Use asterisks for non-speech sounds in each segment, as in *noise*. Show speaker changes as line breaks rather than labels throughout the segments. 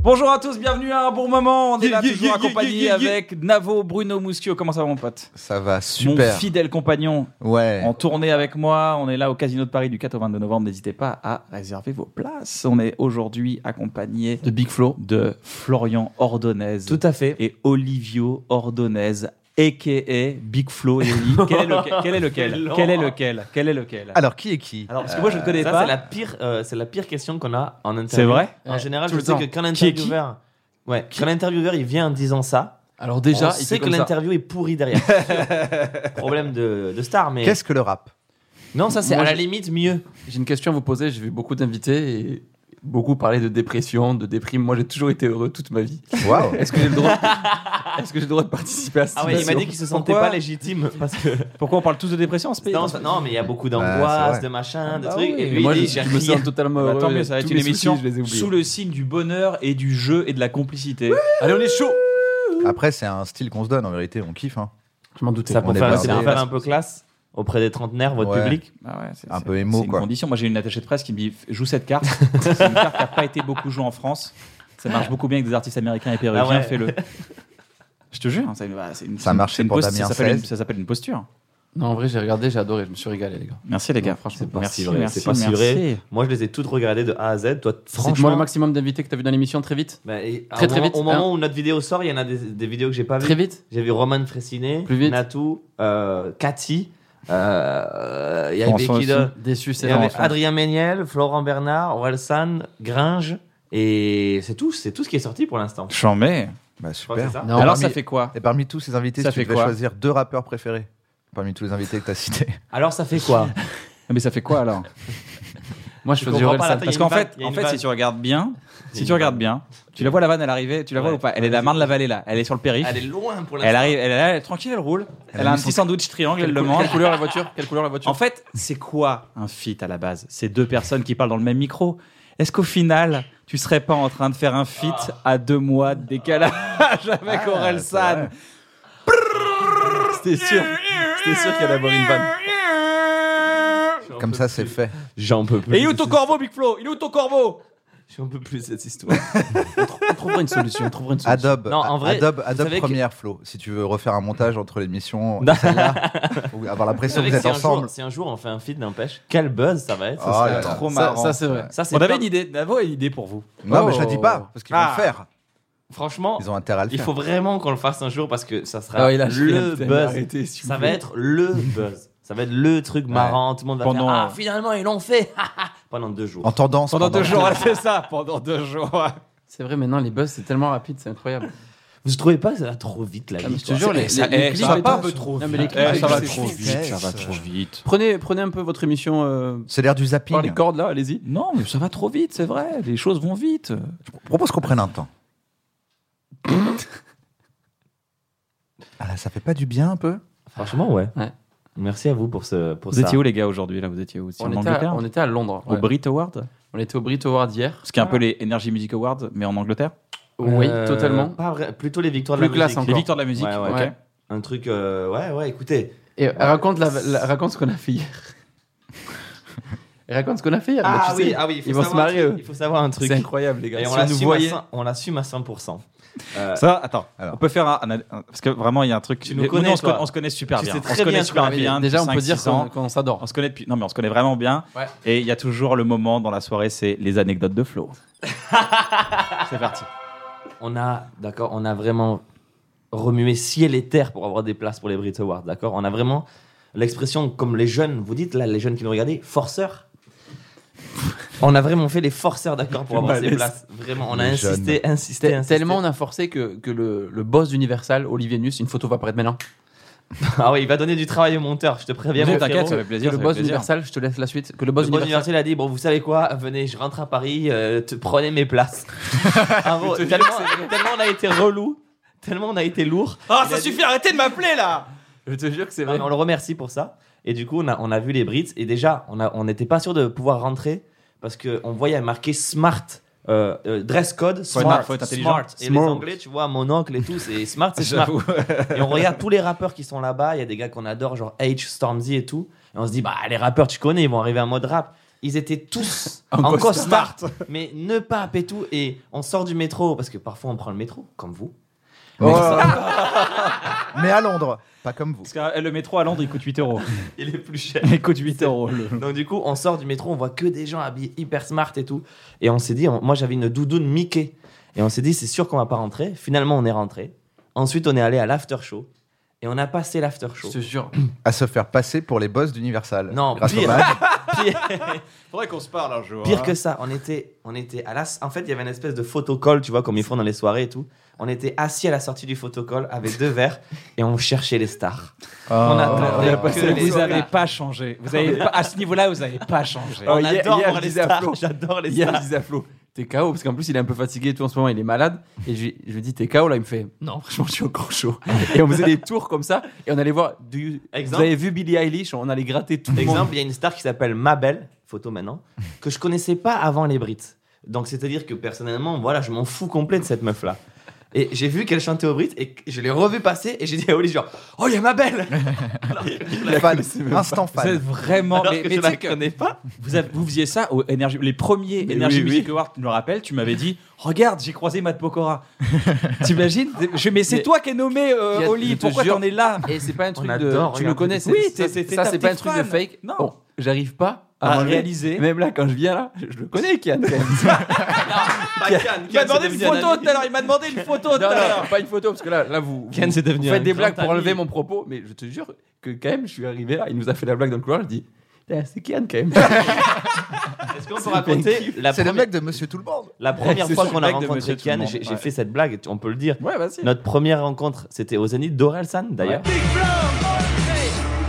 Bonjour à tous, bienvenue à un bon moment. On est là
Yeah, yeah,
toujours
yeah,
accompagné
yeah, yeah, yeah.
avec Navo, Bruno Muschio. Comment ça va mon pote
Ça va,
Mon
super.
fidèle compagnon
Ouais.
en tournée avec moi. On est là au Casino de Paris du 4 au 22 novembre. N'hésitez pas à réserver vos places. On est aujourd'hui accompagné
de Big Flo.
de Florian Ordonez
Tout à fait.
et Olivio Ordonez. A.K.A. Big Flo et Oli. quel est lequel Quel est lequel Quel est lequel Quel est lequel
Alors, qui est qui
Alors, parce que moi je ne connais
Euh, ça,
pas.
C'est la pire, euh, c'est la pire question qu'on a en interview.
C'est vrai
En
Ouais.
général,
Tout
je
le
sais
temps.
que quand
Qui est qui
l'intervieweur, ouais, quand l'intervieweur il vient en disant ça,
Alors déjà,
on
il
sait
fait
que
comme ça.
l'interview est pourrie
*laughs*
derrière. Problème de, de star, mais
Qu'est-ce que le rap
non, ça c'est
Moi,
à la
je-
limite mieux.
J'ai une question à vous poser. J'ai vu beaucoup d'invités et beaucoup parler de dépression, de déprime. Moi, j'ai toujours été heureux toute ma vie.
Waouh
Est-ce que j'ai le droit
*laughs*
Est-ce que j'ai le droit de participer à cette
Ah ouais, il m'a
émission
dit qu'il se sentait
Pourquoi
pas légitime parce que
Pourquoi on parle tous de dépression en ce pays
*laughs* non, c'est- non, mais il y a beaucoup
Bah, c'est
d'angoisse,
vrai.
de machin, de
Ah
trucs.
oui.
Et
Et
lui,
Moi,
il
je,
dit,
je
j'ai
me
rien.
sens totalement
Bah,
heureux.
tant mieux, ça va
Tous
être une
mes soucis,
émission
je les ai oubliés.
sous le signe du bonheur et du jeu et de la complicité.
Allez, on est chaud.
Après, c'est un style qu'on se donne, en vérité, on kiffe. hein.
Je m'en doutais.
ça pour
est
faire,
pas
c'est pour
des-
faire un peu classe auprès des trentenaires, votre
Ouais.
public.
Ah ouais, c'est-
Un
c'est-
peu émo,
C'est une
quoi.
condition. Moi, j'ai une attachée de presse qui me dit joue cette carte. *laughs* c'est une carte qui n'a pas été beaucoup jouée en France. Ça marche beaucoup bien avec des artistes américains et péruviens.
Ah ouais.
Fais-le. *laughs* Je te jure, hein, c'est une, bah, c'est une-
Ça a marché
c'est une
pour
post-
Damien
ça s'appelle une-
Seize.
Ça s'appelle une posture.
Non, en vrai, j'ai regardé, j'ai adoré. Je me suis régalé, les gars.
Merci les gars, franchement.
C'est pas
merci,
si vrai,
merci,
c'est pas si
merci.
vrai. Moi, je les ai toutes regardées de A à Z. Toi,
C'est moi le
franchement,
maximum d'invités que t'as vu dans l'émission très vite.
bah, et-
Très,
au
très
moment-
vite. hein.
Au moment où notre vidéo sort, il y en a des, des vidéos que j'ai pas vues.
Très vite.
J'ai vu Roman Fressinet,
Plus vite.
Natou, euh, Cathy, euh, il y avait
François
qui
aussi.
d'autre
Déçu, c'est
Il y avait
vrai.
Adrien Méniel, Florent Bernard, Orelsan, Gringe, et c'est tout, c'est tout ce qui est sorti pour l'instant.
J'en mets.
Bah,
Je crois que
super.
c'est ça.
Non,
Alors
parmi-
ça fait quoi
Et parmi tous ces invités,
Ça
si tu
fait
devais
quoi
choisir deux rappeurs préférés parmi tous les invités que t'as
*laughs*
cités.
Alors ça fait quoi
Mais ça fait quoi *laughs* alors
Moi, je
Tu
choisis
comprends pas
Orelsan.
la- Il y a
Parce
une
qu'en
vanne,
fait,
il y a
en
une
fait,
vanne.
si tu regardes bien, si
une
tu regardes
vanne.
bien, tu la vois la vanne à l'arrivée. Tu la vois
Ouais.
ou pas Elle est de la main de la vallée là. Elle est sur le périph.
Elle est loin pour
Elle
l'instant.
arrive, elle est là, elle est tranquille, elle roule. Elle, a un
mis son-
petit sandwich triangle, elle le mange.
Quelle
*laughs*
couleur la voiture Quelle couleur la voiture
En fait, c'est quoi un feat à la base C'est deux personnes qui parlent dans le même micro. Est-ce qu'au final, tu serais pas en train de faire un feat à deux mois de décalage *laughs* avec
Ah,
Aurel
c'est
San
vrai.
C'était sûr. C'était sûr qu'il allait avoir une vanne.
J'en
Comme
peux
ça,
plus.
c'est fait.
J'en peux plus.
Et il est où ton corbeau, Big Flo Il est où ton corbeau
J'en peux plus de cette histoire.
on trouvera une solution. On trouvera une solution.
Adobe,
Non, en
A-
vrai,
Adobe,
vous
Adobe
savez que-
première flow. Si tu veux refaire un montage entre l'émission
Non.
et celle-là, ou avoir
Vous
l'impression que
savez
vous
que
êtes
si un jour-
ensemble.
si un jour on fait un feed n'empêche, quel buzz ça va être
Oh là là.
Trop
Ça-
marrant.
Ça, c'est vrai.
Ça, c'est
On avait
pas-
une idée. Navo a une idée pour vous.
Non, mais
Oh.
je le dis pas, parce qu'ils vont
Ah.
le faire.
Franchement,
Ils ont intérêt à le
il
faire.
faut vraiment qu'on le fasse un jour parce que ça sera
Ah ouais, il a chié,
le
putain,
buzz.
arrêtez, s'il vous
Ça va
plaît.
être le buzz. Ça va être le truc marrant. Tout le monde va
Pendant-
faire Ah, finalement, ils l'ont fait *laughs* Ah, Pendant deux jours.
En tendance.
Pendant deux
pendant-
jours, *laughs* c'est ça. Pendant deux jours.
C'est vrai, maintenant, les buzz, c'est tellement rapide, c'est incroyable. Ah,
Vous trouvez pas que ça va trop vite la vie
Je te jure, les,
Ça-
les-
eh,
les clips
ça va
et
pas un
tout.
peu trop
Non, mais les
vite.
clips
Eh,
et
ça
tout,
va
c'est
trop
fou.
vite, ça va trop
vite.
Prenez, prenez un peu votre émission euh,
C'est l'air du zapping.
par les cordes là, allez-y.
Non, mais ça va trop vite, c'est vrai. Les choses vont vite.
Je propose qu'on prenne un temps. *laughs* ah là, ça fait pas du bien un peu
Franchement, ouais.
Ouais.
Merci à vous pour ce pour
Vous
ça.
étiez où, les gars, aujourd'hui là Vous étiez où C'est
On
En
était, à,
Angleterre
on était à Londres.
Au
ouais.
Brit Award
On était au Brit Award hier.
Ce qui est un peu les Energy Music Awards, mais en Angleterre
Oui,
Euh,
totalement.
pas vrai- Plutôt les victoires
Plus
de la
classe
musique.
encore.
Les victoires de la musique
Ouais, ouais.
ok.
Ouais.
Un truc, euh, ouais, ouais, écoutez.
Et raconte, la, la- raconte ce qu'on a fait hier. *laughs* Et raconte ce qu'on a fait hier.
Ah
mais tu
oui,
sais,
ah oui, il faut
ils vont se
savoir un
marier,
truc,
eux.
Il faut savoir un truc.
C'est incroyable, les gars.
Et
Si
on
on
l'assume
nous
à
voyait.
100 on l'assume à 100%. Euh,
Ça, attends,
Alors.
on peut faire un, un- un- Parce que vraiment, il y a un truc.
Tu nous
les-
connais,
on, se
toi.
conna- on se connaît super
Tu
bien.
sais
on
très
se connaît
bien ce qu'on
super
a fait.
bien.
Ah Déjà, on peut
5-6
dire qu'on
ans.
qu'on
On
s'adore.
se connaît depuis. Non, mais on se connaît vraiment bien.
Ouais.
Et il y a toujours le moment dans la soirée, c'est les anecdotes de Flo. c'est parti.
on a, d'accord, on a vraiment remué ciel et terre pour avoir des places pour les Brit Awards, d'accord On a vraiment l'expression, comme les jeunes, vous dites là, les jeunes qui nous regardaient, forceur. On a vraiment fait les forceurs d'accord pour avoir ces
malaise.
places. Vraiment, on a
Les jeunes.
insisté, insisté,
Te-
insisté.
Tellement on a forcé que, que le, le boss d'Universal, Olivier Nus, une photo va apparaître maintenant.
Ah oui, il va donner du travail au monteur, je te préviens.
Non,
mon
T'inquiète,
frérot.
ça fait plaisir.
le
ça fait
boss
plaisir.
d'Universal, je te laisse la suite. Que le
Le
boss
bon
d'Universal.
universel a dit bon vous savez quoi venez je rentre à Paris euh, te- prenez
*laughs*
mes places Ah, bon, tellement, tellement on a été relou tellement on a été lourd
Ah,
Il a dit-
arrêtez de m'appeler là
Je te jure que c'est
Non,
vrai.
mais Bah, on le remercie pour ça et du coup on a, on a vu les Brits et déjà on a- on n'était pas sûr de pouvoir rentrer parce que on voyait marqué smart euh, euh, dress code
Faut être-
smart
faut être intelligent.
smart et les
Smart.
anglais tu vois mon oncle et tout c'est smart
*laughs*
c'est smart
J'avoue.
et on regarde tous les rappeurs qui sont là-bas. Il y a des gars qu'on adore, genre H, Stormzy et tout. Et on se dit, bah, les rappeurs, tu connais, ils vont arriver en mode rap. Ils étaient tous
*laughs*
en, costard, *laughs* mais ne pas et tout. Et on sort du métro, parce que parfois on prend le métro, comme vous.
Mais, mais à Londres, pas comme vous.
Parce que euh, le métro à Londres, il coûte 8 euros.
Il est plus cher.
Il coûte 8 euros. le-
Donc du coup, on sort du métro, on voit que des gens habillés hyper smart et tout. Et on s'est dit, on- moi j'avais une doudoune Mickey. Et on s'est dit, c'est sûr qu'on va pas rentrer. Finalement, on est rentré. Ensuite, on est allé à l'after show. Et on a passé l'after
Je
show.
te jure.
À se faire passer pour les boss d'Universal.
Non,
grâce au
pire.
badge.
*laughs*
Faudrait qu'on se parle un jour.
Pire que ça, on était, on était à la. En fait, il y avait une espèce de photocall, tu vois, comme ils font dans les soirées et tout. On était assis à la sortie du photocall avec deux verres et on cherchait les stars. On
Oh.
attendait
a passé
que
le
les
vous
stars.
avez pas changé. Vous avez pas- à ce niveau-là, vous avez pas changé.
On
Oh, hier-
adore
hier,
voir
je
les
disais à
stars.
Flo.
J'adore les
Hier,
stars.
je disais à Flo, t'es KO, parce qu'en plus, il est un peu fatigué et tout en ce moment, il est malade. Et je, lui- je lui dis, t'es KO, là, il me fait, non, franchement, je suis encore chaud. et on faisait des tours comme ça, et on allait voir, do you- vous
Exemple.
avez vu Billie Eilish, on allait gratter tout le monde.
Exemple, il y a une star qui s'appelle Mabel, photo maintenant, que je connaissais pas avant les Brits. Donc c'est-à-dire que personnellement, voilà, je m'en fous complet de cette meuf là. Et j'ai vu qu'elle chantait aux Brits et que je l'ai revue passer et j'ai dit à Oli genre, oh il y a Mabel. Alors,
Fan. Instant
Vous êtes
fan.
vraiment.
alors
mais-
que
mais
je
tu sais
la
que-
connais pas.
Vous, avez- vous faisiez ça au Energy, les premiers
Mais
Energy
oui,
Music Awards, tu me le rappelles, tu m'avais dit Regarde, j'ai croisé Matt Pokora. *laughs* T'imagines Je- Mais c'est
Mais-
toi qui es nommé, euh,
Il y a- je
Oli,
te
pourquoi
jure-
t'en es là
Et c'est pas un truc
adore,
de. Tu me
regarde.
connais, c'est-
Oui,
ça,
t'es- t'es-
ça,
t'es ta
c'est pas un
petite
truc de
fan.
fake.
Non.
Bon, j'arrive pas à
À
m'enlever.
réaliser.
Ah, Même là, quand je viens là, je le connais, Kian. quand même.
Il m'a demandé une photo tout à l'heure, il m'a demandé une photo
*laughs* non, non, pas une photo, parce que là, là vous,
Ken,
vous-
c'est devenu
vous faites
un
des
grand
blagues pour
ami.
enlever mon propos, mais je te jure que quand même, je suis arrivé là, il nous a fait la blague dans le couloir, je dis, Putain, c'est Kian quand même.
Est-ce qu'on peut raconter la
C'est le
première,
mec de Monsieur Tout le Monde.
la première
C'est
fois
le
qu'on a
mec de
rencontré
Monsieur Tout le
Kian
Monde,
J'ai j'ai
ouais.
fait cette blague, tu- on peut le dire.
ouais, vas-y.
Notre première rencontre, c'était au Zénith d'Orelsan d'ailleurs.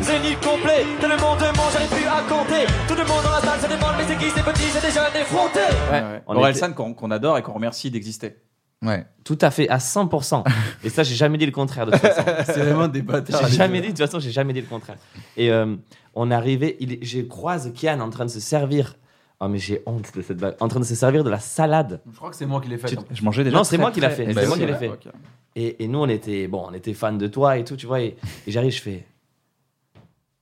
Zénith complet, tellement de monde, j'arrive plus à compter. Tout le monde dans la salle se demande, mais c'est qui ces petits, c'est des jeunes effrontés.
Ouais.
On
Orelsan, qu'on qu'on adore et qu'on remercie d'exister.
Ouais.
Tout à fait, à 100%. Et ça, j'ai jamais dit le contraire de toute façon.
C'est vraiment des bâtards.
J'ai
les
jamais
deux.
dit, de toute façon, j'ai jamais dit le contraire. Et euh, on est arrivé, il, est- je croise Kian en train de se servir. Oh, mais j'ai honte de cette blague. En train de se servir de la salade.
Je crois que c'est moi qui l'ai fait.
Tu-
en plus.
Je mangeais déjà.
non, c'est
très,
moi qui l'ai
très-
fait.
Bah,
C'est moi
oui,
qui l'ai fait. Et, et nous, on était, bon, on était fans de toi et tout, tu vois. Et, et j'arrive, je fais.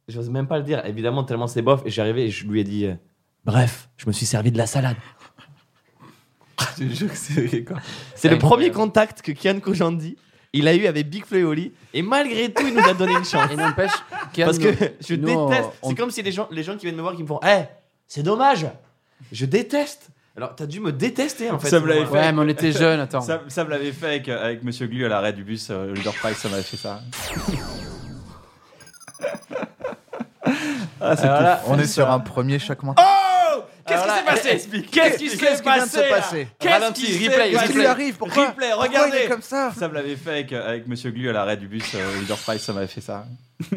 J'ose même pas le dire, évidemment, tellement c'est bof. Et j'arrivais et je lui ai dit, euh, bref, je me suis servi de la salade.
*laughs* Je te jure que c'est quoi.
C'est le
Incroyable.
premier contact que Kian Kojandi, il a eu avec Big Flo et Oli. Et malgré tout, il nous a donné une chance.
Et n'empêche, Kian.
Parce que
nous-
*laughs* je
nous, on-
déteste.
on-
C'est comme si les gens, les gens qui viennent me voir qui me font Eh, c'est dommage Je déteste Alors, t'as dû me détester en fait. hein.
Ça me l'avait
Ouais.
Ouais, mais on était jeunes, attends.
Ça, ça me l'avait fait avec, avec Monsieur Glu à l'arrêt du bus, euh, Leader Price, ça m'avait fait ça. ah, c'était
On est sur un premier choc mental.
Qu'est-ce qui s'est passé Qu'est-ce qui
Qu'est-ce
s'est
qui vient de se
passé là
passer
Qu'est-ce
Ralenti,
qui s'est
replay,
passé
Qu'est-ce qui lui arrive Pourquoi
Replay,
pourquoi
regardez.
il est comme ça
Ça me l'avait fait avec, euh, avec Monsieur Glu à l'arrêt du bus, euh, Leader Price, ça m'avait fait ça. *laughs*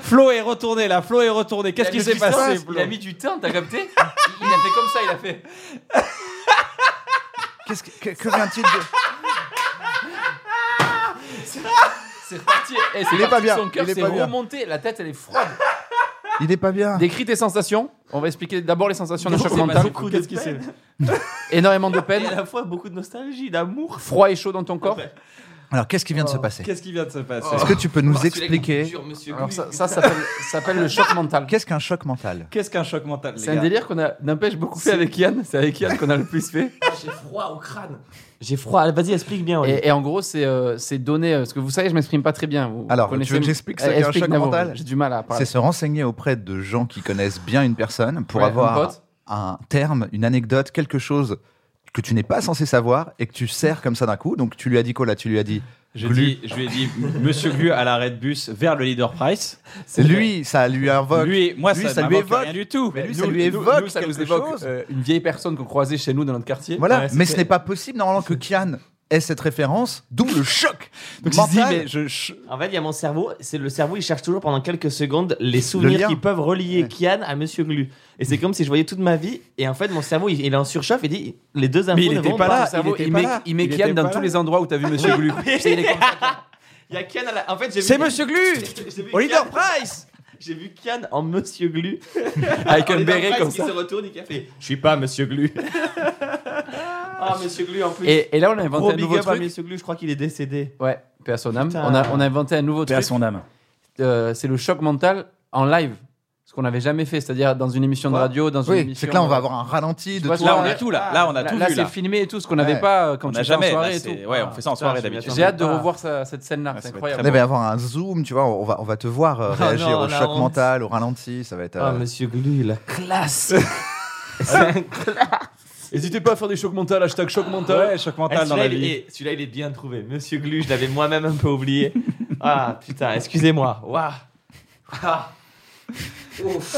Flo est retourné là, Flo est retourné. Qu'est-ce qui s'est passé Flo
Il a mis du temps,
*laughs*
t'as capté Il a fait comme ça, il a fait.
Qu'est-ce que, que- que vient-il de
C'est reparti. Eh, c'est
Il est pas
parti de
bien,
Son cœur
il est
s'est
pas bien.
remonté, la tête elle est froide.
Il est pas bien.
Décris tes sensations. On va expliquer d'abord les sensations d'un
Non,
choc
c'est pas
mental.
beaucoup de
Qu'est-ce qui
peine.
s'est- Énormément de
Et à
peine,
la fois beaucoup de nostalgie, d'amour.
froid et chaud dans ton corps.
Alors, qu'est-ce qui vient de
Oh.
se passer
Qu'est-ce qui vient de se passer
Est-ce que tu peux
Oh.
nous expliquer
Alors ça, ça s'appelle s'appelle le choc mental.
qu'est-ce qu'un choc mental
Qu'est-ce qu'un choc mental les
*laughs* C'est un
gars
délire qu'on a n'empêche beaucoup fait avec Yann. C'est avec Yann qu'on a le plus fait.
J'ai froid au crâne. J'ai froid. Allez, Vas-y, explique bien. Oli.
Et, et en gros, c'est euh, c'est donner. euh, Parce que vous savez, je m'exprime pas très bien. Vous,
Alors,
vous connaissez-
tu veux que j'explique ce
Eh,
qu'est un
explique,
choc
Navo,
mental
J'ai du mal à
C'est
parler.
se renseigner auprès de gens qui connaissent bien une personne pour
Ouais, un
avoir
pote.
un terme, une anecdote, quelque chose que tu n'es pas censé savoir et que tu sers comme ça d'un coup. Donc, tu lui as dit quoi là Tu lui as dit
Je, dis, je lui ai dit, Monsieur Glu à l'arrêt de bus vers le leader price.
Lui, ça lui invoque.
Lui, moi,
Lui,
ça,
ça lui
lui
évoque.
rien du tout.
Mais lui,
Nous,
ça lui
nous-
évoque
nous, ça nous
quelque
évoque
chose.
euh, une vieille personne qu'on croisait chez nous dans notre quartier.
Voilà,
Ouais,
mais
c'était-
ce n'est pas possible normalement que Kian ait cette référence, d'où le choc
Donc, il se dit,
mental.
mais je- je,
En fait, il y a mon cerveau. C'est le cerveau, il cherche toujours pendant quelques secondes les
lien.
souvenirs qui peuvent relier
Ouais.
Kian à Monsieur Glu. Et c'est comme si je voyais toute ma vie. Et en fait, mon cerveau, il, il est en surchauffe. Il dit les deux infos
Mais il
ne
était
vont
pas là,
Mon cerveau,
il était
il
pas
met-
là. Il met
Il
Kian
était
dans
pas
tous
là.
les endroits où t'as vu Monsieur Glu. Tu sais, il est comme-
Il y a Kian à la- En fait, j'ai
C'est
vu-
Monsieur Glu
*laughs* J'ai vu
Au leader
Kian-
price
J'ai vu Kian en Monsieur Glu.
Avec un
Les
béret
Dumfries
comme
qui
ça.
se retourne et qui a fait Je suis pas Monsieur Glu. *laughs* ah, Monsieur Glu en plus.
Et, et là, on a inventé
Gros
un
big
nouveau
up à
truc.
Monsieur Glu, je crois qu'il est décédé.
Ouais, paix à son âme.
Putain.
On a, on a inventé un nouveau
Paix à
truc.
son âme.
Euh, c'est le choc mental en live. Ce qu'on n'avait jamais fait, c'est-à-dire dans une émission de
Ouais.
radio, dans une
Oui,
émission.
c'est que là on va
euh,
avoir un ralenti de
vois,
toi.
Là, on
ouais.
est tout là. Là, on a
Là,
tout
là,
vu
c'est
là.
filmé et tout, ce qu'on n'avait
Ouais.
pas euh,
On
quand tu
n'a
étais en
jamais. là,
soirée et
c'est-
tout. Ah,
Ouais, on fait ça en soirée
putain, je m'y
d'habitude.
J'ai hâte de
Ah.
revoir ça- cette scène-là,
Ouais, ça
c'est
va être
incroyable.
Là, il va y avoir un zoom, tu vois, on va, on va te voir euh,
Oh
réagir
non,
au
la
choc
honte.
mental, au ralenti, ça va être...
Ah,
euh,
Monsieur Glu, la classe.
N'hésitez pas à faire des chocs mentales, hashtag choc
Ouais, choc mental dans la
il
vie.
est- celui-là, il est bien trouvé. Monsieur Glu, je l'avais moi-même un peu oublié. Ah putain, excusez-moi. Waouh. Ah. Ouf.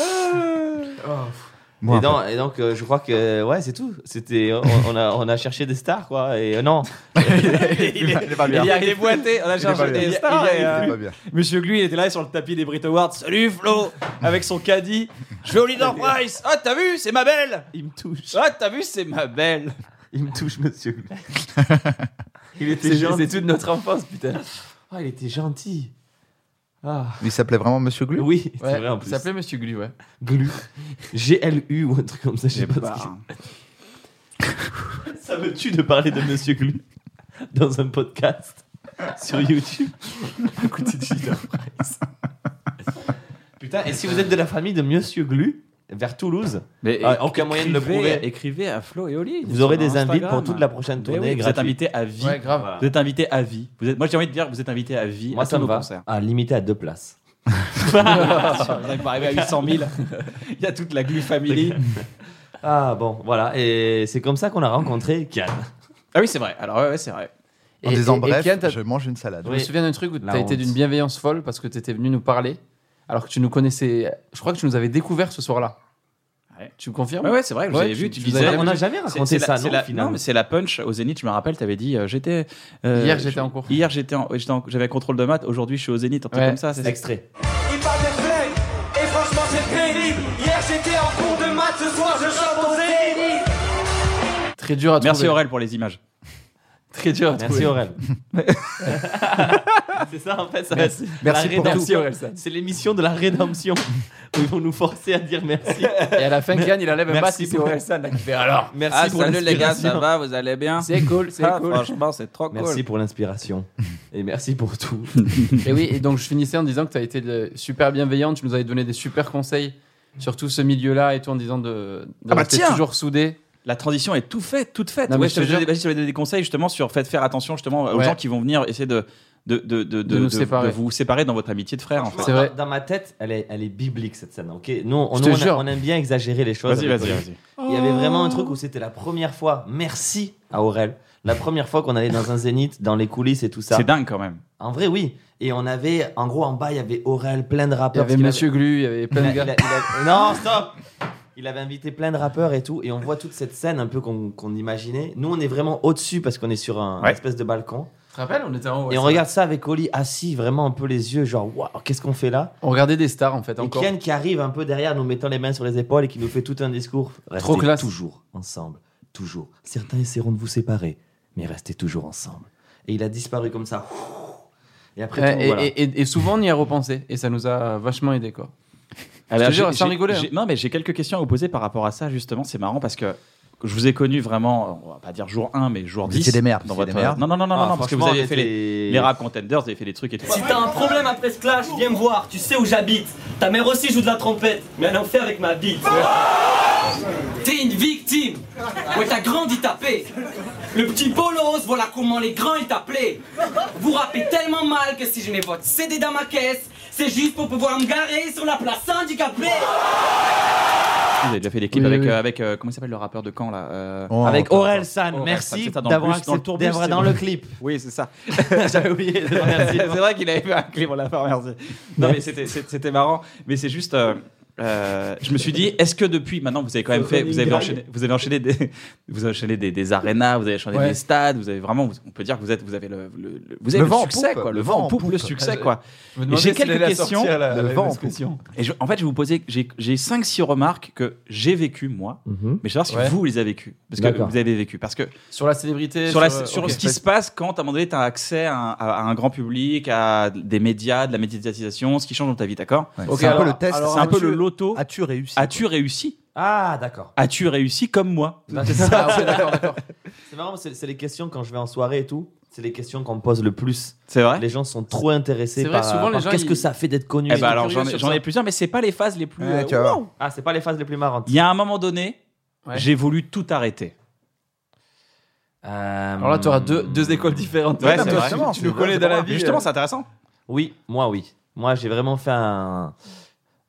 Ouf.
moi,
et, donc- et donc, euh, je crois que ouais, c'est tout. C'était, on, on a, on a cherché des stars quoi. Et euh, non,
*laughs* il est- il est pas bien.
Il a déboîté, on a
pas
cherché
bien.
des stars. et,
Il est
euh,
pas bien.
*laughs* Monsieur Glu, il était là sur le tapis des Brit Awards. Salut Flo Avec son caddie. Je vais au leader price. Ah, t'as vu, c'est ma belle
il me touche.
Ah, t'as vu, c'est ma belle
Il me touche, Monsieur Glu.
Il était
C'est
gentil.
gentil.
C'est toute notre enfance, putain.
Ah, il était gentil. Ah.
Il s'appelait vraiment Monsieur Glu
Oui,
Ouais,
c'est vrai en
Il
plus.
s'appelait Monsieur Glu, ouais.
Glu. GLU ou un truc comme ça, je
Eh
sais pas.
ben.
ce que c'est. Ça me tue de parler de Monsieur Glu dans un podcast
*laughs*
sur YouTube. à côté du Leader Price. Putain, et si vous êtes de la famille de Monsieur Glu, vers Toulouse,
Mais
Ah, aucun moyen de le prouver.
Écrivez à Flo et Oli.
vous aurez
sur
des invites pour
Instagram.
toute la prochaine
Mais
tournée
oui, Vous êtes
gratuite.
invité à vie.
Ouais, grave.
Vous êtes invité à vie. Vous êtes- Moi, j'ai envie de dire que vous êtes invité à vie.
Moi,
à
ça
tous
me
nos
va.
concerts. *laughs*
Ah, limité à deux places.
On est pas arrivé à 800 000. *laughs* Il y a toute la Glu Family.
Ah bon, voilà. Et c'est comme ça qu'on a rencontré Kian.
Ah oui, c'est vrai. Alors, ouais, ouais, c'est vrai.
En disant bref,
Kian, t'as-
je mange une salade.
Je me souviens d'un truc où
La
t'as été
honte.
d'une bienveillance folle parce que t'étais venu nous parler alors que tu nous connaissais. Je crois que tu nous avais découvert ce soir-là.
Ouais.
Tu me confirmes
Ouais, ouais, c'est vrai. que
Ouais,
J'avais
tu-
vu, tu
tu
disais.
avais-
On n'a jamais
C'est-
raconté
c'est la-
ça,
c'est
non,
la-
finalement.
non, mais c'est la punch au Zénith. Je me rappelle, t'avais dit, euh, j'étais. euh,
Hier, j'étais
je-
en cours.
Hier, j'étais en, j'étais en- j'avais contrôle de maths. Aujourd'hui, je suis au Zénith. Un truc
Ouais,
comme ça. c'est-
Extrait.
Il parle des flèches, et franchement c'est pénible. Hier j'étais en cours de maths, ce soir je chante au zénith.
Très dur à
Merci
trouver.
Aurel pour les images.
*laughs* Très dur à
Merci
trouver.
Aurel. *laughs* c'est ça en fait, ça va être
Merci
la
pour tout.
rédemption.
Merci Aurel. ça.
C'est l'émission de la rédemption où ils vont nous forcer à dire merci.
Et à la *laughs* fin, Kian, il enlève un bas
Merci
si c'est
pour-
Aurel San. là, qui fait alors.
Merci
Ah,
pour l'inspiration.
va, vous allez bien
C'est cool, c'est
Ah,
cool.
Franchement, c'est trop
Merci pour l'inspiration et merci pour tout.
Et oui, et donc je finissais en disant que tu as été euh, super bienveillante, tu nous avais donné des super conseils sur tout ce milieu-là et tout en disant de, de
Ah bah
rester
tiens
toujours soudé.
La transition est tout faite, toute faite.
Non, mais
ouais,
je
je
te
t'avais
jure.
donné- vas-y, je t'avais donné des conseils justement sur faites faire attention justement aux
Ouais.
gens qui vont venir essayer de de, de, de,
De nous séparer.
vous séparer dans votre amitié de frère. En fait.
C'est vrai.
Dans, dans ma tête, elle est, elle est biblique cette scène. Ok, nous, on,
Je te
nous, on a-
jure.
on aime bien exagérer les choses.
Vas-y,
avec
vas-y,
Aurel.
vas-y.
Il y avait vraiment un truc où c'était la première fois. Merci à Aurel. La première fois qu'on allait dans un zénith, dans les coulisses et tout ça.
C'est dingue quand même.
En vrai, oui. Et on avait, en gros, en bas, il y avait Aurel, plein de
Il y
rappeurs.
avait
parce qu'il
Monsieur Glu, il y avait
Il
plein
a-
de
il
gars.
a- il a- euh, non, stop Il avait invité plein de rappeurs et tout, et on voit toute cette scène un peu qu'on qu'on imaginait. Nous, on est vraiment au-dessus parce qu'on est sur un
Ouais.
espèce de balcon.
Tu te rappelles On était en haut.
et
ouais,
on
ça.
regarde ça avec Oli assis, vraiment un peu les yeux, genre, waouh, qu'est-ce qu'on fait là
On regardait des stars en fait encore.
Et Kian qui arrive un peu derrière, nous mettant les mains sur les épaules et qui nous fait tout un discours. Restez
Trop classe.
toujours ensemble, toujours. Certains essaieront de vous séparer, mais restez toujours ensemble. Et il a disparu comme ça. Et après,
Ouais,
tout,
et,
voilà.
et- et- et souvent on y a repensé et ça nous a vachement aidé quoi.
Alors,
jure,
j'ai-
sans
j'ai-
rigoler,
j'ai-
hein.
Non, mais j'ai quelques questions à vous poser par rapport à ça, justement. C'est marrant parce que je vous ai connu vraiment, on va pas dire jour 1, mais jour
Vous
10.
étiez des merdes,
Dans
vous étiez
votre...
des merdes.
Non, non, non, non,
Ah,
non, parce que vous
franchement,
aviez
on
fait les,
était-
les rap contenders, vous avez fait des trucs et tout.
Si t'as un problème après ce clash, viens me voir, tu sais où j'habite. Ta mère aussi joue de la trompette, mais elle en fait avec ma bite.
T'es une victime Ouais, t'as grandi tapé Le petit bolos, voilà comment les grands ils t'appelaient Vous rappez tellement mal que si je mets votre CD dans ma caisse, c'est juste pour pouvoir me garer sur la place handicapée
vous avez déjà fait des clips
Oui,
avec,
oui.
euh, avec euh, comment il s'appelle le rappeur de Caen là euh,
Oh,
Avec
attends,
Aurel San,
Orelsan,
merci
c'est ça, dans le
d'avoir
bus, dans le
accepté
tourbus,
d'être
c'est
dans
bon.
le clip.
Oui, c'est ça.
J'avais oublié. Merci.
c'est vrai qu'il avait fait un clip, on l'a pas remercié. Non, mais c'était- c'est- c'était marrant. Mais c'est juste. euh, euh, je me suis dit, est-ce que depuis maintenant vous avez quand même fait, vous avez enchaîné, vous avez enchaîné des, vous avez enchaîné des, des arénas, vous avez enchaîné
Ouais.
des stades, vous avez vraiment, vous- on peut dire que vous êtes, vous avez le, le, le- vous avez
Le
le
vent en
succès
poupe.
quoi, le
Le
vent
vent
en
en
poupe, le
poupe.
succès
Euh,
quoi.
Je me demandais
j'ai
si elle
quelques
allait la
questions.
sortir, la-
Le
la
vent en
discussion.
Et je- en fait, je vais vous poser, j'ai j'ai cinq six remarques que j'ai vécues moi,
Mhm.
mais je veux savoir si
Ouais.
vous les avez vécues, parce que
D'accord.
vous avez vécu, parce que
Sur la célébrité.
sur, la-
euh,
sur
ok.
ce qui
*laughs*
se passe quand à un moment donné tu as accès à, un- à- à un grand public, à des médias, de la médiatisation, ce qui change dans ta vie, d'accord
Ouais,
Ok,
c'est un peu
alors-
le test.
alors,
C'est un peu
as-tu-
le loto.
As-tu réussi
As-tu réussi
Ah, d'accord.
As-tu réussi comme moi
C'est ça. Ah ouais, d'accord, d'accord. C'est marrant, c'est c'est les questions quand je vais en soirée et tout. C'est les questions qu'on me pose le plus.
C'est vrai
Les gens sont trop intéressés
C'est vrai,
par,
souvent, les
par
gens,
qu'est-ce
ils-
que ça fait d'être connu.
Eh ben
et tout.
alors
curieux
j'en ai,
sur
j'en ai
ça.
plusieurs, mais c'est pas les phases les plus.
Ouais,
euh,
tu vas voir.
wow.
Ah, c'est pas les phases les plus marrantes.
Il y a un moment donné,
Ouais.
j'ai voulu tout arrêter.
Euh, Alors là, tu auras deux, deux écoles différentes.
Ouais,
non,
c'est
mais
vrai.
tu-
Justement,
Tu,
c'est
nous
vrai,
connais
c'est
dans la
pas
vie. euh.
Mais justement, c'est intéressant.
Oui, moi, oui. Moi, j'ai vraiment fait un,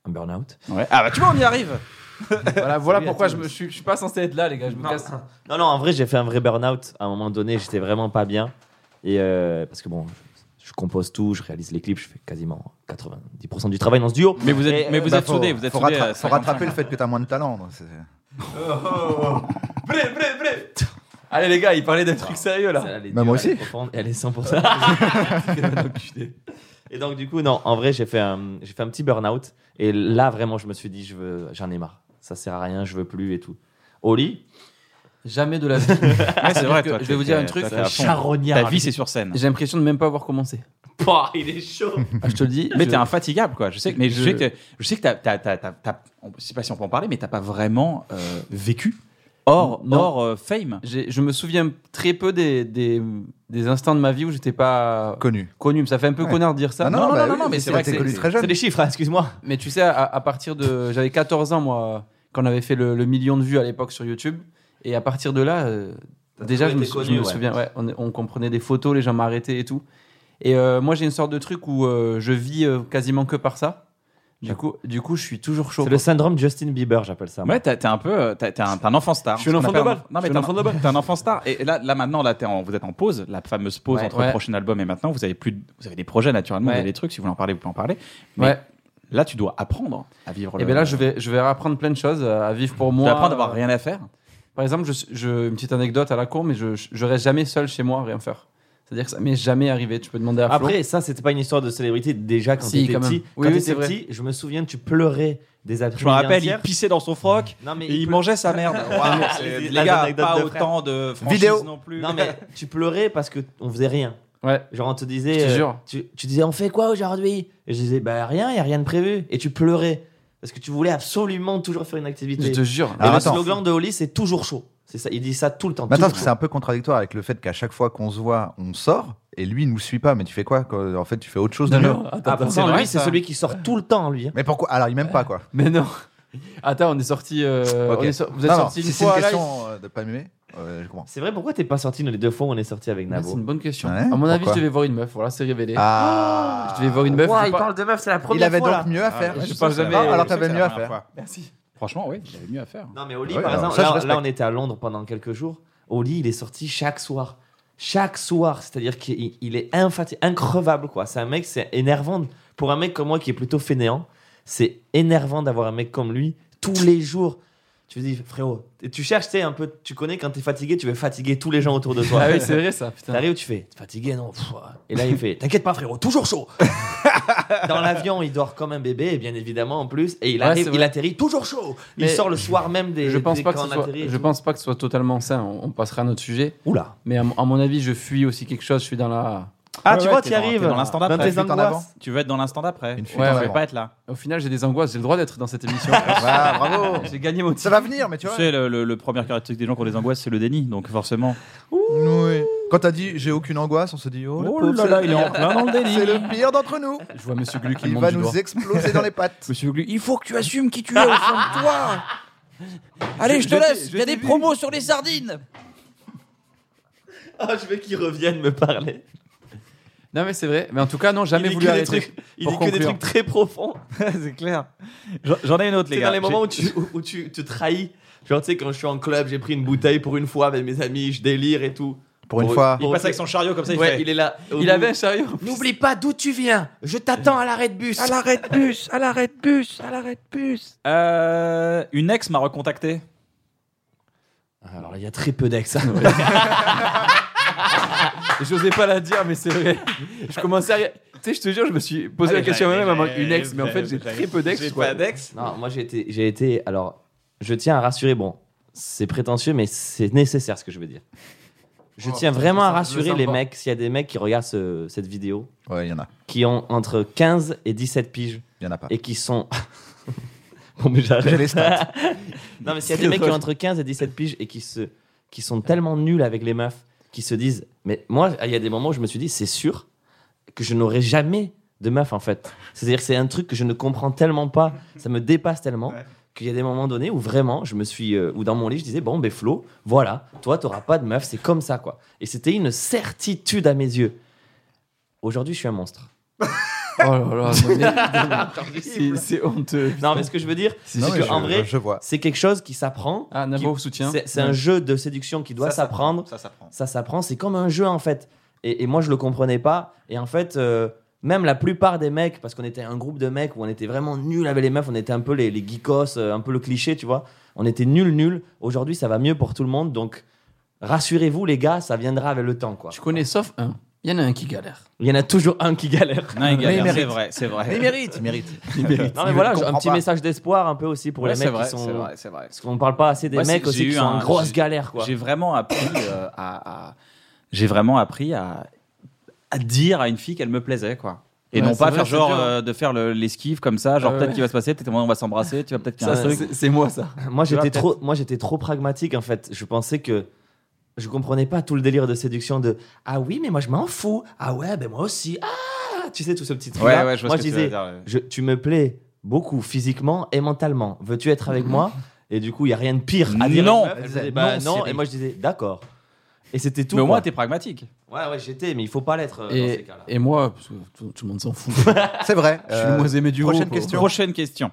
un burn-out.
Ouais. Ah bah tu vois, on y *laughs* arrive.
euh, Voilà, voilà pourquoi je, me, je, suis- je suis pas censé être là, les gars. Je me casse.
Non, non, en vrai, j'ai fait un vrai burn-out. À un moment donné, j'étais vraiment pas bien. Et euh, parce que bon, je, je compose tout, je réalise les clips, je fais quasiment 90% du travail dans ce duo.
Mais vous êtes,
Et,
mais
euh,
vous
Bah,
êtes
faut-
soudés, vous êtes
faut
soudés.
rattra-
à
faut
55.
rattraper le fait que t'as moins de talent. c'est-
Bref, bref, bref. Allez, les gars, il parlait d'un truc sérieux là.
Celle-là, elle est
Bah,
dure,
moi
elle est
aussi.
profonde et elle est 100%. et donc, du coup, non, en vrai, j'ai fait un, j'ai fait un petit burn-out. Et là, vraiment, je me suis dit, je veux, j'en ai marre. Ça sert à rien, je veux plus et tout. Oli,
Jamais de la vie.
Ouais, *laughs* c'est vrai,
que
toi,
je
t'es-
vais vous dire un
t'es-
truc,
toi, t'es à fond.
charognard.
Ta vie, c'est sur scène.
J'ai l'impression de même pas avoir
*laughs*
commencé.
Pouah, il est chaud.
Ah, je te le dis.
Mais
je-
t'es infatigable, quoi. Je sais, mais je,
Je-
sais que, je sais que t'as, t'as, t'as, t'as- t'as- on- je sais pas si on peut en parler, mais t'as pas vraiment euh, vécu hors,
Non.
hors euh, fame.
j'ai- je me souviens très peu des, des, des instants de ma vie où j'étais pas
Connu.
connu. Ça fait un peu
Ouais.
connard de dire ça.
Ah
non,
bah
non,
oui,
non, mais c'est vrai que
t'es connu
c'est-
très jeune.
C'est des chiffres, hein, excuse-moi.
Mais tu sais, à, à partir de. J'avais 14 ans, moi, quand on avait fait le, le million de vues à l'époque sur YouTube. Et à partir de là, euh, déjà,
toujours
je me,
été
sou- je
connu,
me
ouais.
souviens, ouais, on, on comprenait des photos, les gens m'arrêtaient et tout. Et euh, moi, j'ai une sorte de truc où euh, je vis euh, quasiment que par ça. Du coup, du coup, je suis toujours chaud.
C'est le syndrome Justin Bieber, j'appelle ça. moi.
Ouais, t'as- t'es un peu, euh, t'as- t'es un, t'es un enfant star.
Je suis un
Ce qu'on
enfant de
appelle
balle.
Non, mais
Je suis
t'es
un
un
enfant
enfant
de balle.
T'es un enfant star. Et là, là maintenant, là, t'es en- vous êtes en pause, la fameuse pause
Ouais,
entre
ouais.
le prochain album et maintenant. Vous avez plus, de- vous avez des projets naturellement, vous
Ouais.
avez des trucs. Si vous voulez en parler, vous pouvez en parler. Mais
Ouais.
là, tu dois apprendre à vivre.
Et
le-
bien là, je vais, je vais apprendre plein de choses euh, à vivre pour
Tu
moi.
vas apprendre à avoir rien à faire.
Par exemple, je, je- une petite anecdote à la con, mais je, je reste jamais seul chez moi à rien faire. C'est-à-dire que ça m'est jamais arrivé. Tu peux demander à Flo.
Après, ça, c'était pas une histoire de célébrité déjà quand
Si,
t'étais
quand même.
petit.
Oui,
quand t'étais
oui, c'est vrai.
petit, je me souviens, tu pleurais des après
Je me rappelle, il pissait dans son froc.
Non, mais
Et il
pleu-
mangeait sa *laughs* merde. Waouh,
Les-
c'est-
les
les gars,
anecdotes
pas
de frères.
autant de franchises
Vidéo.
non plus.
Non,
*laughs*
mais tu pleurais parce que on faisait rien.
Ouais.
Genre, on te disait.
Je te
euh,
jure.
Tu, tu disais, on fait quoi aujourd'hui Et je disais, bah rien, y a rien de prévu. Et tu pleurais. Parce que tu voulais absolument toujours faire une activité.
Je te
Et
jure.
Alors,
le
attends.
slogan de Oli, c'est toujours chaud. C'est ça, il dit ça tout le temps.
Maintenant,
toujours
parce que c'est un peu contradictoire avec le fait qu'à chaque fois qu'on se voit, on sort, et lui, il nous suit pas. Mais tu fais quoi quand- En fait, tu fais autre chose de mieux.
chaud. Ah, pourtant,
vrai,
lui, c'est
ça.
celui qui sort tout le temps, lui. hein.
Mais pourquoi Alors, il m'aime pas, quoi.
Mais non. Ah, Attends, on est sorti.
Ok.
vous êtes
Non, non,
sorti
si
une
c'est
fois. Ah,
une
là,
question euh, de pas m'aimer, euh, je comprends.
C'est vrai, pourquoi t'es pas sorti nous, les deux fois où on est sorti avec
il- Ah, C'est
Nabo
une bonne question.
Ouais,
à mon avis, je
pourquoi
devais voir une meuf. Voilà, c'est révélé.
Ah
Je devais voir une meuf. j'ai pas-
de meuf, c'est la
Il avait donc mieux à faire.
je
Ouais,
pense
sais.
jamais-
Ah,
je sais
alors,
que
t'avais mieux à faire.
Merci.
Franchement, oui, j'avais mieux à faire.
Non, mais Oli,
Ouais,
par
alors,
exemple,
ça, je
là,
respecte.
là, on était à Londres pendant quelques jours. Oli, il est sorti chaque soir. Chaque soir, c'est-à-dire qu'il il- il est infati- increvable, quoi. C'est un mec, c'est énervant. Pour un mec comme moi qui est plutôt fainéant, c'est énervant d'avoir un mec comme lui tous les jours. Tu me dis, frérot, et tu cherches, tu sais, un peu, tu connais quand t'es fatigué, tu veux fatiguer tous les gens autour de toi.
Ah oui, c'est vrai ça. Putain.
T'arrives, tu fais, t'es fatigué, non pff, ouais. Et là, il fait, t'inquiète pas, frérot, toujours chaud. *laughs* Dans l'avion, il dort comme un bébé, et bien évidemment, en plus, et il
Ouais,
arrive,
c'est vrai.
il atterrit toujours chaud. Il
Mais
sort le soir même des.
Je pense
des-
pas que
quand
ce
on
soit.
atterrit et
Je
tout.
pense pas que ce soit totalement sain. On, on passera à notre sujet.
Oula. *laughs*
Mais à, mon- à mon avis, je fuis aussi quelque chose. Je suis dans la.
Ah,
Ouais,
tu
ouais,
vois,
t'es
tu
dans-
arrives
t'es dans l'instant
dans
d'après.
tes
Fuite en avant.
angoines.
Tu veux être dans l'instant d'après.
Une
Tu
fuite
Ouais,
en
ouais.
veux
avant.
pas être là.
Au final, j'ai des angoisses. J'ai le droit d'être dans cette
*laughs*
émission.
Ah, bravo
j'ai gagné mon titre.
Ça va venir, mais tu
Tu
vois.
sais, le, le, le première caractéristique des gens qui ont des angoisses, c'est le déni. Donc forcément.
Oui. Quand t'as dit j'ai aucune angoisse, on se dit oh, le pauvre, c'est le-
il est en plein dans le
c'est le pire d'entre nous.
Je vois Monsieur Gluck qui me
Il
montre
va
du doigt.
nous exploser dans les pattes.
Monsieur Glu, il faut que tu assumes qui tu es au fond de toi. Allez, je te laisse. Il y a des promos sur les sardines.
Ah, je veux qu'ils reviennent me parler.
Non, mais c'est vrai. Mais en tout cas, non, jamais
dit
voulu
que des
arrêter.
trucs- il
Pour
dit que des
conclure.
trucs très profonds. c'est clair. J'en- J'en ai une autre, les
C'est
gars.
dans les
J'ai-
moments où tu, où, où tu te trahis. Genre, tu sais, quand je suis en club, j'ai pris une bouteille pour une fois avec mes amis, je délire et tout.
Pour une
Pour-
fois.
Il passe avec son chariot comme ça, il
Ouais,
fait.
il est là. Au
Il
bout.
avait un chariot.
N'oublie pas d'où tu viens. Je t'attends à l'arrêt de bus.
l'arrêt de bus, à l'arrêt de bus, à l'arrêt de bus.
Euh, une ex m'a recontacté.
Alors, il y a très peu d'ex. hein.
Et J'osais pas la dire, mais c'est vrai. Je commençais à. Tu sais, je te jure, je me suis posé
Ah,
la question à moi-même avant une ex, mais en fait, j'ai très peu d'ex.
J'ai
quoi.
pas d'ex.
Non, moi j'ai été, j'ai été. Alors, je tiens à rassurer. Bon, c'est prétentieux, mais c'est nécessaire ce que je veux dire. Je
Oh,
tiens
putain,
vraiment
je
à
le sens- je le
rassurer
sens
les
pas.
mecs. S'il y a des mecs qui regardent ce- cette vidéo,
Ouais, il y en a.
qui ont entre 15 et 17 piges
Il y en a pas.
et qui sont. *laughs* bon, mais j'arrête.
J'ai les stats.
*laughs* Non, mais
*laughs*
s'il y a des mecs qui ont entre 15 et 17 piges et qui, se, qui sont tellement nuls avec les meufs, qui se disent. Mais moi, il y a des moments où je me suis dit, c'est sûr que je n'aurai jamais de meuf, en fait. C'est-à-dire que c'est un truc que je ne comprends tellement pas, ça me dépasse tellement. Qu'il y a des moments donnés où vraiment, je me suis. euh, où dans mon lit, je disais, bon, ben Flo, voilà, toi, t'auras pas de meuf, c'est comme ça, quoi. Et c'était une certitude à mes yeux. Aujourd'hui, je suis un monstre.
Oh là *laughs* là, non, mais- c'est c'est honteux.
Non, mais ce que je veux dire,
Non,
c'est
mais
que, en
je-
vrai,
je vois.
c'est quelque chose qui s'apprend.
Ah,
qui-
Navo, soutien.
C'est c'est un jeu de séduction qui doit
Ça, ça-
s'apprendre.
Ça, ça prend.
ça s'apprend, c'est comme un jeu en fait. Et, et moi je le comprenais pas. Et en fait, euh, même la plupart des mecs, parce qu'on était un groupe de mecs où on était vraiment nuls avec les meufs, on était un peu les, les geekos, euh, un peu le cliché, tu vois. On était nuls, nuls. Aujourd'hui ça va mieux pour tout le monde, donc rassurez-vous les gars, ça viendra avec le temps quoi.
Je connais sauf un. Il y en a un qui galère.
Il y en a toujours un
*laughs*
qui galère.
Non, il galère,
mérite.
c'est vrai, c'est vrai.
Il mérite, il mérite.
Non mais voilà,
Je
un
comprends
petit
pas.
message d'espoir un peu aussi pour
Ouais,
les
c'est
mecs
vrai,
qui sont.
c'est vrai, c'est vrai.
Parce qu'on parle pas assez des
Moi,
mecs
c'est-
aussi
j'ai
qui
eu
sont en
un-
grosse
j'ai-
galère quoi.
J'ai vraiment appris euh, à, à- j'ai vraiment appris à, à dire à une fille qu'elle me plaisait, quoi. Et
Ouais,
non
c'est
pas
vrai,
faire
c'est
genre
dur, hein.
euh, de faire le- l'esquive comme ça, genre
Ah ouais.
peut-être qu'il va se passer, peut-être on va s'embrasser, tu vas peut-être qu'il y a
Ça,
un truc.
C'est c'est moi, ça.
*laughs* Moi
Tu vois,
j'étais trop, moi j'étais trop pragmatique en fait. Je pensais que je comprenais pas tout le délire de séduction de ah oui mais moi je m'en fous ah ouais ben moi aussi ah tu sais tout ce petit truc là.
Ouais, ouais, je vois
moi
ce
je
que tu veux
disais
dire. ouais.
je- tu me plais beaucoup physiquement et mentalement. Veux-tu être
Mhm.
avec moi Et du coup il y a rien de pire à dire. à
Non.
une meuf. Elle disait, bah, non, et moi je disais d'accord. Et c'était tout.
Mais au moins,
quoi.
t'es pragmatique.
ouais ouais j'étais mais il faut pas l'être euh, dans ces
Et,
cas-là.
et moi, parce que tout, tout le monde s'en fout.
C'est vrai.
je suis le
Euh,
moins aimé du
prochaine
groupe.
question.
Prochaine question.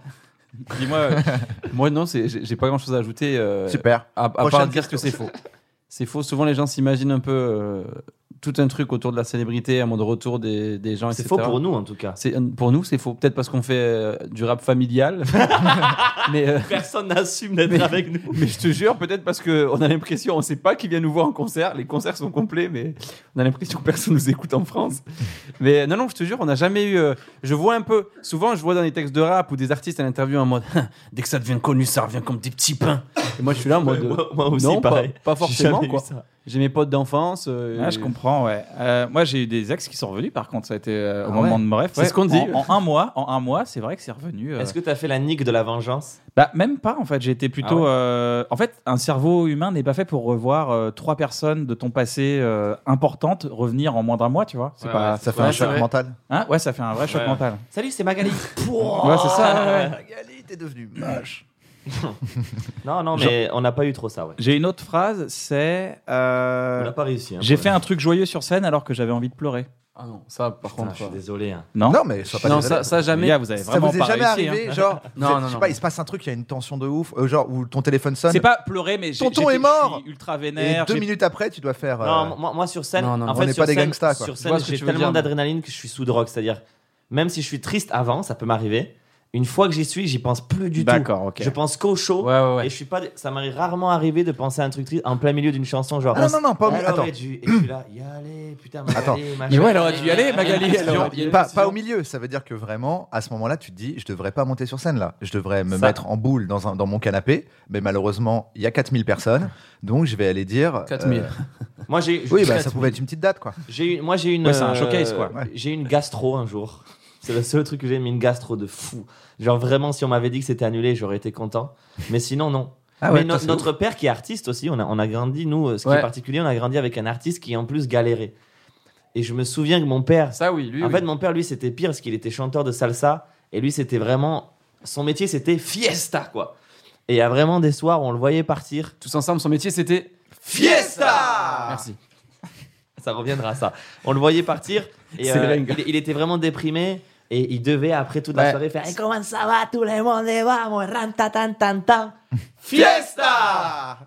Dis-moi.
euh, *laughs* Moi, non, c'est- j'ai j'ai pas grand chose à ajouter. euh,
Super.
À, à part
Prochaine
dire que c'est faux. C'est faux. Souvent, les gens s'imaginent un peu euh, tout un truc autour de la célébrité, à mon retour des, des gens,
C'est
etc.
faux pour nous en
*laughs*
tout cas.
C'est- euh, pour nous, c'est faux. Peut-être parce qu'on fait euh, du
*laughs*
rap familial. mais, euh,
Personne n'assume d'être avec nous.
mais je te jure, peut-être parce qu'on a l'impression, on sait pas qui vient nous voir en concert. Les concerts sont complets, mais on a l'impression que personne nous écoute en France. Mais euh, non, non, je te jure, on n'a jamais eu. euh, je vois un peu. Souvent, je vois dans les textes de rap ou des artistes à l'interview en mode hein, dès que ça devient connu, ça revient comme des petits pains. Et moi, je suis là en mode.
*laughs* moi, moi aussi
non, pas-
pareil.
Pas,
J'ai jamais
forcément,
eu
quoi.
ça.
J'ai mes potes d'enfance. euh,
Ah, je comprends, ouais. Euh, moi, j'ai eu des ex qui sont revenus, par contre, ça a été euh, au
Ah
moment
ouais.
de bref.
C'est ce qu'on dit.
En, en un mois, en un mois, c'est vrai que c'est revenu. euh,
Est-ce que t'as fait la nique de la vengeance
Bah, même pas, en fait. J'ai été plutôt.
Ah ouais.
euh, En fait, un cerveau humain n'est pas fait pour revoir euh, trois personnes de ton passé euh, importantes revenir en moins d'un mois, tu vois. C'est
Ouais,
pas.
Ça fait
Ouais,
un
c'est
choc
vrai.
mental.
Hein ouais, ça fait un vrai choc
Ouais.
mental.
Salut, c'est Magali.
Ouais, c'est ça.
*laughs*
ouais, ouais.
Magali, t'es devenu moche.
Non, non, mais on n'a pas eu trop ça, ouais.
J'ai une autre phrase, c'est. euh,
On n'a pas réussi. hein,
J'ai
pour
fait un truc joyeux sur scène alors que j'avais envie de pleurer.
Ah non, ça, par
le- Putain,
contre.
je suis
euh,
désolé. hein.
Non
Non, mais sois pas
non,
désolé.
ça, ça
Les
jamais.
gars, vous avez
Ça
vraiment
vous est
pas
jamais
réussi. hein.
arrivé, genre,
Non,
vous êtes-
non,
je sais
non.
pas, il se passe un truc, il y a une tension de ouf, euh, genre où ton téléphone sonne,
C'est pas pleurer, mais j'ai-
Tonton
j'étais-
est mort
je suis ultra
et
vénère.
deux
j'ai-
minutes après, tu dois faire. euh,
Non, moi, moi, sur scène,
Non, non,
en
non.
fait,
On n'est
sur
pas des
scène,
gangsters, quoi.
sur
Je
scène,
vois ce que
j'ai
tu veux dire,
tellement
mais-
d'adrénaline que je suis sous drogue. C'est-à-dire, même si je suis triste avant, ça peut m'arriver. Une fois que j'y suis, j'y pense plus du tout.
D'accord, ok.
Je pense qu'au show.
Ouais, ouais,
Et
ouais.
je suis pas. Ça m'est rarement arrivé de penser à un truc triste en plein milieu d'une chanson, genre.
Ah non, non, non, pas au milieu.
Elle
Attends,
aurait dû. Et je suis là, y aller, putain, Magali,
Attends.
machin.
Mais ouais, elle aurait dû y aller, Magali. elle aurait dû y aller.
pas, pas au milieu. Ça veut dire que vraiment, à ce moment-là, tu te dis, je devrais pas monter sur scène là. Je devrais me
Ça.
mettre en boule dans, un, dans mon canapé. Mais malheureusement, il y a 4000 personnes. Donc je vais aller dire. euh,
4000.
Moi, j'ai.
oui, bah, ça pouvait être une petite date quoi.
J'ai eu- moi j'ai une
Ouais, c'est un
euh,
showcase, quoi.
Ouais.
J'ai une gastro un jour. C'est le seul truc que j'ai mis une gastro de fou. Genre vraiment si on m'avait dit que c'était annulé, j'aurais été content. Mais sinon non.
Ah ouais,
Mais no-
putain, c'est
notre père qui est artiste aussi, on a, on a grandi nous euh, ce qui
Ouais.
est particulier, on a grandi avec un artiste qui en plus galérait. Et je me souviens que mon père
Ça, oui, lui.
en
oui.
fait, mon père, lui, c'était pire parce qu'il était chanteur de salsa et lui, c'était vraiment. Son métier, c'était fiesta, quoi. Et il y a vraiment des soirs où on le voyait partir.
Tous ensemble, son métier, c'était.
Fiesta
Merci.
ça reviendra, ça. On le voyait partir et
C'est
euh,
dingue.
il, il était vraiment déprimé. Et il devait, après toute la
Ouais.
soirée, faire Et comment ça va Tout le monde est vamos, rantatantantan.
Fiesta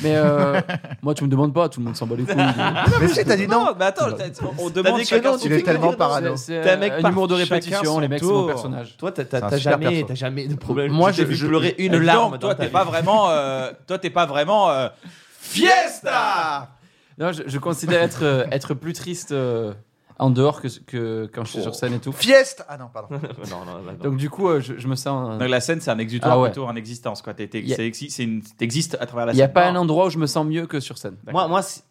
Mais euh, *laughs* moi, tu me demandes pas, tout le monde s'en bat les couilles.
*laughs*
Mais si, t'as dit non.
mais attends, on demande
dit que chacun Ah non, son
Il est tellement parano.
C'est euh,
T'es un
un
mec
mec
par-
humour de
chacun
répétition,
son
les mecs, c'est mon
tour.
personnage.
Toi, t'as- t'as
C'est un
t'as
super
jamais,
perso.
t'as jamais de problème.
Moi,
Je-
j'ai vu-
je pleurais une
Donc,
larme. dans
toi,
ta
t'es
vie.
pas vraiment. euh, toi, t'es pas vraiment. euh, Fiesta
Non, je, je considère être, euh, être plus triste euh, en dehors que, que quand je suis sur scène et tout.
Fiesta Ah non, pardon.
Non, non, non, non.
Donc du coup, euh, je, je me sens...
Donc la scène, c'est un exutoire
Ah ouais.
plutôt en existence. Quoi. T'es- t'es-
Y a-
c'est exi- c'est une- T'existes à travers la
Il
scène.
n'y a pas un endroit où je me sens mieux que sur scène.
Moi, moi si-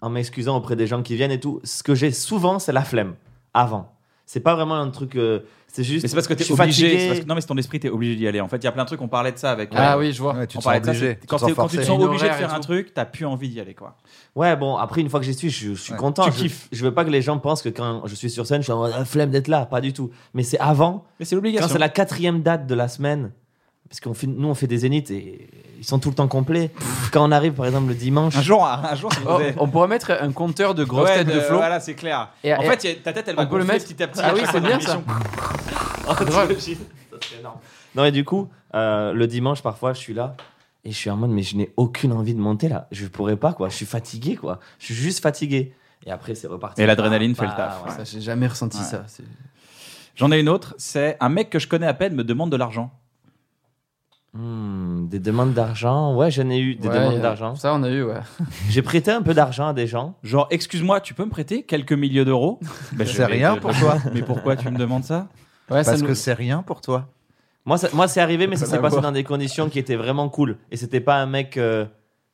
en m'excusant auprès des gens qui viennent et tout, ce que j'ai souvent, c'est la flemme. Avant. C'est pas vraiment un truc. euh, c'est juste.
Mais c'est parce que
je
t'es
suis
obligé.
fatigué.
c'est parce que- non, mais c'est ton esprit, t'es obligé d'y aller. En fait, il y a plein de trucs, on parlait de ça avec.
Ah
euh,
oui, je vois.
Ouais, tu
on
te sens
parlait de ça,
obligé.
c'est-
tu te
Quand,
sens
t'es- quand tu te
forcé.
sens
Une
obligé de
horaire et
faire un
tout.
truc, t'as plus envie d'y aller. quoi.
Ouais, bon, après, une fois que j'y suis, je, je suis
Ouais.
content.
Tu
je,
kiffes.
je veux pas que les gens pensent que quand je suis sur scène, je suis en mode, Ah, flemme d'être là. Pas du tout. Mais c'est avant.
Mais c'est
Quand
l'obligation.
c'est la quatrième date de la semaine, parce qu'on fait, nous, on fait des zéniths et ils sont tout le temps complets. Quand on arrive, par exemple, le dimanche.
Un jour, un un jour, ça
Oh,
vous est- *laughs*
on pourrait mettre un compteur de grosses
Ouais,
têtes de
de-
flot.
Voilà, c'est clair.
Et-
en
et-
fait, y a- ta tête, elle va
on peut le
gonfler
mettre.
petit à petit.
Ah
à
oui,
chaque fin
c'est bien,
d'émission. ah,
*laughs*
Grave.
Non, et du coup, euh, le dimanche, parfois, je suis là et je suis en mode, mais je n'ai aucune envie de monter là. Je pourrais pas, quoi. Je suis fatigué, quoi. Je suis juste fatigué. Et après, c'est reparti.
Et l'adrénaline fait le
Bah,
taf,
ouais.
Ça, J'ai jamais ressenti
Ouais.
ça. c'est-
J'en ai une autre. C'est un mec que je connais à peine me demande de l'argent.
Hmm, des demandes d'argent. Ouais, j'en ai eu des
Ouais,
demandes
euh,
d'argent.
Ça, on a eu, ouais.
J'ai prêté un peu d'argent à des gens.
Genre, excuse-moi, tu peux me prêter quelques milliers
*laughs*
d'euros Ben, je
C'est
vais
rien
te-
pour toi.
*laughs* Mais pourquoi tu me demandes ça
Ouais, ça
Parce
nous-
que c'est rien pour toi.
Moi, ça- moi c'est arrivé, mais ça
Ça
s'est
va
passé
voir.
dans des conditions qui étaient vraiment cool. Et c'était pas un mec euh,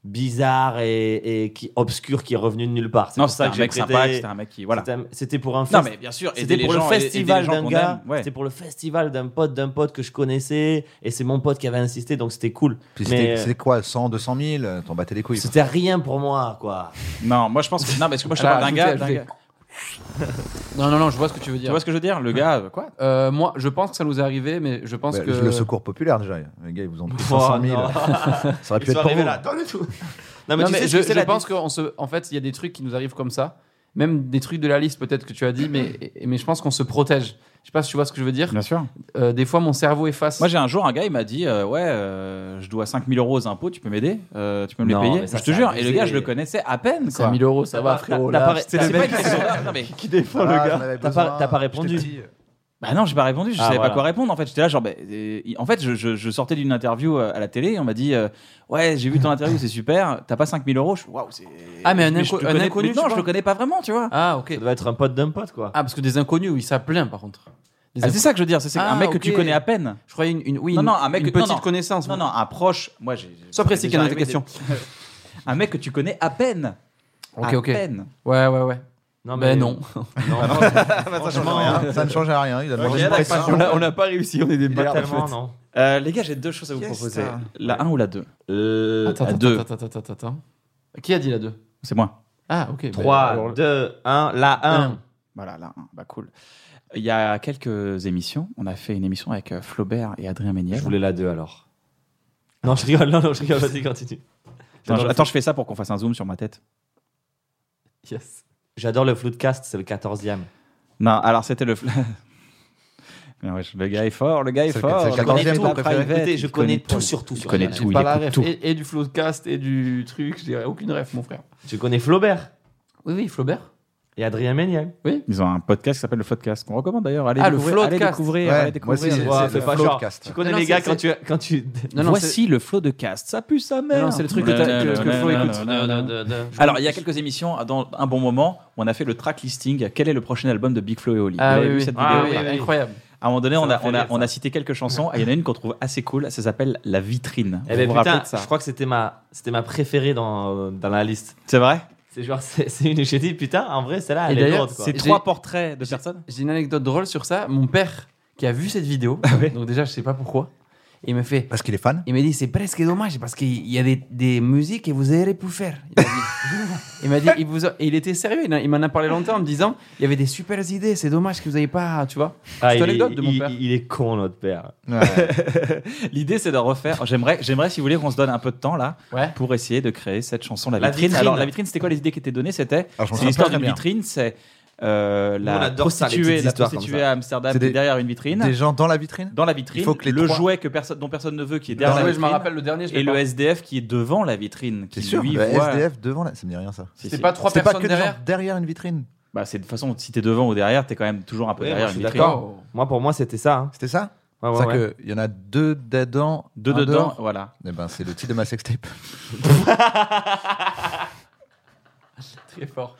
bizarre et, et qui, obscur qui est revenu de nulle part. C'est
Non,
pour
c'était
ça
un
que j'ai
mec
prêté.
sympa, c'était un mec qui. Voilà.
C'était un- C'était pour un
Non,
fest.
mais bien sûr, aider
C'était
les
pour le
gens, aider- aider les
festival
gens
d'un
qu'on
gars.
aime, ouais.
C'était pour le festival d'un pote d'un pote que je connaissais. Et c'est mon pote qui avait insisté, donc c'était cool.
Puis
Mais-
c'était c'est quoi 100, 200 000 euh, T'en battais les couilles. quoi.
C'était rien pour moi, quoi.
Non, moi je pense que. Non, parce que moi je te
Ah, *laughs*
parle d'un
ajoutez,
gars. d'un
ajoutez.
gars.
Non, non, non, je vois ce que tu veux
Tu
dire.
vois ce que je veux dire Le gars, quoi
Euh, moi, je pense que ça nous est arrivé, mais je pense
Ouais,
que...
Bah, Le secours populaire déjà. Les gars, ils vous ont pris
Oh,
500 000.
non.
*laughs* Ça aurait
Ils
pu
sont
être pour
arrivés
vous.
là. Non, du tout. Non, mais
Non,
tu
mais
sais ce
je,
que c'est
je
la
pense qu'en se... en fait, il y a des trucs qui nous arrivent comme ça. Même des trucs de la liste, peut-être, que tu as dit, mais, mais je pense qu'on se protège. Je sais pas si tu vois ce que je veux dire.
sûr.
Euh, des fois, mon cerveau efface.
Moi j'ai un jour, un gars il m'a dit euh, Ouais, euh, je dois 5000 euros aux impôts, tu peux m'aider Euh, Tu peux me
Non,
les payer
mais ça,
Je te
c'est
jure.
abusé.
Et le gars, je le connaissais à peine, quoi.
5000 euros, ça va,
T'as-
frérot.
Ah, bah, t'as
là.
pas-
C'est
t'as
C'est
le
pas
mec.
une question d'argent, non,
*laughs*
mais-
qui défend
Ah, j'en avais
T'as
besoin,
pas, t'as pas
euh, j'étais
répondu.
petit.
Bah non, j'ai pas répondu, je
Ah,
savais
voilà.
pas quoi répondre. En fait, j'étais là, genre, bah, euh, en fait, je, je- je sortais d'une interview euh, à la télé, et on m'a dit, euh, ouais, j'ai vu ton interview, c'est super, t'as pas 5000 euros, je waouh, c'est.
Ah, mais un
je te
inco- un
connais-
inconnu,
mais
tu
Non, je
vois.
le connais pas vraiment, tu vois.
Ah, ok.
Ça doit être un pote d'un pote, quoi.
Ah, parce que des inconnus, oui, ça plaint, par contre. Des
Ah,
inc-
c'est ça que je veux dire, c'est c'est
Ah,
un mec
ok.
que tu connais à peine.
Je croyais une, une- oui,
Non,
une-
non, un mec-
une
non,
petite
non.
connaissance.
Non, non, un proche, moi j'ai. j'ai-
Sois précis,
déjà
Ken, dans tes
arrivé des-
questions.
*laughs* Un mec que tu connais à peine.
Ok,
à
ok.
peine.
Ouais, ouais, ouais.
Non,
Ben non.
*laughs* Ah Ça
non,
change rien. Ça ne change rien. Il a demandé une
d'accord.
pression.
on n'a pas réussi, on est des
pas tellement, non.
Euh, les gars, j'ai deux choses à vous proposer. La 1 ou la 2
euh,
Attends,
La
attends,
2,
attends, attends, attends, attends. Qui a dit la 2
c'est moi.
Ah, ok. ben,
3,
alors,
2, 1, la 1.
Voilà, la 1, bah cool. Il y a quelques émissions, on a fait une émission avec euh, Flaubert et Adrien Méniel.
la 2 alors. Non, je rigole, non, non, je rigole, vas-y, continue.
Attends, je- attends, je fais ça pour qu'on fasse un zoom sur ma tête.
Yes.
J'adore le flou de cast, c'est le 14e.
Non, alors c'était le. fl- *laughs* Mais ouais, le gars est fort, le gars est,
C'est le-
fort.
c'est le
Je connais
14e
tout,
ton
la
préféré.
private,
Écoutez, je
il connaît
connais tout surtout
Il
sur
connaît
Internet.
tout, il
Pas la
écoute
ref.
tout.
Et, et du floodcast et du truc, je dirais aucune ref, mon frère.
Tu connais Flaubert
Oui, oui, Flaubert.
et Adrien Méniel.
Ils ont un podcast qui s'appelle le Podcast, qu'on recommande d'ailleurs. Allez
Ah, le
découvrir, allez
Floodcast.
découvrir,
Ouais,
allez
moi
découvrir.
aussi, j'ai-
Ouais,
c'est
fais
le
pas genre.
podcast.
Tu connais
Non,
les
c'est-
gars quand tu,
c'est-
quand tu. Eh
Non, non, c'est-
Voici le flow de cast. Ça pue sa mère.
Non, non, c'est le truc que t'as- que- que Flo écoute.
Alors, il y a quelques émissions dans un bon moment où on a fait le track listing. Quel est le prochain album de Big Flo et Oli Vous avez vu cette
Ah,
vidéo
oui,
là
oui, incroyable.
À un moment donné, on
m'a
a,
fait
on, a,
rire,
on a cité quelques chansons et il y en a une qu'on trouve assez cool. Ça s'appelle La vitrine.
Eh
Vous
ben
vous
putain,
rappelez de ça
je crois que c'était ma, c'était ma préférée dans, dans la liste.
C'est vrai
C'est genre, *laughs* c'est c'est une, j'ai dit putain, en vrai, celle-là,
Et
elle est
d'ailleurs,
lourde quoi.
C'est
J'ai-
trois portraits de personnes
J'ai une anecdote drôle sur ça. Mon père, qui a vu cette vidéo,
ouais
donc déjà, je sais pas pourquoi,
Et il me fait.
Parce qu'il est fan.
Il me dit, c'est presque dommage parce qu'il y a des, des musiques que vous auriez pu faire. Il
*laughs*
m'a dit- Il m'a dit, il, vous a- et il était sérieux, il en- il m'en a parlé longtemps en me disant, il y avait des super idées, c'est dommage que vous n'ayez pas, tu vois.
Ah,
Petite
il est-
anecdote de mon
il-
père.
il est con, notre père.
Ouais.
L'idée, c'est de refaire. J'aimerais, j'aimerais, si vous voulez, qu'on se donne un peu de temps là
Ouais.
pour essayer de créer cette chanson, la
La
vitrine.
vitrine.
Alors, la vitrine, c'était quoi les idées qui étaient données C'était
Alors, je m'en
c'est l'histoire
souviens
d'une
pas très
vitrine, c'est euh,
Nous, on
la
adore ça, les
prostituée,
petites
la
histoires comme
prostituée
ça.
à Amsterdam
C'est
qui est
des-
derrière une vitrine.
Des gens dans la vitrine
Dans la vitrine,
Il faut que les
le
trois-
jouet que personne, dont personne ne veut, qui est
Ah
derrière la
ouais, je
vitrine,
me rappelle le dernier, je
et
l'ai
le
pas.
SDF qui est devant la vitrine. Qui
C'est sûr, Bah,
lui
le
voit-
SDF devant la... Ça me dit rien, ça.
Si,
C'est
si.
pas trois
C'est pas
personnes
que des gens
derrière.
derrière une vitrine.
Bah, c'est de toute façon, si t'es devant ou derrière, t'es quand même toujours un peu
Ouais,
derrière
moi, je
une
suis
vitrine.
d'accord. Moi, pour moi, c'était ça. hein.
C'était ça
Ouais, ouais,
C'est ça
ouais.
que il y en a deux dedans.
Deux
un
dedans,
dehors.
voilà.
Eh ben, c'est le titre de ma sextape.
Très fort.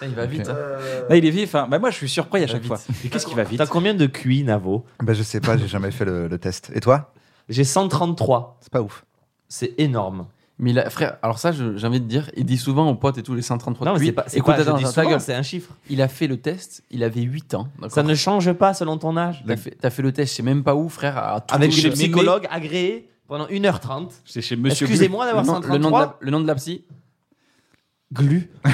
Ça, il va vite.
Ok.
hein.
Là, il est vif. hein. Bah, moi, je suis surpris à chaque
vite.
fois. Mais qu'est-ce qui va vite
T'as combien de QI, Navo
Ben, je sais pas, j'ai jamais fait le, le test. Et toi
J'ai 133.
C'est pas ouf.
C'est énorme.
Mais là, frère, alors ça, je- j'ai envie de dire, il dit souvent aux potes et tous les 133
Non, mais
de
c'est
QI,
pas, c'est
écoute,
pas- je
attends,
dis
attends, ta
souvent,
gueule.
c'est un chiffre.
Il a fait le test, il avait 8 ans. d'accord
Ça ne change pas selon ton âge.
T'as fait, t'as fait le test, je sais même pas où, frère. à tout-
Avec
chez
une
Mémé.
psychologue agréée pendant 1h30.
C'est chez Monsieur
Excusez-moi
le
d'avoir
nom, le nom de
133.
la, le nom de la psy.
Glu. *laughs* non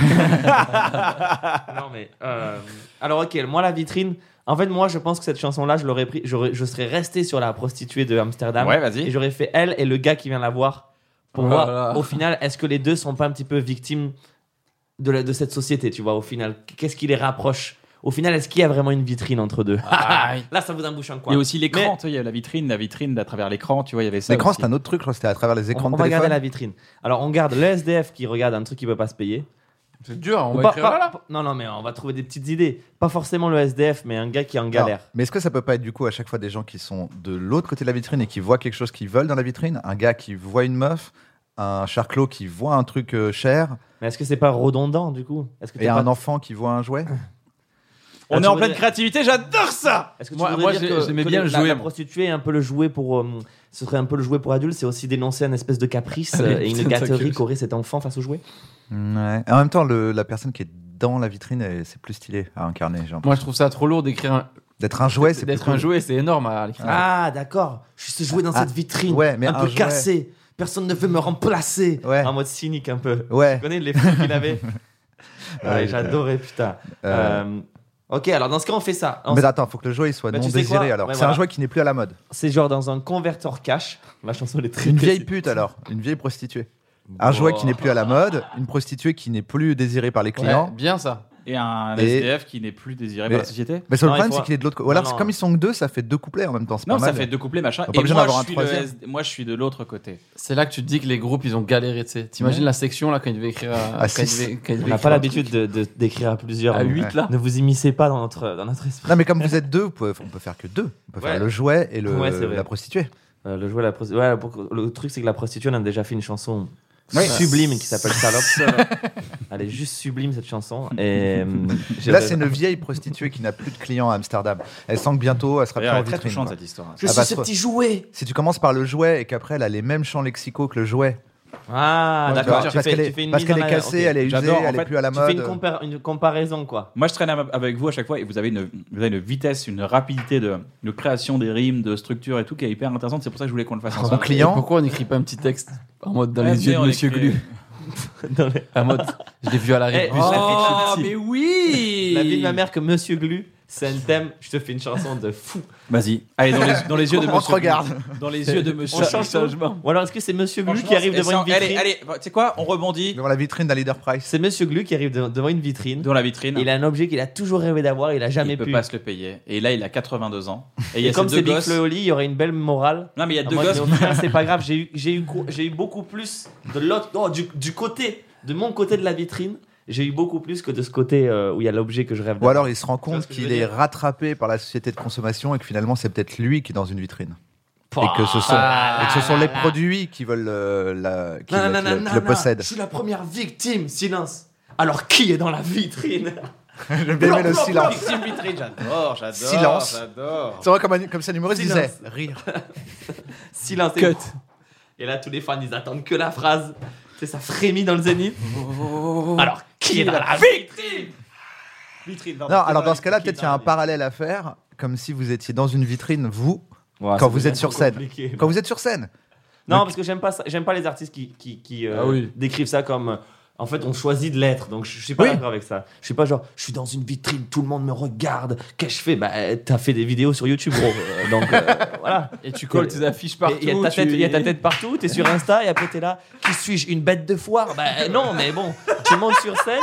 mais euh, alors ok, moi la vitrine. En fait, moi je pense que cette chanson-là, je l'aurais pris, j'aurais- je serais resté sur la prostituée de Amsterdam.
Ouais, vas-y.
Ah Et j'aurais fait elle et le gars qui vient la voir pour
Oh là
voir.
là.
Au final, est-ce que les deux sont pas un petit peu victimes de, la- de cette société Tu vois, au final, qu'est-ce qui les rapproche Au final, est-ce qu'il y a vraiment une vitrine entre deux
Aïe.
*laughs* Là, ça vous embouche un
Il y
coin.
a aussi l'écran, tu vois, il y a la vitrine, la vitrine à travers l'écran, tu vois, il y avait ça.
L'écran,
aussi.
c'est un autre truc, je crois, c'était à travers les
On,
écrans
on
de
va
téléphone.
garder la vitrine. Alors, on garde le SDF qui regarde un truc qui peut pas se payer.
*laughs* C'est dur, on
Ou
va
pas-
écrire
pas-
là, là.
pas- non, non, mais on va trouver des petites idées. Pas forcément le SDF, mais un gars qui est en
Alors,
galère.
mais est-ce que ça peut pas être du coup à chaque fois des gens qui sont de l'autre côté de la vitrine et qui voient quelque chose qu'ils veulent dans la vitrine Un gars qui voit une meuf, un charclot qui voit un truc euh, cher
Mais est-ce que c'est pas redondant du coup Est-ce que,
et
t'as
un
pas- Ah,
enfant qui voit un jouet
On
tu
est en
veux
pleine
dire-
créativité, j'adore ça
est-ce que tu
Moi-
voudrais
moi,
dire
j'ai-
que-
j'aimais
que
bien
la-
le jouer,
La,
moi.
prostituée est un peu le jouet pour. euh, ce serait un peu le jouet pour adulte, c'est aussi dénoncer un espèce de caprice euh, et une
Putain, ta
gâterie
gueule.
qu'aurait cet enfant face au jouet.
Ouais. En même temps, le- la personne qui est dans la vitrine, elle- c'est plus stylé à incarner. genre.
Moi, je trouve ça trop lourd d'écrire un,
D'être un jouet, c'est plus
d'être un
cool.
jouet, c'est énorme hein, à l'écrire.
Ah, d'accord, je suis ce jouet dans
Ah,
cette vitrine,
ouais, mais
un,
un
peu
jouet.
cassé, personne ne veut me remplacer.
Ouais.
En mode cynique un peu.
Ouais.
Tu connais les films qu'il avait Ouais,
Ouais,
J'adorais, putain.
Euh,
Euh, Ok, alors dans ce cas, on fait ça. On
Mais attends, faut que le jouet il soit
Bah,
non
tu sais
désiré
quoi
alors.
Ouais,
c'est
voilà.
un jouet qui n'est plus à la mode.
C'est genre dans un converteur cash. La chanson elle est très
Une vieille pute alors, une vieille prostituée. Un jouet qui n'est plus à la mode, une prostituée qui n'est plus désirée par les
Ouais,
clients.
bien ça.
Et un
Et-
SDF qui n'est plus désiré
Mais-
par la société
Mais sur
Non,
le
il
problème,
faut-
c'est qu'il est de l'autre côté.
Non,
Ou alors, c'est
non.
comme ils sont que deux, ça fait deux couplets en même temps. C'est
Non, ça
pas mal.
fait deux couplets, machin.
Pas
Et
obligé
moi,
d'avoir
je
un
suis
troisième.
le SD moi, je suis de l'autre côté.
C'est là que tu te dis que les groupes, ils ont galéré, tu sais. T'imagines la section, là, quand ils devaient écrire... euh, quand
six.
ils devaient-
On
quand ils devaient
n'a
écrire
pas
un
l'habitude de- de- d'écrire à plusieurs.
truc. À
nous.
8, là
Ne vous immiscez pas dans notre, dans notre esprit.
Non, mais comme vous êtes deux, vous pouvez- on peut faire que deux. On peut
Ouais.
faire le jouet et le,
Ouais, c'est vrai.
la prostituée.
Euh, le, jouet, la prosti- ouais, pour- le truc, c'est que la prostituée, on a déjà fait une chanson sublime qui
*laughs*
s'appelle Salope. Elle est juste sublime, cette chanson. Et, hum, j'ai-
Là, c'est une vieille prostituée qui n'a plus de clients à Amsterdam. Elle sent que bientôt, elle sera plus
D'ailleurs, elle
en
est très
vitrine.
touchante,
quoi.
cette histoire.
Je
Ah
suis
bah,
ce
toi.
petit jouet.
Si tu commences par le jouet et qu'après, elle a les mêmes champs lexicaux que le jouet.
Ah,
tu
d'accord.
vois,
tu
parce
fais-
qu'elle
tu
est,
fais une
parce
mise
qu'elle
en
est
arrière,
cassée,
ok.
elle est usée,
J'adore, en
elle
fait,
est plus à la
Tu fais
mode.
une, compar- une comparaison, quoi.
Moi, je traîne avec vous à chaque fois et vous avez une, vous avez une vitesse, une rapidité de, de création des rimes, de structure et tout qui est hyper intéressante. C'est pour ça que je voulais qu'on le fasse
Mon
ensemble.
Et
client,
Pourquoi on n'écrit pas un petit texte en mode *laughs* dans
Ouais,
les yeux
mais
de
on
Monsieur
écrit-
Glu
Dans les-
En mode, je l'ai vu à l'arrêt
Eh,
de bus.
oh,
*laughs*
mais oui
La vie de ma mère que Monsieur Glu, c'est un thème. Je te fais une chanson de fou.
Vas-y. Allez, dans les, dans les yeux de
on se
monsieur.
regarde.
Dans les yeux de monsieur.
On change son- Ou alors, est-ce que c'est Monsieur Glu qui arrive devant une vitrine
Allez, allez, tu sais quoi On rebondit
Devant la vitrine d'un leader price.
C'est Monsieur Glu qui arrive de- devant une vitrine.
dans la vitrine.
Il a un objet qu'il a toujours rêvé d'avoir, il a jamais
il
pu.
peut pas se le payer. Et là, il a 82 ans. Et il y
Et
a
comme
ces
c'est
deux
Big Ah,
gosses.
Fleu au lit, il y aurait une belle morale.
Non, mais il y a
En
deux
mode,
gosses.
mais au final, c'est pas grave, j'ai eu, j'ai eu, co- j'ai eu beaucoup plus de l'autre, non, du, du côté, de mon côté de la vitrine, j'ai eu beaucoup plus que de ce côté euh, où il y a l'objet que je rêve
Ou
d'avoir.
alors il se rend
vois
compte
ce que je veux
qu'il est
dire
rattrapé par la société de consommation et que finalement c'est peut-être lui qui est dans une vitrine.
Pouah,
et que ce sont,
là,
et que ce sont
Ah là,
les
là.
produits qui veulent euh, la, qui
Non,
le,
non,
qui
non,
le-
non,
qui le
non,
possèdent.
Je
*laughs*
suis la première victime, silence. Alors qui est dans la vitrine
Je vais aimer le silence.
Victime vitrine, j'adore, j'adore.
Silence.
J'adore.
C'est vrai comme, un- comme ça l'humoriste
Silence.
disait. Rire.
*laughs* Silence. et-
Cut.
Et là, tous les fans, ils attendent que la phrase. C'est ça frémit dans le zénith.
Oh.
Alors qui est dans la vitrine
Vitrine,
Non, alors dans ce cas-là, peut-être il y a un parallèle à faire, comme si vous étiez dans une vitrine, vous, quand vous êtes sur scène. Quand vous êtes sur scène.
Non, parce que j'aime pas ça- j'aime pas les artistes qui, qui, qui, euh,
Ah oui.
décrivent ça comme. euh, En fait, on choisit de l'être, donc je je suis pas d'accord avec ça. Je suis pas genre, je suis dans une vitrine, tout le monde me regarde. Qu'est-ce que je fais Bah, euh, t'as fait des vidéos sur YouTube, gros.
*laughs*
euh, donc euh, voilà.
Et tu colles tes affiches partout.
Il y, a ta
tu-
tête- il y a ta tête partout, t'es sur Insta et après t'es là. Qui suis-je Une bête de foire Bah euh, non, mais bon, tu montes sur scène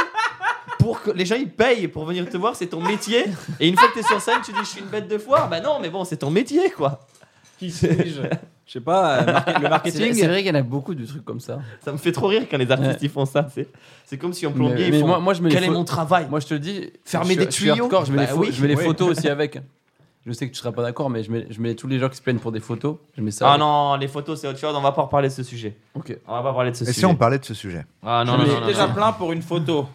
pour que les gens ils payent pour venir te voir, c'est ton métier. Et une fois que t'es sur scène, tu dis je suis une bête de foire Bah non, mais bon, c'est ton métier quoi.
Qui
*laughs*
suis-je Je sais pas, euh, marque- le
C'est vrai-
marketing.
C'est vrai qu'il y en a beaucoup de trucs comme ça.
Ça me fait trop rire quand les artistes
Ouais.
ils font ça. C'est, c'est comme si en plombier
mais
ils font.
moi, moi, je mets les
Quel est
pho-
mon travail
Moi, je te le dis.
Fermer
je-
des
je suis
tuyaux
hardcore, je mets,
Bah
les, pho-
oui.
je mets les
Oui.
photos aussi avec. *laughs* Je sais que tu seras pas d'accord, mais je mets, je mets tous les gens qui se plaignent pour des photos. Je mets ça.
Ah
avec.
non, les photos c'est autre chose. On va pas reparler de ce sujet.
Ok. *laughs*
On va pas parler de ce
Et
sujet.
si on parlait de ce sujet
Ah non,
Je
non,
me
non,
suis
non,
déjà
non.
plaint pour une photo.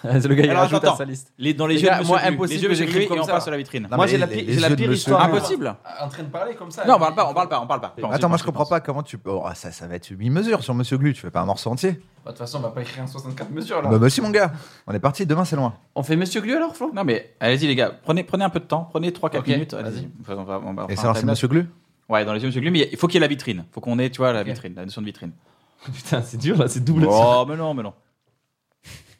C'est le gars qui
Alors,
rajoute à
j'entends.
sa liste.
Les, dans les,
Les
yeux
gars,
de Monsieur
moi,
Glu.
impossible
les yeux
que
de Monsieur
j'écrive
Glu et
comme
on
ça.
passe sur la vitrine.
Non,
Moi
mais
j'ai la
les-
pire,
les
j'ai la
yeux de
pire
monsieur-
histoire.
Impossible.
En train de parler comme ça.
Non, on parle pas, on parle pas, on parle pas.
Attends, moi je comprends pas comment tu. peux- Oh, ça, ça va être mi-mesure sur Monsieur Glu. Tu fais pas un morceau entier
Bah, De toute façon, on va pas écrire un 64 mesures
Bah, bah si, mon gars. On est parti. Demain, c'est loin.
On fait Monsieur Glu alors, Flo
Non mais allez-y les gars, prenez, prenez un peu de temps, prenez 3-4
Ok,
minutes, allez-y. Enfin, on va- on va- on
Et
fera
ça,
un
c'est
timelapse.
Monsieur Glu
Ouais, dans les yeux de Monsieur Glu, mais il faut qu'il y ait la vitrine. Faut qu'on ait, tu vois, la vitrine, la notion de vitrine.
Ah, Putain, c'est dur là, c'est double.
Oh, mais non, mais non.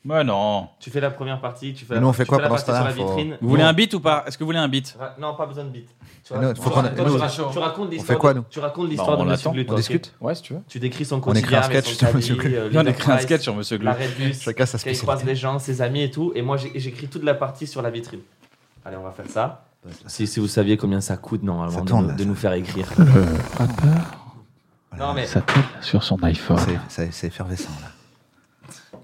Mais non.
Tu fais la première partie, tu fais.
Et
la-
nous, on fait
tu
quoi
fais la
pendant ce
partie
temps-là
sur la
Faut-
vitrine.
Vous voulez un beat ou pas Est-ce que vous voulez un beat
Ra- Non, pas besoin de beat. Tu,
Nous, faut
tu-
qu'on-
toi,
nous,
Ah,
tu, racontes- tu racontes l'histoire.
fait quoi,
de-
nous
Tu racontes l'histoire
Bah, on
de Monsieur
l'attend,
Glu.
On
toi, ok.
discute
Ouais, si tu veux.
Tu décris son
On écrit un
quotidien, avec
sketch
son
sur *laughs* Monsieur
caddie,
Glu.
euh,
Viens, on écrit un
l'Enterprise,
sketch sur Monsieur Glu.
La Red Bus,
Chacun sa
quand il
spécialité.
croise des gens, ses amis et tout. Et moi, j'ai- j'écris toute la partie sur la vitrine. Allez, on va faire ça. Si, si vous saviez combien ça coûte normalement
Ça
de
tourne,
nous-
là,
de,
ça.
nous faire écrire.
*laughs*
Non mais
sur son iPhone.
C'est- C'est c'est effervescent là.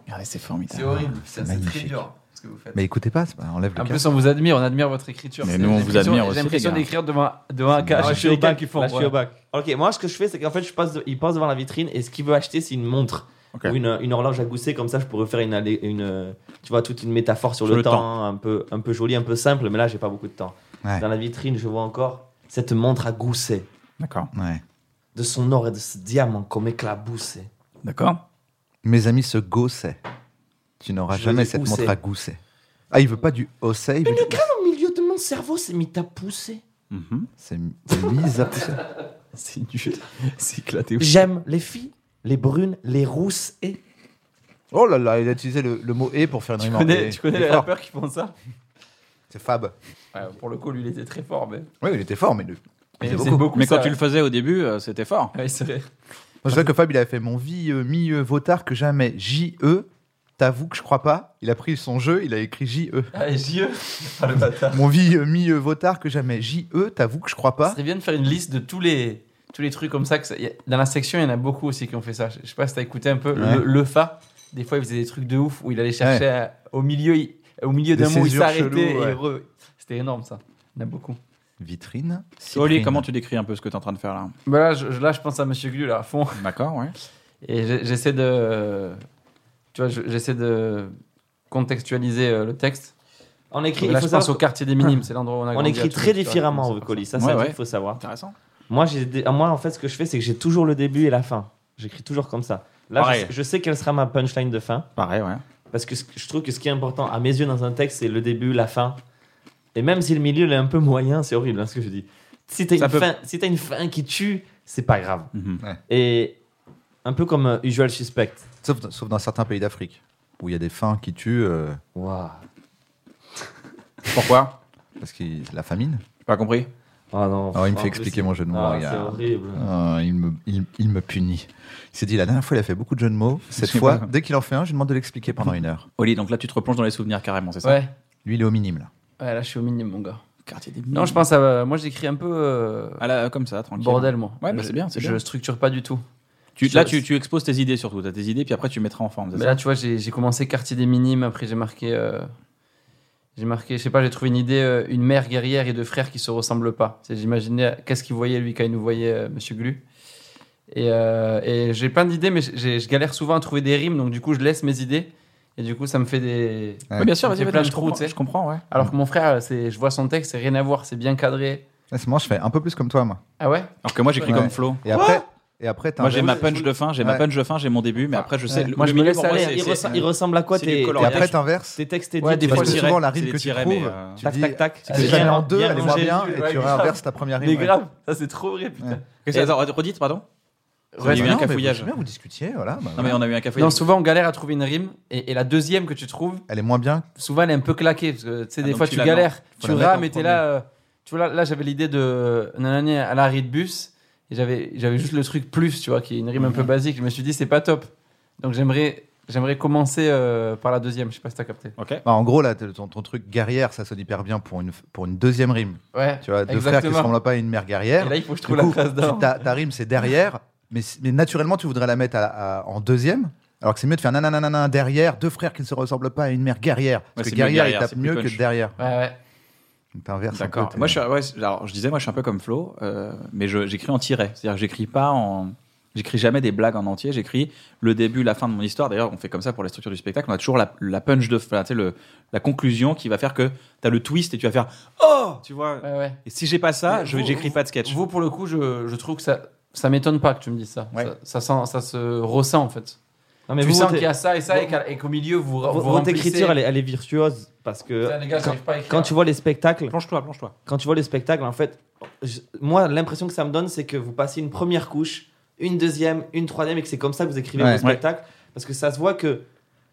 Regardez, c'est formidable.
horrible,
c'est magnifique. très dur,
ce que vous faites.
Mais écoutez pas, c'est pas- enlève le
En
casque.
plus, on vous admire, on admire votre écriture.
Mais
C'est-
nous, on
j'ai
vous
l'impression-
admire aussi,
J'ai l'impression
les gars.
d'écrire devant, devant un
Ah,
cas.
je suis au bac,
qui font.
là, je suis
ouais.
au bac. Ok, moi ce que je fais c'est qu'en fait je passe, de- il passe devant la vitrine et ce qu'il veut acheter c'est une montre
Ok.
ou une, une horloge à gousset comme ça je pourrais faire une, allé- une euh, tu vois toute une métaphore sur,
Sur
le,
le
temps,
temps.
un peu un peu jolie, un peu simple mais là j'ai pas beaucoup de temps.
Ouais.
Dans la vitrine je vois encore cette montre à gousset
D'accord.
Ouais.
de son or et de ce diamant comme éclaboussé.
D'accord.
Mes amis se gaussaient. Tu n'auras
Je
jamais
dis
cette
où
montre
c'est.
à gousset. Ah, il veut pas du osset, il veut du...
Au milieu de mon cerveau s'est mis à pousser.
Mhm.
C'est c'est mise à pousser.
C'est nul. C'est éclaté.
J'aime les filles, les brunes, les rousses et
Oh là là, il a utilisé le, le mot « et » pour faire une
Tu
rime en
connais,
et.
tu connais
Il est
les
fort.
rappeurs qui font ça
C'est Fab.
Ouais, Pour le coup, lui, il était très fort. Mais...
Oui, il était fort, mais... le- Il était
C'est
beaucoup.
beaucoup
Mais quand
ça,
tu
ouais.
le faisais au début, euh, c'était fort.
Ouais, c'est vrai.
Je sais que Fab, il a fait mon vie euh, mi euh, votard que jamais. J-E, t'avoues que je crois pas. Il a pris son jeu, il a écrit J-E.
Allez, J.E.
Mon vie euh, mi euh, votard que jamais. J-E, t'avoues que je crois
Ça
pas.
serait bien de faire une liste de tous les, tous les trucs comme ça. Que ça- y a- dans la section, il y en a beaucoup aussi qui ont fait ça. Je je sais pas si t'as écouté un peu
Ouais.
le, le Fa. Des fois, il faisait des trucs de ouf où il allait chercher à- au milieu, il- au milieu
Des
d'un mot, il
césures
s'arrêtait.
cheloues,
et
ouais.
il re- C'était énorme ça. Il y en a beaucoup.
Vitrine.
Oli,
Cyprine.
comment tu décris un peu ce que tu es en train de faire là
Bah là, je, je- là, je pense à Monsieur Glu là à fond.
D'accord, ouais.
Et j'ai- j'essaie de. Tu vois, je- j'essaie de contextualiser euh, le texte.
on écrit.
là,
il faut
je pense au
savoir-
quartier
*clears throat*
des Minimes, c'est l'endroit où on a
on
grandi,
écrit
tu vois,
très
tu vois,
différemment
comme
au
ça.
colis, ça,
Ouais,
c'est
ouais.
il faut savoir.
Intéressant.
Moi, j'ai des- moi, en fait, ce que je fais, c'est que j'ai toujours le début et la fin. J'écris toujours comme ça. Là, je
Pareil.
sais, je sais quelle sera ma punchline de fin,
Pareil, ouais.
parce que ce- je trouve que ce qui est important à mes yeux dans un texte, c'est le début, la fin. Et même si le milieu il est un peu moyen, c'est horrible hein, ce que je dis. Si t'as
Ça
une,
peut-
fin- si t'as une fin qui tue, c'est pas grave.
Mhm.
Et un peu comme euh, Usual Suspect.
Sauf, dans- sauf dans certains pays d'Afrique, où il y a des fins qui tuent euh,
Waouh.
Pourquoi
parce qu'il la famine.
Pas compris
Ah non.
Oh, il me
en
fait
plus,
expliquer mon jeu de mots.
Ah, c'est
regarde.
horrible.
Ah, il, me, il, il me punit. Il s'est dit, la dernière fois, il a fait beaucoup de jeux de mots. Cette
Je sais
fois,
pas.
dès qu'il en fait un, je lui demande de l'expliquer pendant une heure.
Oli, donc là tu te replonges dans les souvenirs carrément, c'est ça
Ouais.
Lui, il est au minime, là.
ouais, là, je suis au minimum, mon gars.
Quartier des
Non, je pense à. moi, j'écris un peu. euh,
Ah là, comme ça, tranquille.
bordel, moi.
Ouais, bah,
Je-
c'est bien, c'est
Je
bien.
structure pas du tout.
Tu- là, tu, tu exposes tes idées surtout. T'as tes idées, puis après, tu mettras en forme. c'est
Mais
ça
là, tu vois, j'ai j'ai commencé quartier des minimes. Après, j'ai marqué. euh, J'ai marqué, je sais pas, j'ai trouvé une idée, euh, une mère guerrière et deux frères qui se ressemblent pas. C'est- J'imaginais euh, qu'est-ce qu'il voyait lui quand il nous voyait, euh, Monsieur Glu. Et, euh, et j'ai plein d'idées, mais j'ai- je galère souvent à trouver des rimes, donc du coup, je laisse mes idées. Et du coup, ça me fait des.
Ouais.
Ouais, bien sûr,
Ça me
vas-y,
fait
vas-y,
plein de
je,
trous,
comprends,
tu sais.
je comprends, ouais.
Alors que mon frère, c'est, je vois son texte, c'est rien à voir, c'est bien cadré.
Là, c'est moi, je fais un peu plus comme toi, moi.
Ah ouais
Alors que moi, j'écris
Ouais.
comme Flo.
Et après, Et après, t'as
Moi,
un
j'ai
verre-
ma punch de fin, j'ai ma
Ouais.
punch de fin, j'ai mon début, mais
Ah,
après, je sais.
ouais.
le-
Moi,
le
je me
milieu,
laisse
pour moi,
aller.
c'est-
Il,
c'est-
ressemble- il ressemble à quoi
c'est du
tes,
Et
coloriage.
après, t'inverses.
tes textes
Ouais, des
édits
fois,
Parce que
c'est
souvent, la
c'est
rime
des
que tu
tirets, mais,
trouves,
euh,
tu
Tac,
dis,
tac, tac.
tu les
Hier,
en deux,
hier,
elle est
j'ai
moins
vu,
bien,
ouais,
et tu
grave.
réinverses ta première rime.
Mais
ouais.
grave, ça c'est trop vrai, putain.
Qu'est-ce que- Attends, redite, pardon Il y a
Bah
eu
non,
un
mais
cafouillage.
c'est bien, vous discutiez, voilà. bah
Non, mais
voilà.
on a eu un
Non,
cafouillage.
souvent on galère à trouver une rime et, et la deuxième que tu trouves,
Elle est moins bien.
souvent elle est un peu claquée parce que tu sais
Ah,
des
donc
fois
tu
tu,
la
galères, tu
la mettre
rames
en
et t'es là. euh, tu vois là, là, j'avais l'idée de euh, nanani à l'arrêt de bus et j'avais j'avais juste le truc plus tu vois qui est une rime un peu
Mhm.
basique. Je me suis dit c'est pas top. Donc j'aimerais j'aimerais commencer euh, par la deuxième. Je sais pas si t'as capté.
Ok.
Bah, en gros, là, t'as- ton, ton truc guerrière, ça sonne hyper bien pour une, pour une deuxième rime.
Ouais.
Tu vois, deux frères qui
exactement.
se ressemblent pas à une mère guerrière.
Et là il faut que je
Du
trouve la
coup,
phrase
tu-
d'or.
ta, ta rime, c'est derrière, mais, si- mais naturellement, tu voudrais la mettre à- à- en deuxième. Alors que c'est mieux de faire nananana derrière, deux frères qui ne se ressemblent pas à une mère guerrière. Parce
c'est
que
mieux
guerrière, il
guerrière,
tape
c'est plus
mieux que
punch.
derrière.
Ouais ouais.
Donc t'inverses un peu.
D'accord.
t'es-
Moi, je, suis, ouais, c'est- alors, je disais, moi, je suis un peu comme Flo, euh, mais je- j'écris en tiret. C'est-à-dire que j'écris pas en. J'écris jamais des blagues en entier. J'écris le début, la fin de mon histoire. D'ailleurs, on fait comme ça pour la structure du spectacle. On a toujours la, la punch de fin, tu sais, le, la conclusion qui va faire que tu as le twist et tu vas faire Oh Tu vois
ouais, ouais.
Et si j'ai pas ça,
Mais
je
vous-
j'écris pas de sketch.
Vous pour le coup je, je trouve que ça ça m'étonne pas que tu me dises ça.
Ouais.
Ça, ça sent- ça se ressent en fait.
Non, mais
tu
vous,
sens
t'es-
qu'il y a ça et ça
vous-
et qu'à- et qu'au milieu vous
vo-
vous
votre
remplissez.
écriture, elle est, elle est virtuose parce que
Putain, les gars,
quand,
j'arrive pas à écrire.
quand tu vois les spectacles,
Plonge-toi, plonge-toi.
quand tu vois les spectacles, en fait, je- moi, l'impression que ça me donne, c'est que vous passez une première couche, une deuxième, une troisième, et que c'est comme ça que vous écrivez
Ouais.
vos spectacles, parce que ça se voit que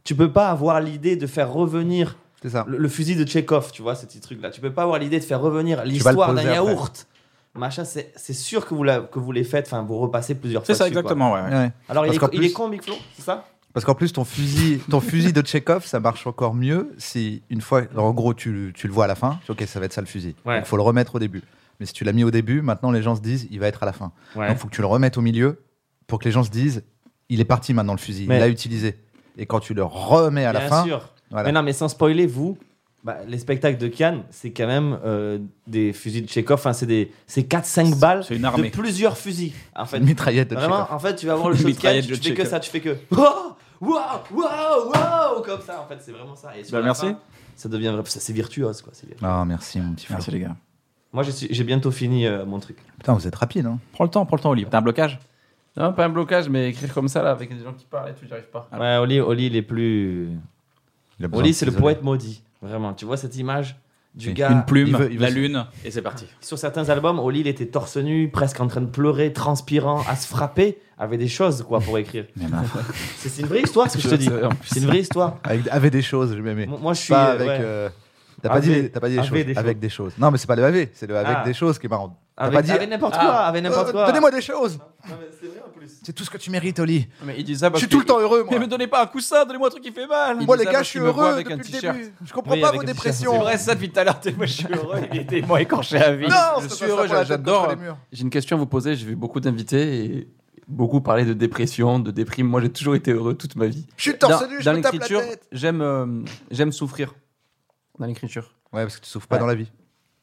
tu peux pas avoir l'idée de faire revenir
C'est ça.
le, le fusil de Tchekhov, tu vois, ces petits trucs-là. Tu peux pas avoir l'idée de faire revenir
vas
l'histoire
le
d'un
poser après.
yaourt. Machin, c'est c'est sûr que vous, la, que vous les faites, enfin, vous repassez plusieurs fois.
C'est ça,
dessus, quoi.
exactement, ouais. ouais.
Ouais.
Alors,
Parce
il est,
qu'en
il
plus-
est con, Big Flo, c'est ça
Parce qu'en plus, ton fusil, ton fusil de Tchekhov, ça marche encore mieux si, une fois, en gros, tu, tu le vois à la fin, tu dis, ok, ça va être ça le fusil. Il
Ouais.
faut le remettre au début. Mais si tu l'as mis au début, maintenant les gens se disent, il va être à la fin.
Ouais.
Donc il faut que tu le remettes au milieu pour que les gens se disent, il est parti maintenant le fusil,
Mais-
il l'a utilisé. Et quand tu le remets à la
Bien
fin,
sûr.
voilà.
Mais non, mais sans spoiler, vous, bah, les spectacles de Cannes, c'est quand même euh, des fusils de Tchekhov. Enfin, c'est des- c'est 4-5 balles
C'est une
de
armée.
plusieurs fusils. En fait,
une mitraillette de
vraiment,
Tchekhov.
en fait, tu vas voir le
Une
show de Cannes,
mitraillette
tu
de
fais que
Tchekhov.
ça, tu fais que. *laughs* Oh, Waouh, waouh, waouh, waouh, comme ça. En fait, c'est vraiment ça. Et sur
Bah,
la
merci.
fin, ça devient vrai. ça, C'est virtuose, quoi. c'est virtuose.
Ah, merci mon petit frère.
Merci, les gars.
Moi, je suis- j'ai bientôt fini euh, mon truc.
Putain, vous êtes rapide. Hein.
Prends le temps, prends le temps, Olivier. T'as un blocage
Non, pas un blocage, mais écrire comme ça, là, avec des gens qui parlent et tout, j'y arrive pas.
Ouais, Oli, Oli, il est plus.
Il a besoin
Oli,
de
c'est le
s'isoler.
poète maudit. Vraiment, tu vois cette image du
Oui.
gars.
Une plume,
il veut- il veut
la
se-
lune, et c'est parti.
Sur certains albums, Oli, il était torse nu, presque en train de pleurer, transpirant, à se frapper avec des choses quoi
*laughs*
pour écrire. C'est c'est une vraie histoire ce que je te dis. C'est une vraie histoire.
Avec, avec des choses, j'ai bien aimé.
Moi, moi, je suis.
Pas
euh,
avec.
ouais,
euh, T'as
Avec-
pas dit, les- t'as pas dit les
avec
choses,
des
avec des choses. Non, mais c'est pas le AV, c'est le avec
Ah.
des choses qui est marrant. T'as
avec,
pas dit.
avec n'importe
Ah.
quoi, avec n'importe
Euh,
quoi.
Donnez-moi des choses.
Non, mais c'est vrai en
*laughs*
plus.
C'est tout ce que tu mérites, Oli.
Ah, Mais il dit ça
Je
parce
suis
que-
tout le temps heureux, moi.
Mais me donnez pas un coussin, donnez-moi un truc qui fait mal. Il
Moi,
dit
les
ça
gars,
parce
je suis
qu'il me voit
heureux
avec un
depuis le
t-shirt.
début. Je comprends
Oui,
pas
avec
vos
un t-shirt,
dépressions.
C'est vrai, ça depuis tout à l'heure. t'es- Moi, je suis heureux. Il était moi écorché à vie.
Non,
je
c'est
suis
pas ça
heureux,
pour la tête contre
j'adore.
les murs.
J'ai une question à vous poser. J'ai vu beaucoup d'invités et beaucoup parler de dépression, de déprime. Moi, j'ai toujours été heureux toute ma vie.
Je suis
Dans,
torse nu, je
dans
me tape la
l'écriture,
tête.
j'aime euh, j'aime souffrir. Dans l'écriture.
Ouais, parce que tu souffres pas
Ouais.
dans la vie.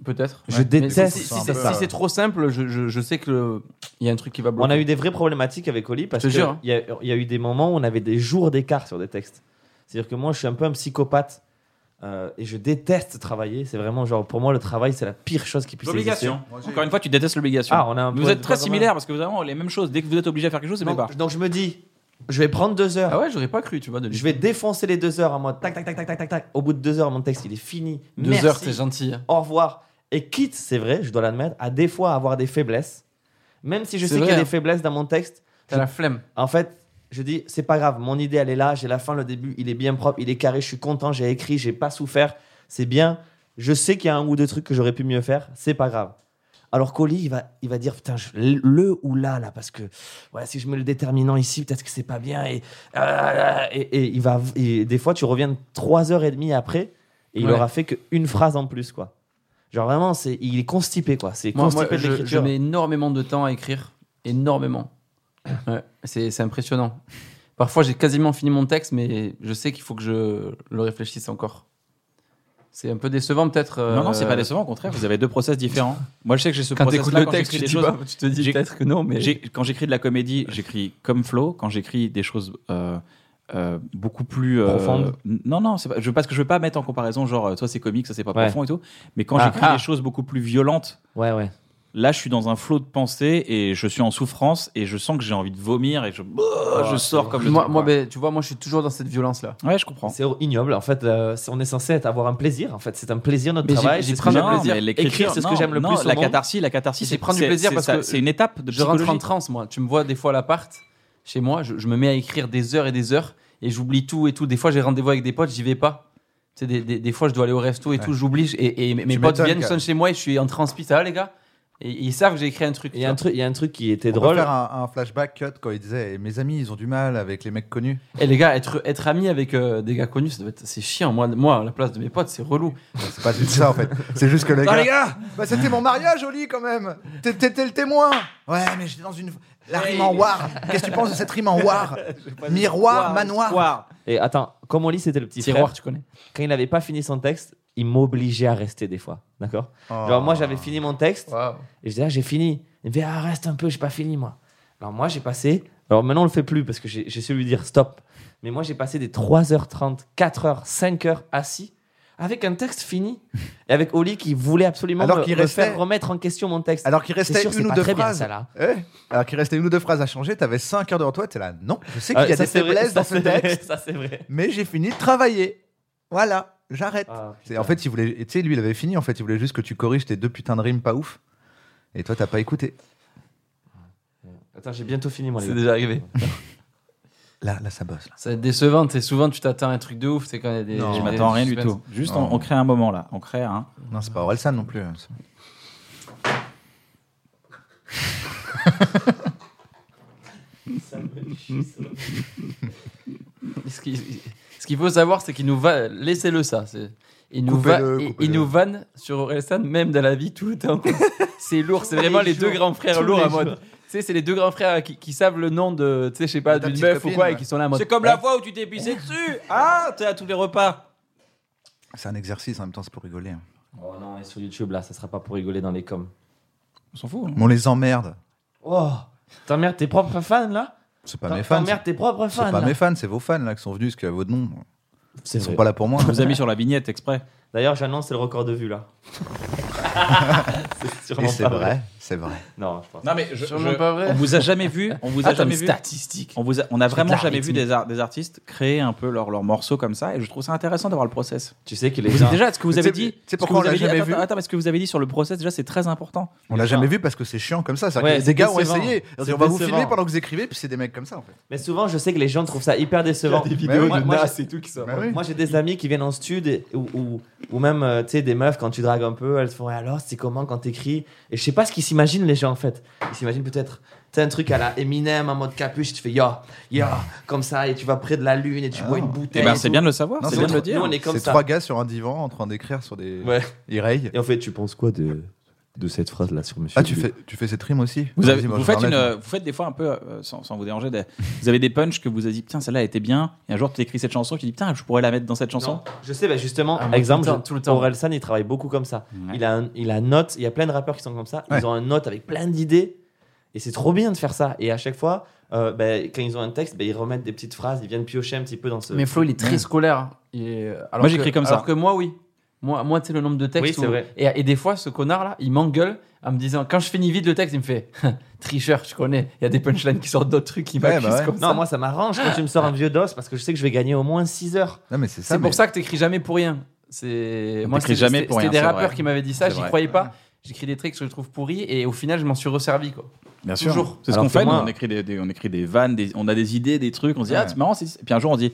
Peut-être.
Je
Mais
déteste
Si, si-
ça un
si-
peu.
si c'est trop simple, je, je- je sais que le- il y a un truc qui va bloquer.
On a eu des vraies problématiques avec Oli parce
Je te
qu'il
jure, hein.
y, a- il y a eu des moments où on avait des jours d'écart sur des textes. C'est-à-dire que moi, je suis un peu un psychopathe euh, et je déteste travailler. C'est vraiment genre pour moi, le travail, c'est la pire chose qui puisse exister.
L'obligation. Encore une fois, tu détestes l'obligation.
Ah, on a un
Vous
point-
êtes très
point commun.
similaires parce que vous avez vraiment les mêmes choses. Dès que vous êtes obligé à faire quelque chose, c'est pas.
Donc, donc je me dis, je vais prendre deux heures.
Ah ouais, j'aurais pas cru, tu vois, de lui.
Je vais défoncer les deux heures en mode tac tac tac tac tac tac tac. Au bout de deux heures, mon texte il est fini.
Deux
Merci.
heures, c'est gentil. hein.
Au revoir. Et quitte, c'est vrai, je dois l'admettre, à des fois avoir des faiblesses. Même si je
C'est
sais qu'il y a
vrai,
des
hein.
faiblesses dans mon texte,
T'as la flemme.
en fait, je dis c'est pas grave. Mon idée elle est là, j'ai la fin, le début, il est bien propre, il est carré. Je suis content, j'ai écrit, j'ai pas souffert. C'est bien. Je sais qu'il y a un ou deux trucs que j'aurais pu mieux faire. C'est pas grave. Alors qu'Oli, il va, il va dire, putain, je- le ou là, là, parce que ouais, si je mets le déterminant ici, peut-être que c'est pas bien. Et, euh, et, et il va, et des fois, tu reviens trois heures et demie après, et il
Ouais.
aura fait qu'une phrase en plus, quoi. Genre vraiment, c'est, il est constipé, quoi. C'est
Moi,
constipé de
moi, je, je
l'écriture.
mets énormément de temps à écrire. Énormément. Ouais, c'est c'est impressionnant. Parfois, j'ai quasiment fini mon texte, mais je sais qu'il faut que je le réfléchisse encore. C'est un peu décevant, peut-être.
Non, non,
euh,
c'est pas décevant, au contraire, vous avez deux process différents.
*laughs*
Moi, je sais que j'ai ce
Quand
process
t'écoutes
là
le
quand
texte,
j'écris
tu,
des
dis
choses.
pas- tu te dis
J'ai-
peut-être que non, mais.
j'ai- Quand j'écris de la comédie, j'écris comme Flo. Quand j'écris des choses euh, euh, beaucoup plus. euh,
Profondes.
n- Non, non, c'est pas, je, parce que je veux pas mettre en comparaison, genre, euh, toi c'est comique, ça c'est pas
Ouais.
profond et tout. Mais quand
Ah,
j'écris
ah.
des choses beaucoup plus violentes,
Ouais, ouais.
Là, je suis dans un flot de pensées et je suis en souffrance et je sens que j'ai envie de vomir et je, je sors comme le
Oh, Moi,
truc,
moi
quoi.
ben, tu vois, moi, je suis toujours dans cette violence-là.
Ouais, je comprends.
C'est ignoble. En fait, euh, c'est- on est censé être- avoir un plaisir. En fait, c'est un plaisir notre
Mais j'ai-
travail.
j'ai
c'est ce
pris
que
un
j'aime le
plaisir.
plus.
mais l'écriture,
Écrire, c'est ce que
non,
j'aime le
non,
plus. au
La
monde.
catharsis, la catharsis,
C'est prendre du
c'est-
plaisir
c'est
parce
ça,
que
c'est une étape de
Je rentre en
psychologie.
transe, moi. Tu me vois des fois à l'appart, chez moi, je, je me mets à écrire des heures et des heures et j'oublie tout et tout. Des fois, j'ai rendez-vous avec des potes, j'y vais pas. Tu sais, des, des- des fois, je dois aller au resto et tout, j'oublie. Et, et mes
Tu
potes
m'étonnes,
viennent,
quand
sonnent chez moi et je suis en transpit. Ça va, les gars et, Ils savent que j'ai écrit un truc.
Il y a un
tu
truc, il y a un truc qui était
On peut
drôle.
faire un, un flashback cut quand il disait eh, Mes amis, ils ont du mal avec les mecs connus.
vois. Et les gars, être, être ami avec euh, des gars connus, ça doit être- c'est chiant. Moi, moi, à la place de mes potes, c'est relou.
C'est pas du tout ça en fait. C'est juste que les
Ah,
gars.
les
Bah, C'était mon mariage, Oli, quand même. T'é- T'étais le témoin. Ouais, mais j'étais dans une. La rime en war. Qu'est-ce que tu penses de cette rime en
*laughs*
war Miroir, manoir.
Et attends, comme on lit, c'était le petit
Tiroir,
frère.
tu connais.
Quand il n'avait pas fini son texte, il m'obligeait à rester des fois. D'accord.
Oh.
Genre moi, j'avais fini mon texte
Waouh.
et je disais ah, j'ai fini. Il me dit ah reste un peu, j'ai pas fini moi. Alors moi, j'ai passé. Alors maintenant, on le fait plus parce que j'ai j'ai su lui dire stop. Mais moi, j'ai passé des 3h30, 4h, 5h assis avec un texte fini et avec Oli qui voulait absolument
Alors
me,
qu'il
me
restait-
faire remettre en question mon texte.
Alors qu'il
C'est
restait
sûr, c'est
une ou
pas
deux
très bien,
phrases.
ça, là.
Eh, alors qu'il restait une ou deux phrases à changer, t'avais 5 heures devant toi, t'es là, non, je sais
Ah,
qu'il y a
ça,
des
c'est vrai,
faiblesses
ça,
dans ce
c'est vrai,
texte,
*laughs* Ça, c'est vrai.
mais j'ai fini de travailler. Voilà, j'arrête.
Ah,
C'est- en fait, il voulait, tu sais, lui, il avait fini, en fait, il voulait juste que tu corriges tes deux putains de rimes pas ouf. Et toi, t'as pas écouté.
Attends, j'ai bientôt fini mon
C'est
livre.
déjà arrivé.
Là, là, ça bosse. Là.
Ça va être décevant. tu sais, Souvent, tu t'attends à un truc de ouf. C'est quand il y a des.
Non,
des-
Je m'attends à rien du
suspense.
tout. Juste,
Non.
on, on crée un moment là. On crée un.
Non, c'est pas Orelsan non plus. hein.
Ce qui- ce qu'il faut savoir, c'est qu'il nous va. Laissez-le ça. c'est- Il nous, va,
Coupez-le,
il- il,
coupez-le.
nous vanne sur Orelsan, même dans la vie, tout le temps. *laughs* c'est lourd, c'est vraiment les, deux grands frères lourds à mode. Tu sais, c'est les deux grands frères qui, qui savent le nom de, tu sais, je sais pas,
De ta
d'une
petite
meuf
copine,
ou quoi,
ouais.
et qui sont là à mode. Hein
C'est comme la fois où tu t'es pissé dessus. Ah, t'es à tous les repas.
C'est un exercice en même temps, c'est pour rigoler. hein.
Oh non, on est sur YouTube là, ça sera pas pour rigoler dans les coms.
On s'en fout. hein.
Mais on les emmerde.
Oh T'emmerdes tes propres fans là
C'est pas mes
T'en-
fans.
T'emmerdes tes propres
C'est
fans
pas
là.
mes fans, c'est vos fans là qui sont venus, parce qu'à votre nom,
C'est
ils sont
vrai.
pas là pour moi. hein.
On vous a mis sur la vignette exprès.
D'ailleurs, j'annonce le record de vues là.
*laughs*
c'est sûrement
Et c'est
pas
vrai, c'est vrai.
Non, je Ah, pense.
Non mais je,
Sûrement pas vrai.
on vous a jamais vu. On vous a
Attends,
jamais
mais
vu.
statistique.
On vous a, on a vraiment
de la
jamais vu des, ar- des artistes créer un peu leurs leurs morceaux comme ça. Et je trouve ça intéressant d'avoir le process.
Tu sais que les
Vous-
gens.
déjà, ce que vous
Mais
avez
tu sais-
dit.
tu sais
ce que
pourquoi
vous
on l'a
avez dit-
jamais
attends,
vu
attends, parce que vous avez dit sur le process déjà, c'est très important.
On l'a jamais vu parce que c'est chiant comme ça. C'est-à-dire
Ouais,
que les gars ont
décevant.
essayé. Ils ont dit,
C'est
On va vous
décevant.
filmer pendant que vous écrivez, puis c'est des mecs comme ça en fait.
Mais souvent, je sais que les gens trouvent ça hyper décevant.
vidéos
Moi- moi, j'ai-
et tout qui sortent.
Bah oui.
Moi, j'ai des amis qui viennent en stud et- ou, ou, ou même, euh, tu sais, des meufs, quand tu dragues un peu, elles se font, alors, c'est comment quand t'écris Et je sais pas ce qu'ils s'imaginent, les gens, en fait. Ils s'imaginent peut-être, tu sais, un truc à la Eminem en mode capuche, tu fais, yo, yo, comme ça, et tu vas près de la lune et tu bois une bouteille.
Eh ben,
et
c'est
tout.
bien de le savoir.
Non,
C'est
c'est
bien de le
trop-
dire.
nous, on est comme
Ah. C'est
ça.
trois gars sur un divan en train d'écrire sur des.
Ouais.
Ils rayent.
Et en fait, tu penses quoi de, de cette phrase-là sur Monsieur
Ah, tu
Blue
fais, tu fais cette rime aussi
Vous, avez-
Vas-y, moi,
vous
je
faites une,
l'enlève.
euh, vous faites des fois un peu, euh, sans, sans vous déranger, des- vous avez des punchs que vous avez dit, tiens, celle-là elle était bien, et un jour tu écris cette chanson, tu dis, putain, je pourrais la mettre dans cette chanson.
Non, Je sais, bah, justement,
Ah, moi,
exemple,
tout le
je-
temps, tout le temps.
Orelsan, il travaille beaucoup comme ça.
Ouais.
Il a, un- il a un note, il y a plein de rappeurs qui sont comme ça.
Ouais.
Ils ont un note avec plein d'idées. Et c'est trop bien de faire ça. Et à chaque fois, euh, bah, quand ils ont un texte, bah, ils remettent des petites phrases, ils viennent piocher un petit peu dans ce.
Mais Flo, il est très scolaire. Il est- alors
Moi,
que-
j'écris comme ça.
Alors que Euh, moi, oui. Moi, moi tu sais, le nombre de textes.
Oui, c'est
où-
vrai.
Et, et des fois, ce connard-là, il m'engueule en me disant, quand je finis vite le texte, il me fait, *laughs* tricheur, je connais. Il y a des punchlines qui sortent d'autres trucs qui
Ouais, bah
m'accusent
ouais.
comme ça.
non, moi, ça m'arrange quand tu me
Ah.
sors un vieux dos parce que je sais que je vais gagner au moins 6 heures.
Non, mais c'est ça.
C'est
mais-
pour ça que t'écris jamais pour rien. C'est
On
moi,
t'écrit
c'est
jamais
c'est-
pour
c'était
rien,
des
c'est
rappeurs
vrai.
qui m'avaient dit ça,
C'est
j'y
vrai.
croyais pas. J'écris des trucs que je trouve pourris et au final, je m'en suis resservi quoi.
Bien
sûr. Toujours.
C'est ce
Alors
qu'on
que
fait, nous,
moi-
on écrit des, des- on écrit des vannes, des- on a des idées, des trucs, on se dit, ah,
Ouais.
c'est marrant, c'est- et puis un jour on dit,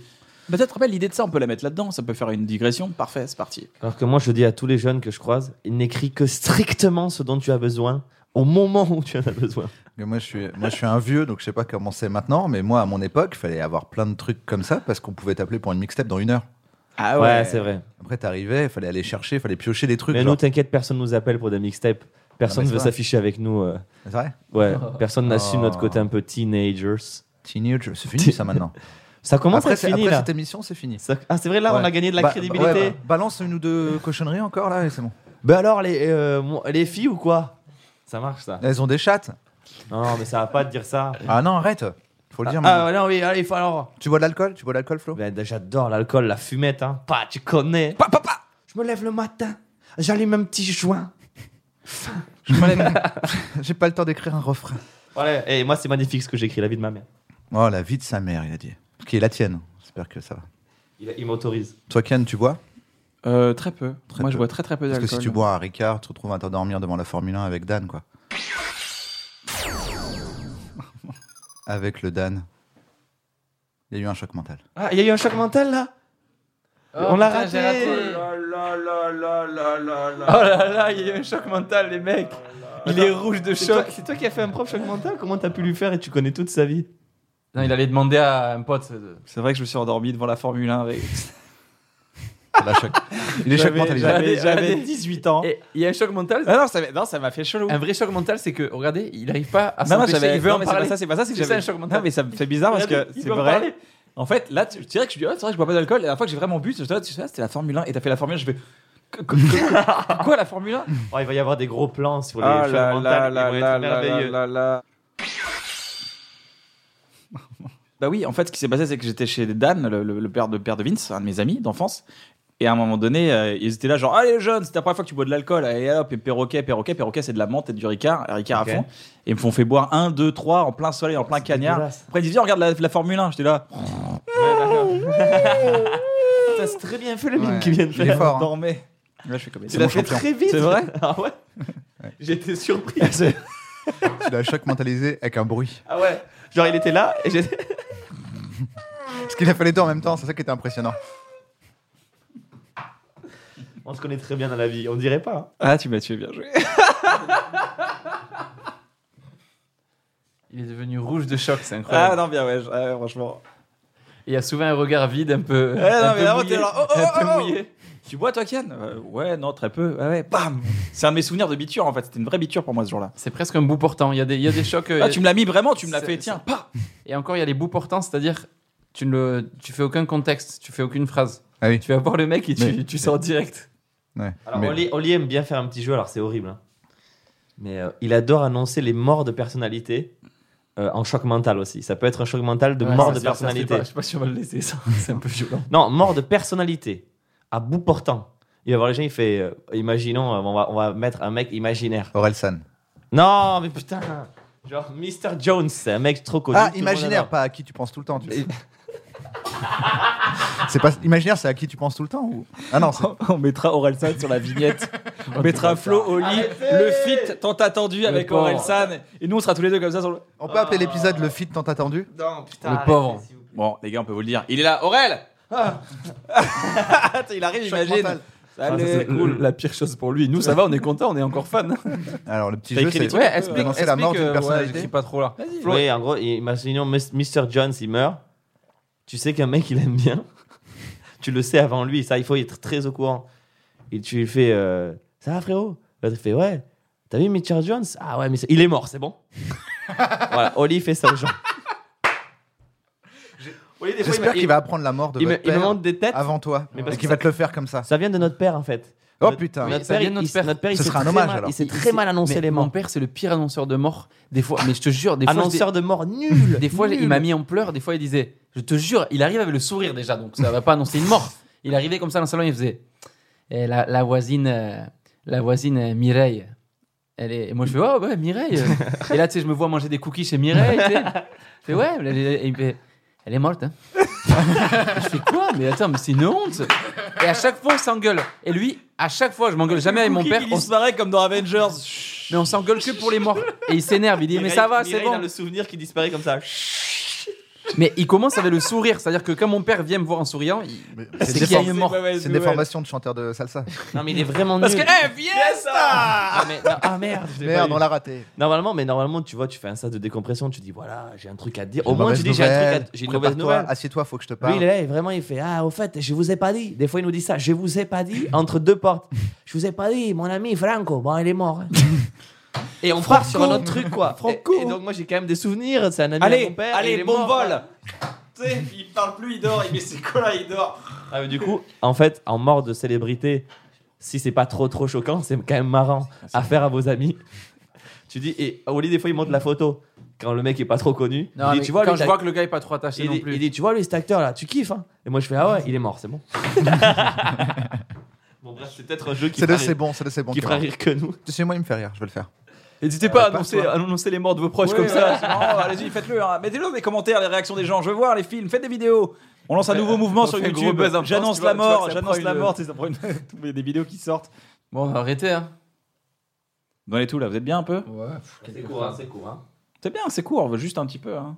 bah, peut-être, rappelle, l'idée de ça, on peut la mettre là-dedans, ça peut faire une digression, parfait, c'est parti.
Alors que moi, je dis à tous les jeunes que je croise, il n'écrit que strictement ce dont tu as besoin au moment où tu en as besoin.
Mais Moi je, suis, moi, je suis un vieux, donc je sais pas comment c'est maintenant, mais moi, à mon époque, il fallait avoir plein de trucs comme ça parce qu'on pouvait t'appeler pour une mixtape dans une heure.
Ah
c'est vrai.
Après, t'arrivais, il fallait aller chercher, il fallait piocher des trucs.
Mais
genre.
nous, t'inquiète, personne nous appelle pour des mixtapes.
Ah,
Personne
mais
ne
c'est
veut
vrai.
s'afficher avec nous. euh,
C'est vrai
*laughs*
Ouais, personne n'assume
Oh.
notre côté un peu teenagers.
Teenage, c'est fini ça
*laughs*
maintenant.
Ça commence
après,
à
c'est-
être fini
après
là.
cette émission, c'est fini.
Ça- Ah, c'est vrai, là, on
Ouais.
a gagné de la
Ba-
crédibilité.
ouais, bah, balance une ou deux cochonneries encore là et c'est bon.
Bah alors, les, euh, mon- les filles ou quoi Ça marche ça
Elles ont des chattes.
Non, mais ça va pas de dire ça.
Ah non, arrête. Faut le dire. maintenant.
Ah, non, oui, allez, il faut alors.
Tu bois de l'alcool Tu bois de l'alcool, Flo
Ben, j'adore l'alcool, la fumette, hein. Pas, tu connais. Pas, pas, pas *laughs* Je me lève le matin, j'allume un petit joint. Fin.
J'ai pas les- *laughs* J'ai pas le temps d'écrire un refrain.
Voilà, et eh, moi, c'est magnifique ce que j'écris, la vie de ma mère.
Oh, la vie de sa mère, il a dit. Qui est la tienne. J'espère que ça va.
Il, il m'autorise.
Toi, Ken, tu bois
Euh, très peu.
Très
Moi, je
peu.
bois très très peu
Parce que
d'alcool.
si tu bois un Ricard, tu te retrouves à t'endormir devant la Formule 1 avec Dan, quoi. *laughs* Avec le Dan. Il y a eu un choc mental.
Ah, il y a eu un choc mental, là
On l'a Oh, raté.
Oh là là, il y a eu un choc mental, les mecs. Il est rouge de
C'est
choc.
toi- C'est toi qui as fait un prof choc mental Comment t'as pu lui faire et tu connais toute sa vie
Non, il allait demander à un pote. euh,
C'est vrai que je me suis endormi devant la Formule 1.
*laughs*
Avec...
La choc- Il est choc
J'avais-
mentalisé.
J'avais j'avais 18 ans.
Et il y a un choc mental.
*laughs* Ah non, ça m'a- non, ça m'a fait chelou.
Ah,
Un vrai choc mental, c'est que, regardez, il n'arrive pas à
Non, non,
s'empêcher.
j'avais.
il veut
non,
en
mais c'est pas
parler.
ça, c'est pas ça, c'est que
C'est ça,
j'avais.
un choc mental.
Non, mais ça me fait bizarre parce que
Il
c'est
veut en
vrai.
parler.
En fait, là, tu, tu dirais que je dis, ah, c'est vrai que je bois pas d'alcool. La dernière fois que j'ai vraiment bu, c'est- tu sais, c'était la Formule 1 et t'as fait la Formule 1, je fais. que- que- que- Quoi, la Formule 1
Oh, il va y avoir des gros plans sur les
Ah
chocs
là
mentaux.
là
ils
là
vont être
là là
merveilleux.
là là. *laughs* Bah oui, en fait, ce qui s'est passé, c'est que j'étais chez Dan, le, le- le père, de, père de Vince, un de mes amis d'enfance. Et à un moment donné, euh, ils étaient là, genre, allez, les jeunes, c'est la première fois que tu bois de l'alcool. Allez, hop, et perroquet, perroquet, perroquet, c'est de la menthe et du ricard, ricard
Ok.
à fond. Et ils me font fait boire 1, 2, 3 en plein soleil, en plein cagnard.
dégueulasse.
Après, ils disent, viens, regarde la, la Formule 1. J'étais là,
Putain, c'est très bien fait *laughs* le mime
Ouais.
qui vient de
Il est
faire.
fort. hein.
dormez. Là, je fais comme
Tu
C'est
l'as
mon
fait
champion.
très vite.
C'est vrai Ah,
Ah ouais *laughs* J'étais surpris.
Tu l'as choc mentalisé avec un bruit.
Ah ouais Genre, il était là et j'étais.
Parce qu'il a fait les deux en même temps, c'est ça qui était impressionnant.
On se connaît très bien dans la vie, on dirait pas. hein.
Ah, tu m'as tué, bien joué.
Il est devenu rouge de choc, c'est incroyable.
Ah non, bien, ouais, je- ouais, franchement.
Et Il y a souvent un regard vide, un peu.
Ouais, Eh non,
un
mais
peu
vraiment,
mouillé,
t'es genre, oh, oh,
un peu
oh, oh.
mouillé.
Tu bois, toi, Kian Euh, Ouais, non, très peu. Ouais, ouais, bam C'est un de mes souvenirs de biture, en fait. C'était une vraie biture pour moi ce jour-là.
C'est presque un bout portant. Il y a des, il y a des chocs. euh,
Ah, tu me l'as mis vraiment, tu me l'as
C'est-
fait, tiens, pas
Et encore, il y a les bouts portants, c'est-à-dire, tu ne tu fais aucun contexte, tu fais aucune phrase.
Ah oui.
Tu vas voir le mec et tu,
Mais-
tu sors direct.
Ouais.
Alors,
Mais-
Oli, Oli aime bien faire un petit jeu, alors c'est horrible. hein. Mais euh, il adore annoncer les morts de personnalité euh, en choc mental aussi. Ça peut être un choc mental de
Ouais,
mort
ça,
de
ça, ça se fait
personnalité.
pas. Je sais pas si on va le laisser, ça. *laughs* C'est un peu violent.
Non, mort de personnalité, à bout portant. Il va voir les gens, il fait euh, Imaginons, euh, on va, on va mettre un mec imaginaire.
Orelsan.
Non, mais putain Genre Mr. Jones, c'est un mec trop connu.
Ah,
tout le monde
imaginaire,
adore.
pas à qui tu penses tout le temps. tu sais. c'est pas imaginaire, c'est à qui tu penses tout le temps ou Ah non, c'est-
*laughs* On mettra Orelsan sur la
*laughs*
vignette. On mettra Flo, Oli, le fit tant attendu avec
pauvre.
Orelsan. Et nous, on sera tous les deux comme ça sur le.
on peut appeler l'épisode le feat tant attendu.
Non, putain,
Le
arrêtez,
pauvre.
s'il vous plaît.
Bon, les gars, on peut vous le dire. Il est là, Aurel *laughs* Il arrive,
Choc
imagine.
mental.
Ah, ça, c'est
Allez,
le- La pire chose pour lui. Nous, ça va, on est content, on est encore fan.
Alors le petit
T'as
jeu,
écrit les
c'est
trucs
Ouais,
explique- Annoncer la mort explique, d'une euh, ouais, personnalité.
je
je
suis
suis
pas trop là.
Oui, en gros, imaginons Mis- Mr. Jones, il meurt. Tu sais qu'un mec, il aime bien. *laughs* tu le sais avant lui, ça, il faut être très au courant. Et tu lui fais euh, Ça va, frérot L'autre, il fait Ouais. T'as vu Mr. Jones Ah ouais, mais c'est- il est mort,
*laughs*
c'est bon. voilà, Oli fait ça aux gens. Oli, des fois,
J'espère
il,
qu'il va apprendre la mort de
il me,
votre
il me
père
montre des têtes.
avant toi
Mais parce
et qu'il
que
va te le faire comme
*laughs*
ça.
Ça vient de notre père, en fait.
Oh
Notre-
putain.
Notre
ça
père,
vient
il,
de notre
il-
père.
notre père, il
Ce
s'est
sera un
très
hommage,
mal-
alors.
Il s'est très mal annoncé les
Mon
morts.
père, c'est le pire annonceur de mort. Des fois, mais je te
*laughs*
jure, des fois, je
Annonceur de mort nul. *laughs*
dis- des fois il
nul.
m'a mis en pleurs. Des fois, il disait, je te jure, il arrive avec le sourire déjà, donc ça va pas annoncer une mort. Il arrivait comme ça dans le salon, il faisait, Eh, la, la voisine, euh, la voisine euh, Mireille. Elle est... Et moi, je fais, oh, ouais, Mireille. et là, tu sais, je me vois manger des cookies chez Mireille. tu sais. Je fais, ouais, elle, est- et il fait, Elle est morte. Hein. je fais quoi Mais attends, mais c'est une honte. Et à chaque fois, on s'engueule. Et lui, à chaque fois, je m'engueule jamais avec mon père.
Il
On
se marrait comme dans
*laughs*
Avengers.
mais on s'engueule que pour les morts. Et il s'énerve, il dit mais
Mireille-
ça va, c'est
Mireille
bon.
dans le souvenir qui disparaît comme ça.
Mais il commence avec le sourire, c'est-à-dire que quand mon père vient me voir en souriant, il-
Mais
c'est
C'est
qu'il y a une
des,
mort.
c'est des formations de chanteurs de
*laughs*
salsa.
Non, mais il est vraiment
Parce que,
nul.
eh, Fiesta
Ah, mais- non, ah, merde, je l'ai
Merde,
pas
on
eu.
l'a raté.
Normalement, mais normalement, tu vois, tu fais un sas de décompression, tu dis voilà, j'ai un truc à te dire. Au
Une
moins, tu
mauvaise
dis j'ai un truc à
nouvelle.
j'ai une mauvaise
Prépare-toi,
nouvelle.
Assieds-toi, faut que je te
Lui, il est
parle.
là, et vraiment, il fait ah, au fait, je vous ai pas dit. Des fois, il nous dit ça, je vous ai pas dit entre deux portes. Je vous ai pas dit, mon ami Franco, bon, il est mort. *laughs* hein. Et on part sur un autre truc, quoi.
Franco.
Et, et donc, moi, j'ai quand même des souvenirs. C'est un ami à
Allez,
mon père. il
allez,
est
bon
mort.
*laughs* vol Tu sais, il parle plus, il dort, il met ses colas, il dort.
Ah, mais du coup, en fait, en mort de célébrité, si c'est pas trop trop choquant, c'est quand même marrant à faire à vos amis. Tu dis, et Oli, des fois, il montre la photo quand le mec est pas trop connu.
Non,
il
mais
dit, tu vois,
quand
lui,
je
t'as-
vois que le gars est pas trop attaché
il,
non
dit,
plus.
il dit, tu vois, lui, cet acteur là, tu kiffes. Hein et moi, je fais, ah ouais, il est mort, c'est bon. Bon, bref, c'est peut-être un jeu qui
C'est
fera
le c'est
rire-
bon, c'est le c'est bon.
qui fera
Kevin.
rire que nous.
Tu sais, moi, il me fait rire, je vais le faire.
N'hésitez pas à annoncer, à annoncer les morts de vos proches
Ouais,
comme ça.
ouais, c'est marrant, allez-y, faites-le. hein. Mettez-le dans les commentaires, les réactions des gens. Je veux voir les films, faites des vidéos. On lance un nouveau mouvement
on
sur
fait un gros
YouTube.
buzz intense,
J'annonce
tu vois,
la
tu vois que
mort,
ça
j'annonce
prend
la
une-
mort. tu sais, ça *laughs* prend une- tout, Il y a des vidéos qui sortent.
Bon, on va arrêter, hein.
Dans les tout là, vous êtes bien un peu
Ouais,
C'est court, hein, c'est court. hein.
C'est bien, c'est court, on veut juste un petit peu. hein.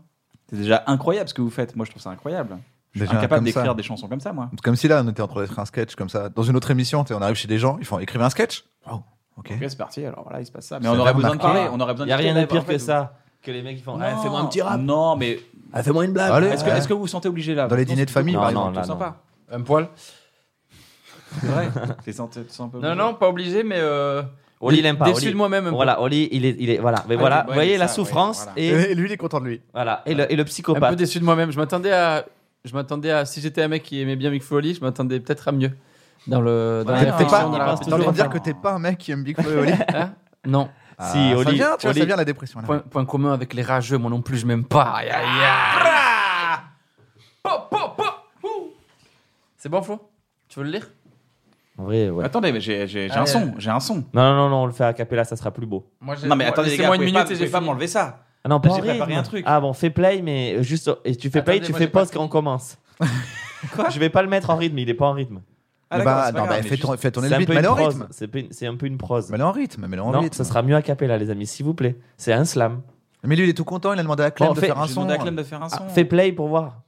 C'est déjà incroyable ce que vous faites. Moi, je trouve ça incroyable. Je suis
Déjà,
incapable
comme ça.
d'écrire des chansons comme ça, moi.
C'est Comme si là, on était en train d'écrire un sketch comme ça. Dans une autre émission, tu sais, on arrive chez des gens, ils font écrivez un sketch Wow, ok.
Ok, c'est parti. Alors voilà, il se passe ça. Mais
Ça
on
va
aurait besoin de
marquer.
parler. On aurait besoin. de
Il n'y a rien
parler,
de pire
en fait.
que ça. Que les mecs ils font.
Non.
eh, Fais-moi un petit rap.
Non, mais
Fais-moi une blague.
Allez,
est-ce que,
Ah, ouais.
est-ce que vous vous sentez obligé là
Dans les
maintenant,
dîners
c'est
de famille,
plutôt
par
cool,
exemple.
c'est plutôt sympa.
Non, non,
Un poil
C'est vrai. T'es senti- tu te sens un peu
Non,
obligé.
non, pas obligé, mais. Euh,
Oli, il aime pas.
Déçu
Oli.
de moi-même un peu.
Voilà, Oli, il est, il est, voilà. Mais voilà,
ouais,
vous voyez
c'est
la
ça,
souffrance
ouais, voilà.
et,
Et lui, il est content de lui.
voilà, et, le, et le
Un
psychopathe.
peu déçu de moi-même. Je m'attendais à. Je m'attendais à. Si j'étais un mec qui aimait bien Mick Foley, je m'attendais peut-être à mieux. Dans le. Dans
Ouais,
la
non,
T'es
réflexion,
pas
dans la
on pense
t'es en train
réflexion.
de dire que t'es pas un mec qui aime Big Flo et Oli.
Hein non.
Ah,
Si,
ça
Oli,
vient, tu vois,
Oli.
ça vient la dépression. là.
Point, point commun avec les rageux, moi non plus, je m'aime pas. Aïe, aïe, aïe.
Ah
Pop, pop, pop. Ouh. C'est bon, Flo Tu veux le lire
En vrai, ouais.
Attendez, mais j'ai j'ai- j'ai
Ah,
un son. J'ai un son.
Non, non, non, non, on le fait à Capella, ça sera plus beau.
moi, j'ai-
Non, mais
moi-
attendez, les gars,
laissez-moi
vous
une
pouvez
minute
pas-
et
vous
j'ai
pouvez pas
fini.
m'enlever ça.
Ah non, pas
J'ai
en rythme.
préparé un truc.
Ah bon, fais play, mais juste. Et tu fais play,
Attendez,
tu
moi,
fais
j'ai pas
pause quand on commence. *laughs* Quoi Je vais pas le mettre en rythme, il est pas en rythme.
Ah,
Eh
d'accord,
bah,
c'est pas
non,
grave,
bah,
mais
fais,
juste-
tourner- fais tourner
C'est
le
un
beat,
peu une
mets-le en
prose.
rythme.
C'est pas une- C'est un peu une prose.
Mets-le en rythme, mets-le en
non,
rythme.
ça sera mieux à Capella, les amis, s'il vous plaît. C'est un slam.
Mais lui, il est tout content, il a demandé à Clem
Bon,
de
fais-
faire un
J'ai
son.
demandé à Clem de faire un son.
Ah, fais play pour voir.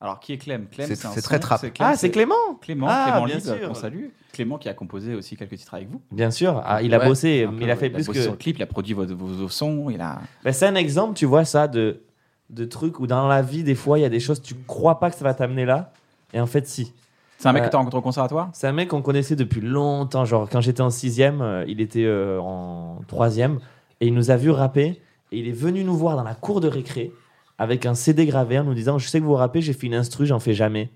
Alors qui est Clem Clem,
C'est-
un
c'est très
son,
trappe.
Clem,
ah, c'est Clément
Clément,
Ah,
Clément
bien
Libre,
sûr.
qu'on salue. Clément qui a composé aussi quelques titres avec vous.
Bien sûr, ah, il a
Ouais,
bossé,
Un
mais
peu,
il a fait
il
plus
bossé
que.
sur le clip, il a produit vos, vos- vos sons, il a.
Ben, c'est un exemple, tu vois, ça, de, de trucs où dans la vie, des fois, il y a des choses, tu crois pas que ça va t'amener là. Et en fait, si.
C'est un mec
Ouais.
que t'as rencontré au conservatoire
C'est un mec qu'on connaissait depuis longtemps. Genre, quand j'étais en sixième, euh, il était euh, en troisième. Et il nous a vu rapper. Et il est venu nous voir dans la cour de récré avec un CD gravé en nous disant Je sais que vous rappez, j'ai fait une instru, j'en fais jamais.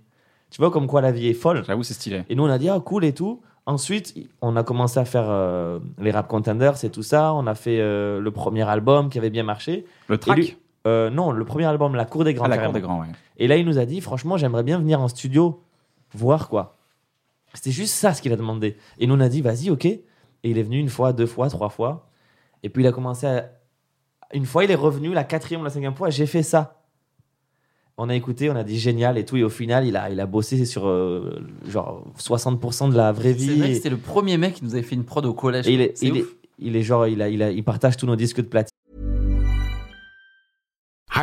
Tu vois, comme quoi la vie est folle.
J'avoue, c'est stylé.
Et nous, on a dit, ah, cool et tout. Ensuite, on a commencé à faire euh, les rap contenders et tout ça. On a fait euh, le premier album qui avait bien marché.
Le
Et
track
lui- euh, non, le premier album, La Cour des Grands.
à Ah, la cour
carrément.
des grands, ouais.
Et là, il nous a dit, franchement, j'aimerais bien venir en studio voir quoi. C'était juste ça ce qu'il a demandé. Et nous, on a dit, vas-y, ok. Et il est venu une fois, deux fois, trois fois. Et puis, il a commencé à. Une fois, il est revenu, la quatrième ou la cinquième fois, j'ai fait ça. On a écouté, on a dit génial et tout. Et au final, il a, il a bossé sur euh, genre 60% de la vraie
C'est vrai que
vie.
c'était le premier mec qui nous avait fait une prod au collège.
Et il est,
C'est
il,
ouf.
est, il est genre, il, a, il, a, il partage tous nos disques de platine.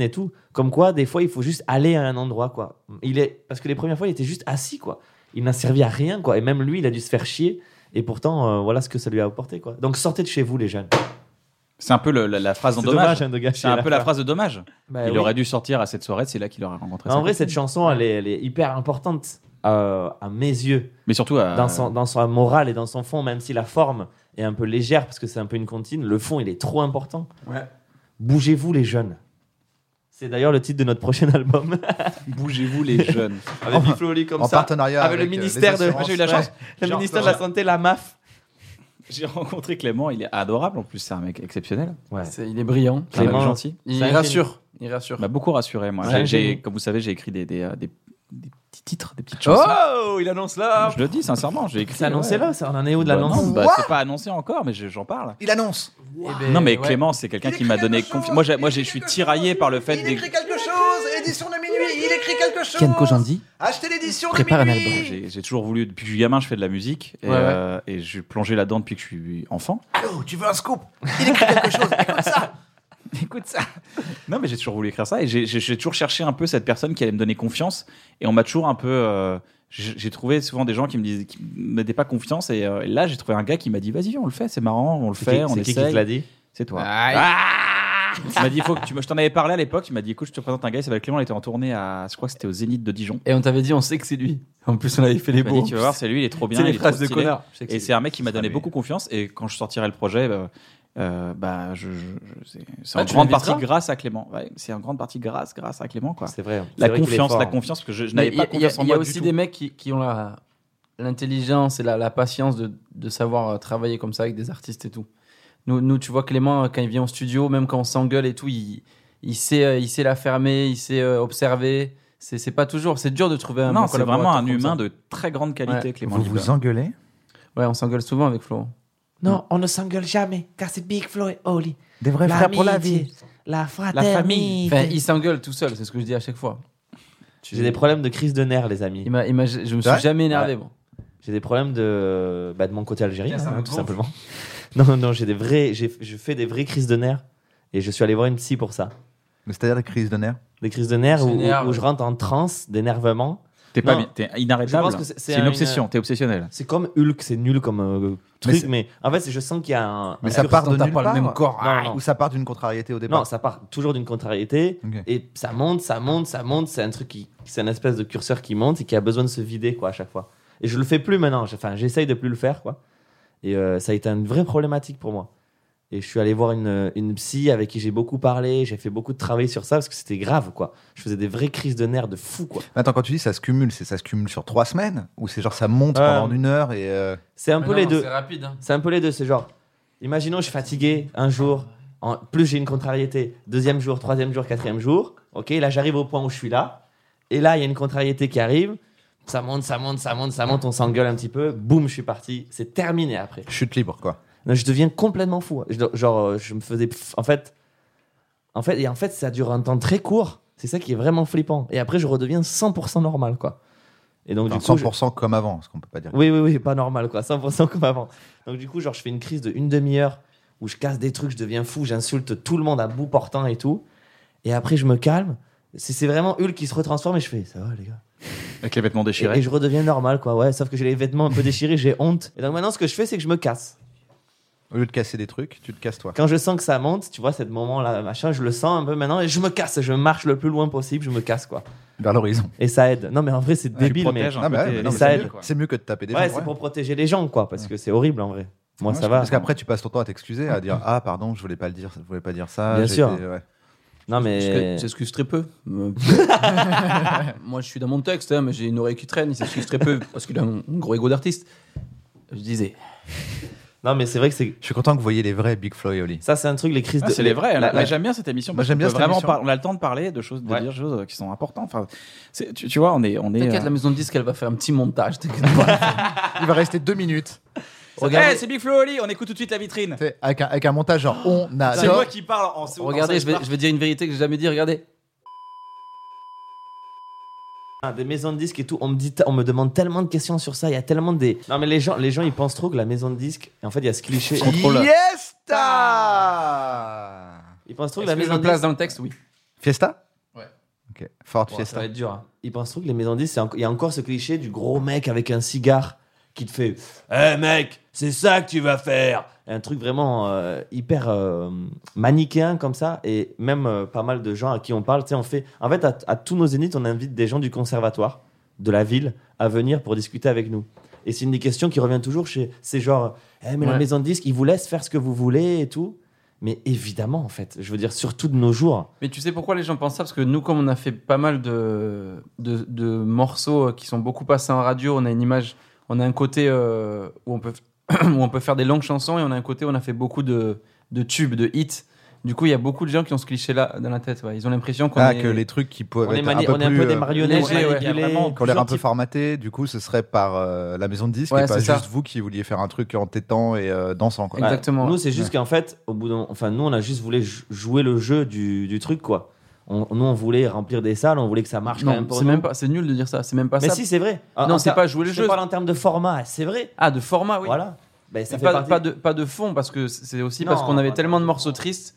et tout. Comme quoi, des fois, il faut juste aller à un endroit, quoi. Il est... Parce que les premières fois, il était juste assis, quoi. Il n'a servi à rien, quoi. Et même lui, il a dû se faire chier. Et pourtant, euh, voilà ce que ça lui a apporté, quoi. Donc sortez de chez vous, les jeunes.
C'est un peu le- la, la phrase en
C'est
dommage.
dommage hein, de gâcher
C'est un
la
peu la
fin.
phrase de dommage.
Bah
il
oui.
aurait dû sortir à cette soirée, c'est là qu'il aurait rencontré.
En
sa
vrai,
copine.
cette chanson, elle est, elle est hyper importante euh, à mes yeux,
Mais surtout, euh,
dans, son, dans son morale et dans son fond, même si la forme est un peu légère, parce que c'est un peu une comptine, le fond, il est trop important.
Ouais.
Bougez-vous, les jeunes. C'est d'ailleurs le titre de notre prochain *laughs* album.
bougez-vous
*laughs*
les jeunes.
Avec Big Flo Oli comme
en
ça.
partenariat
avec,
avec,
le
euh, les
ministère de
assurances.
j'ai eu la chance.
le
Genre,
ministère de la
genre,
santé la MAF
J'ai rencontré Clément, il est adorable en plus, c'est un mec exceptionnel.
C'est- il est brillant.
C'est un Bah, mec
Clément,
gentil.
Il
C'est un
rassure. Il rassure.
Il m'a beaucoup rassuré, moi. J'ai-
Ouais.
j'ai- comme vous savez, j'ai écrit des, des, euh, des- des petits titres, des petites chansons.
Oh, il annonce là.
Je le dis sincèrement, j'ai écrit.
c'est annoncé
ouais.
là ça on en est où de
Bah
l'annonce
non, bah,
What
c'est pas annoncé encore, mais je- j'en parle.
Il annonce.
Eh ben,
non, mais
ouais.
Clément, c'est quelqu'un qui m'a donné confiance. Moi, j'ai- moi, j'ai- je suis tiraillé par le fait des.
quelque chose, édition de minuit, il écrit quelque chose.
Ken Kojandi
Achetez l'édition
prépare un album.
J'ai j'ai toujours voulu, depuis que je suis gamin, je fais de la musique et,
Ouais, ouais.
euh, et je suis plongé là-dedans depuis que je suis enfant.
Allô, tu veux un scoop Il écrit quelque chose. Écoute ça.
Écoute ça. Non, mais j'ai toujours voulu écrire ça et j'ai- j'ai j'ai toujours cherché un peu cette personne qui allait me donner confiance. Et on m'a toujours un peu. euh, j'ai j'ai trouvé souvent des gens qui me disaient, qui me mettaient pas confiance. Et, euh, et là, j'ai trouvé un gars qui m'a dit, Ah. vas-y, on le fait, c'est marrant, on le
C'est
fait,
qui-
on
c'est qui qui te
essaye.
l'a dit
C'est toi.
Ah,
Tu m'as dit, il faut que tu me- Je t'en avais parlé à l'époque. Tu m'as dit, écoute, je te présente un gars, il s'appelle Clément. Il était en tournée à. Je crois que c'était au Zénith de Dijon.
Et on t'avait dit, on sait que c'est lui. En plus, on avait fait les
Il m'a dit,
beaux.
tu vas voir, c'est lui, il est trop bien.
C'est les
il est
phrases
trop
de
stylé.
connard. Je sais que
Et c'est un mec qui m'a donné
mais-
beaucoup confiance. Et quand je sortirai le projet, bah, euh, bah, je, je- je- c'est c'est
Ah,
en
tu
grande
l'inviteras
partie grâce à Clément. Ouais, c'est en grande partie grâce, grâce à Clément, quoi.
C'est
La
vrai. C'est vrai qu'il est
confiance,
fort.
la confiance, parce que je, je
Mais
n'avais
Il y a,
pas
il y a-
confiance en
il y a
moi du
aussi
tout.
des mecs qui, qui ont la- l'intelligence et la, la patience de, de savoir euh, travailler comme ça avec des artistes et tout. Nous, nous, tu vois, Clément, euh, quand il vient au studio, même quand on s'engueule et tout, il, il, sait, euh, il sait la fermer, il sait euh, observer. C'est c'est pas toujours, c'est dur de trouver un
Non,
bon
c'est vraiment un
collaborateur euh, comme
humain
ça.
de très grande qualité,
Ouais.
Clément.
Vous
Libert.
vous engueulez
Ouais, on s'engueule souvent avec Flo.
Non, on ne s'engueule jamais, car c'est Big Flo et Oli.
Des vrais frères pour la vie.
La
famille.
Enfin, il s'engueule tout seul, c'est ce que je dis à chaque fois.
J'ai des problèmes de crise de nerfs, les amis.
Il m'a- il m'a- je me suis
Ouais.
jamais énervé. moi.
J'ai des problèmes de, bah, de mon côté algérien,
Tiens, ça
hein,
me
tout
gonfle.
simplement. *laughs* Non, non, j'ai des vrais, j'ai, je fais des vraies crises de nerfs et je suis allé voir une psy pour ça.
Mais C'est-à-dire des crises de nerfs
Des crises de nerfs
Tu
où, où-
t'énerves.
où je rentre en transe d'énervement.
T'es pas
Non.
bien, t'es
Je
inarrêtable.
pense que c'est- c'est
C'est une
un-
obsession, t'es obsessionnel.
C'est comme Hulk, c'est nul comme euh, truc,
c'est-
mais, en fait, c'est- je sens qu'il y a un.
Mais
un
ça
curseur.
part de nulle
pas
part. Ah,
le même corps.
Non, non.
Ou ça part d'une contrariété au départ.
Non, ça part toujours d'une contrariété
Ok.
et ça monte, ça monte, ça monte. C'est un truc qui, c'est une espèce de curseur qui monte et qui a besoin de se vider quoi à chaque fois. Et je le fais plus maintenant. Enfin, j'essaye de plus le faire quoi. Et euh, ça a été une vraie problématique pour moi. Et je suis allé voir une, une psy avec qui j'ai beaucoup parlé. J'ai fait beaucoup de travail sur ça parce que c'était grave quoi. Je faisais des vraies crises de nerfs de fou quoi.
Mais Attends, quand tu dis ça se cumule, c'est ça se cumule sur trois semaines Ou c'est genre ça monte
Euh,
pendant une heure et. euh,
C'est un peu
Mais
les
non,
deux.
C'est rapide. hein.
C'est un peu les deux. C'est genre, imaginons, je suis fatigué un jour. En plus, j'ai une contrariété. Deuxième jour, troisième jour, quatrième jour. Ok, là, j'arrive au point où je suis là. Et là, il y a une contrariété qui arrive. Ça monte, ça monte, ça monte, ça monte. On s'engueule un petit peu. Boum, je suis parti. C'est terminé après.
Chute libre, quoi.
Non, je deviens complètement fou. Je- genre, euh, je me faisais. pff, en fait, en fait, et en fait, ça dure un temps très court. C'est ça qui est vraiment flippant. Et après, je redeviens 100% normal, quoi. Et donc,
Enfin,
du coup, je-
100% comme avant, ce qu'on peut pas dire.
oui, oui, oui, pas normal, quoi. 100% comme avant. Donc, du coup, genre, je fais une crise de une demi-heure où je casse des trucs, je deviens fou, j'insulte tout le monde à bout portant et tout. Et après, je me calme. C'est c'est vraiment Hulk qui se retransforme et je fais ça va, les gars.
Avec les vêtements
Et, et
déchirés.
je redeviens normal, quoi. Ouais, sauf que j'ai les vêtements un peu déchirés, j'ai honte. Et donc, maintenant, ce que je fais, c'est que je me casse.
Au lieu de casser des trucs, tu te casses toi.
Quand je sens que ça monte, tu vois, cette moment-là, machin, je le sens un peu maintenant et je me casse. Je marche le plus loin possible, je me casse, quoi.
Vers l'horizon.
Et ça aide. Non, mais en vrai, c'est
tu
débile, mais.
protèges un
Ah,
peu
bah ouais,
tes-
mais non,
mais
tes
ça
cellules,
aide.
quoi.
C'est mieux que de taper des
Ouais,
gens.
c'est pour protéger les gens, quoi, parce que c'est horrible en vrai. Moi,
Ouais,
ça va.
Parce qu'après, tu passes ton temps à t'excuser, à dire Ah, pardon, je voulais pas le dire, je voulais pas dire ça.
Bien
j'ai
sûr.
été- ouais.
Non, mais.
J'excuse j'excuse très *laughs* peu. Euh, Moi, je suis dans mon texte, hein, mais j'ai une oreille qui traîne. Il s'excuse très peu parce qu'il a un un gros ego d'artiste. Je disais.
Non, mais c'est vrai que c'est.
Je suis content que vous voyez les vrais Big Flo et Oli.
Ça, c'est un truc, les crises
Ah,
de.
c'est les vrais.
la-
Mais
la-
J'aime bien cette émission.
Moi,
parce
j'aime
qu'on
bien
peut
cette
vraiment
émission.
par- On a le temps de parler de choses, de dire des choses qui sont importantes. Enfin, c'est- tu, tu vois, on est, on est.
T'inquiète,
euh,
la maison de disque, elle va faire un petit montage. t'inquiète pas.
*laughs*
Il va rester deux minutes
Eh, c'est Big Flo Oli. On écoute tout de suite la vitrine.
t'sais, avec un, avec un montage genre on a.
C'est moi qui parle en en-
Regardez,
en-
je vais, je vais dire une vérité que j'ai jamais dit. Regardez.
Ah, des maisons de disques et tout, on me, dit, on me demande tellement de questions sur ça, il y a tellement des... Non mais les gens, les gens ils pensent trop que la maison de disques, en fait il y a ce cliché...
Fiesta
Ils pensent trop que
Est-ce
la
que je
maison
me
de
place
disques...
dans le texte Oui.
Fiesta
Ouais.
Ok, Ford Fiesta.
Ça va être dur. hein.
Ils pensent trop que les maisons de disques, c'est enco- il y a encore ce cliché du gros mec avec un cigare qui te fait « Eh mec, c'est ça que tu vas faire !» Un truc vraiment euh, hyper euh, manichéen comme ça, et même euh, pas mal de gens à qui on parle, tu sais, on fait... En fait, à, à tous nos zéniths, on invite des gens du conservatoire, de la ville, à venir pour discuter avec nous. Et c'est une des questions qui revient toujours chez ces genre Eh, mais la
Ouais.
maison de disque, ils vous laissent faire ce que vous voulez et tout. Mais évidemment, en fait, je veux dire, surtout de nos jours.
Mais tu sais pourquoi les gens pensent ça Parce que nous, comme on a fait pas mal de, de, de morceaux euh, qui sont beaucoup passés en radio, on a une image, on a un côté euh, où, on peut, *coughs* où on peut faire des longues chansons et on a un côté où on a fait beaucoup de, de tubes, de hits. Du coup, il y a beaucoup de gens qui ont ce cliché-là dans la tête. ouais. Ils ont l'impression qu'on
Ah,
est...
que les trucs qui peuvent
On est,
être
mani-
un peu
on est un
plus,
peu des
euh,
marionnettes,
léger, ouais.
manipulées,
qui ont l'air un
plusieurs
peu formatés, du coup ce serait par euh, la maison de disques
Ouais,
et pas
c'est ça.
juste vous qui vouliez faire un truc en tétant et euh, dansant quoi.
Ouais. Exactement.
Bah, Nous, c'est juste qu'en fait, au bout d'un- enfin, nous, on a juste voulu jou- jouer le jeu du, du truc, quoi. On, nous, on voulait remplir des salles, on voulait que ça marche quand
Non,
même pour
c'est
nous.
même pas, c'est nul de dire ça. C'est même pas
Mais
ça.
si, c'est vrai.
Non,
En-
c'est
en-
pas jouer le
je
jeu.
parle en termes de format, c'est vrai.
Ah, de format, oui.
Voilà. Ben, ça
Mais
fait
pas,
partie-
pas de, pas de fond, parce que c'est aussi parce
Non,
qu'on avait
pas de
tellement de
fond.
morceaux tristes.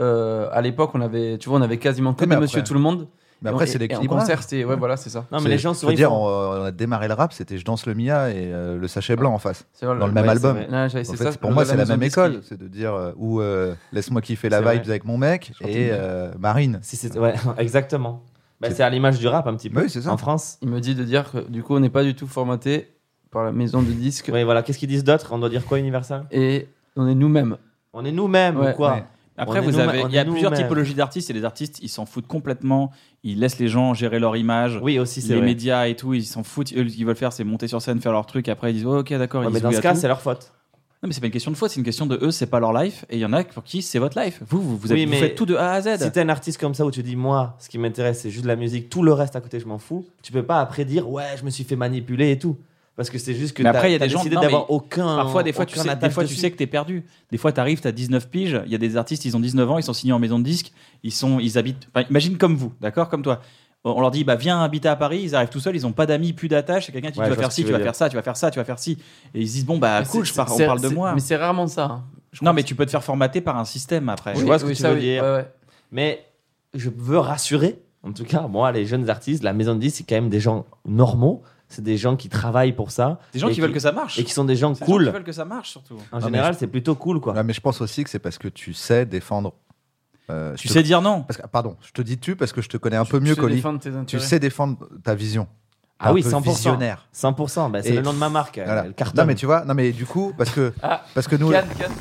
Euh, à l'époque, on avait, tu vois, on avait quasiment que
Mais
des
après-
Monsieur Tout le Monde.
Mais
Et
après,
en-
c'est
et- et en
l'équilibrage.
concert, hein, c'était. Ouais, voilà, c'est ça.
Non, mais les gens
je
souvent.
veux
ils
dire,
font-
on, on a démarré le rap, c'était Je danse le Mia et euh, le sachet blanc en face.
C'est vrai,
Dans le même album.
c'est vrai. Non, j'avais-
En
c'est
fait,
ça,
pour
le-
moi, c'est la
maison
même
de disques
école.
qui-
C'est de dire, euh, ou euh, laisse-moi kiffer la
C'est
vibe
vrai.
avec mon mec
Chanter
et
une-
euh, Marine.
Si c'est- ouais, *laughs* exactement. Bah, c'est à l'image du rap un petit peu.
Oui, c'est ça.
En France.
Il me dit de dire que du coup, on n'est pas du tout formaté par la maison de disques
Oui, voilà. Qu'est-ce qu'ils disent d'autre On doit dire quoi, Universal
et on est nous-mêmes.
On est nous-mêmes
Ouais.
ou quoi
Ouais.
Après,
On est
vous
nous-
avez,
on
il y a
est nous,
plusieurs
mais-
typologies d'artistes et les artistes, ils s'en foutent complètement. Ils laissent les gens gérer leur image.
Oui, aussi, c'est
les
vrai.
médias et tout, ils s'en foutent. Eux, ce qu'ils veulent faire, c'est monter sur scène, faire leur truc. Après, ils disent oh, Ok, d'accord.
Ouais,
ils
mais
se
dans
oublient
ce
à
cas,
tout.
c'est leur faute.
Non, mais c'est pas une question de faute, c'est une question de eux, c'est pas leur life. Et il y en a pour qui c'est votre life. Vous, vous, vous,
Oui,
êtes- vous
mais
faites tout de A à Z.
Si t'es un artiste comme ça où tu dis, moi, ce qui m'intéresse, c'est juste la musique, tout le reste à côté, je m'en fous, tu peux pas après dire, ouais, je me suis fait manipuler et tout. Parce que c'est juste que
Mais
t'as
après, il y a
t'as
des gens-
décidé
non,
d'avoir
mais
aucun.
Parfois, des fois, tu
aucun
sais, des
attache
fois tu
dessus.
sais que t'es perdu. Des fois, t'arrives, t'as 19 piges. Il y a des artistes, ils ont 19 ans, ils sont signés en maison de disques. Ils, sont, ils habitent. enfin, imagine comme vous, d'accord Comme toi. On leur dit, bah, viens habiter à Paris. Ils arrivent tout seuls, ils ont pas d'amis, plus d'attache. C'est quelqu'un qui dit,
Ouais,
tu vas
je vois
faire
ce
ci,
que tu
tu vas
veux
faire ça, tu vas faire ça, tu vas faire ci. Et ils se disent, bon, bah, cool, je pars, on
Ah, C'est-
parle de
c'est-
moi.
Mais c'est rarement ça. hein. Je
Non,
crois
mais
que
tu peux te faire formater par un système après.
c'est-
Bah, Je vois ce que
oui,
tu
ça,
veux
oui.
dire.
Ouais, ouais.
Mais je veux rassurer, en tout cas, moi, les jeunes artistes, la maison de 10, c'est quand même des gens normaux. C'est des gens qui travaillent pour ça.
Des gens
Et
qui veulent que ça marche.
Et qui sont des gens
C'est des gens qui
cool.
veulent que ça marche surtout.
En
mais
général, c'est plutôt cool, quoi.
Ouais, mais je pense aussi que c'est parce que tu sais défendre. euh,
Tu
je te-
sais dire non.
parce que- pardon, je te dis tu parce que je te connais un peu
Tu
mieux,
sais
Colli.
défendre tes
Tu
intérêts.
sais défendre ta vision. T'es
Ah
un
oui,
peu
100%.
Visionnaire.
100%, bah, c'est
Et-
le nom de ma marque.
Voilà.
Le carton.
Non mais tu vois, non mais du coup parce
*laughs*
que
Ah,
parce que nous euh,
Cannes, Cannes.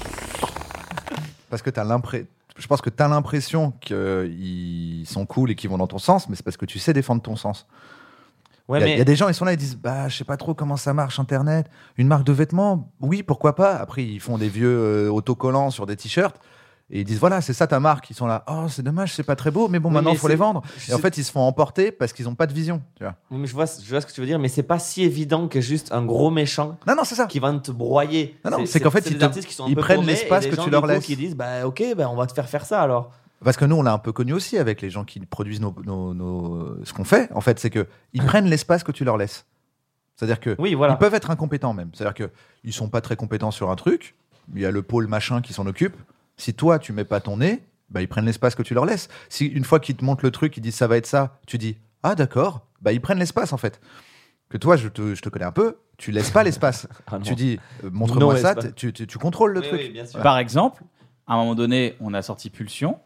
parce que t'as l'impression, je pense que t'as l'impression qu'ils sont cool et qu'ils vont dans ton sens, mais c'est parce que tu sais défendre ton sens.
Ouais,
il, y a, il y
mais
a des gens, ils sont là, ils disent Bah, je sais pas trop comment ça marche Internet. Une marque de vêtements, oui, pourquoi pas. Après, ils font des vieux euh, autocollants sur des t-shirts et ils disent Voilà, c'est ça ta marque. Ils sont là Oh, c'est dommage, c'est pas très beau, mais bon,
Oui,
maintenant,
mais
faut
c'est-
les vendre.
je
Et en
sais-
fait, ils se font emporter parce qu'ils ont pas de vision. Tu vois.
Oui, mais je, vois, je vois ce que tu veux dire, mais c'est pas si évident que juste un gros méchant
Non, non, c'est ça.
qui va te broyer.
Ah. Non, non, c'est qu'en fait, ils
des
te-
artistes qui sont un
ils
peu
prennent
paumés et
l'espace
des
que
gens,
tu leur
du coup,
laisses.
qui disent, bah ok, ben on va te faire faire ça alors.
Parce que nous, on l'a un peu connu aussi avec les gens qui produisent nos, nos- nos- ce qu'on fait. En fait, c'est que ils prennent l'espace que tu leur laisses. C'est-à-dire que
Oui, voilà.
Ils peuvent être incompétents même. C'est-à-dire que ils sont pas très compétents sur un truc. Il y a le pôle machin qui s'en occupe. Si toi, tu mets pas ton nez, bah, ils prennent l'espace que tu leur laisses. Si une fois qu'ils te montrent le truc, ils disent ça va être ça, tu dis ah d'accord, bah, ils prennent l'espace en fait. Que toi, je te, je te connais un peu, tu laisses pas l'espace.
*laughs* Ah non.
tu dis euh, montre-moi
Non,
ça,
l'espace.
tu, tu- tu contrôles le
Oui,
truc.
oui, bien sûr.
Par exemple, à un moment donné, on a sorti Pulsion.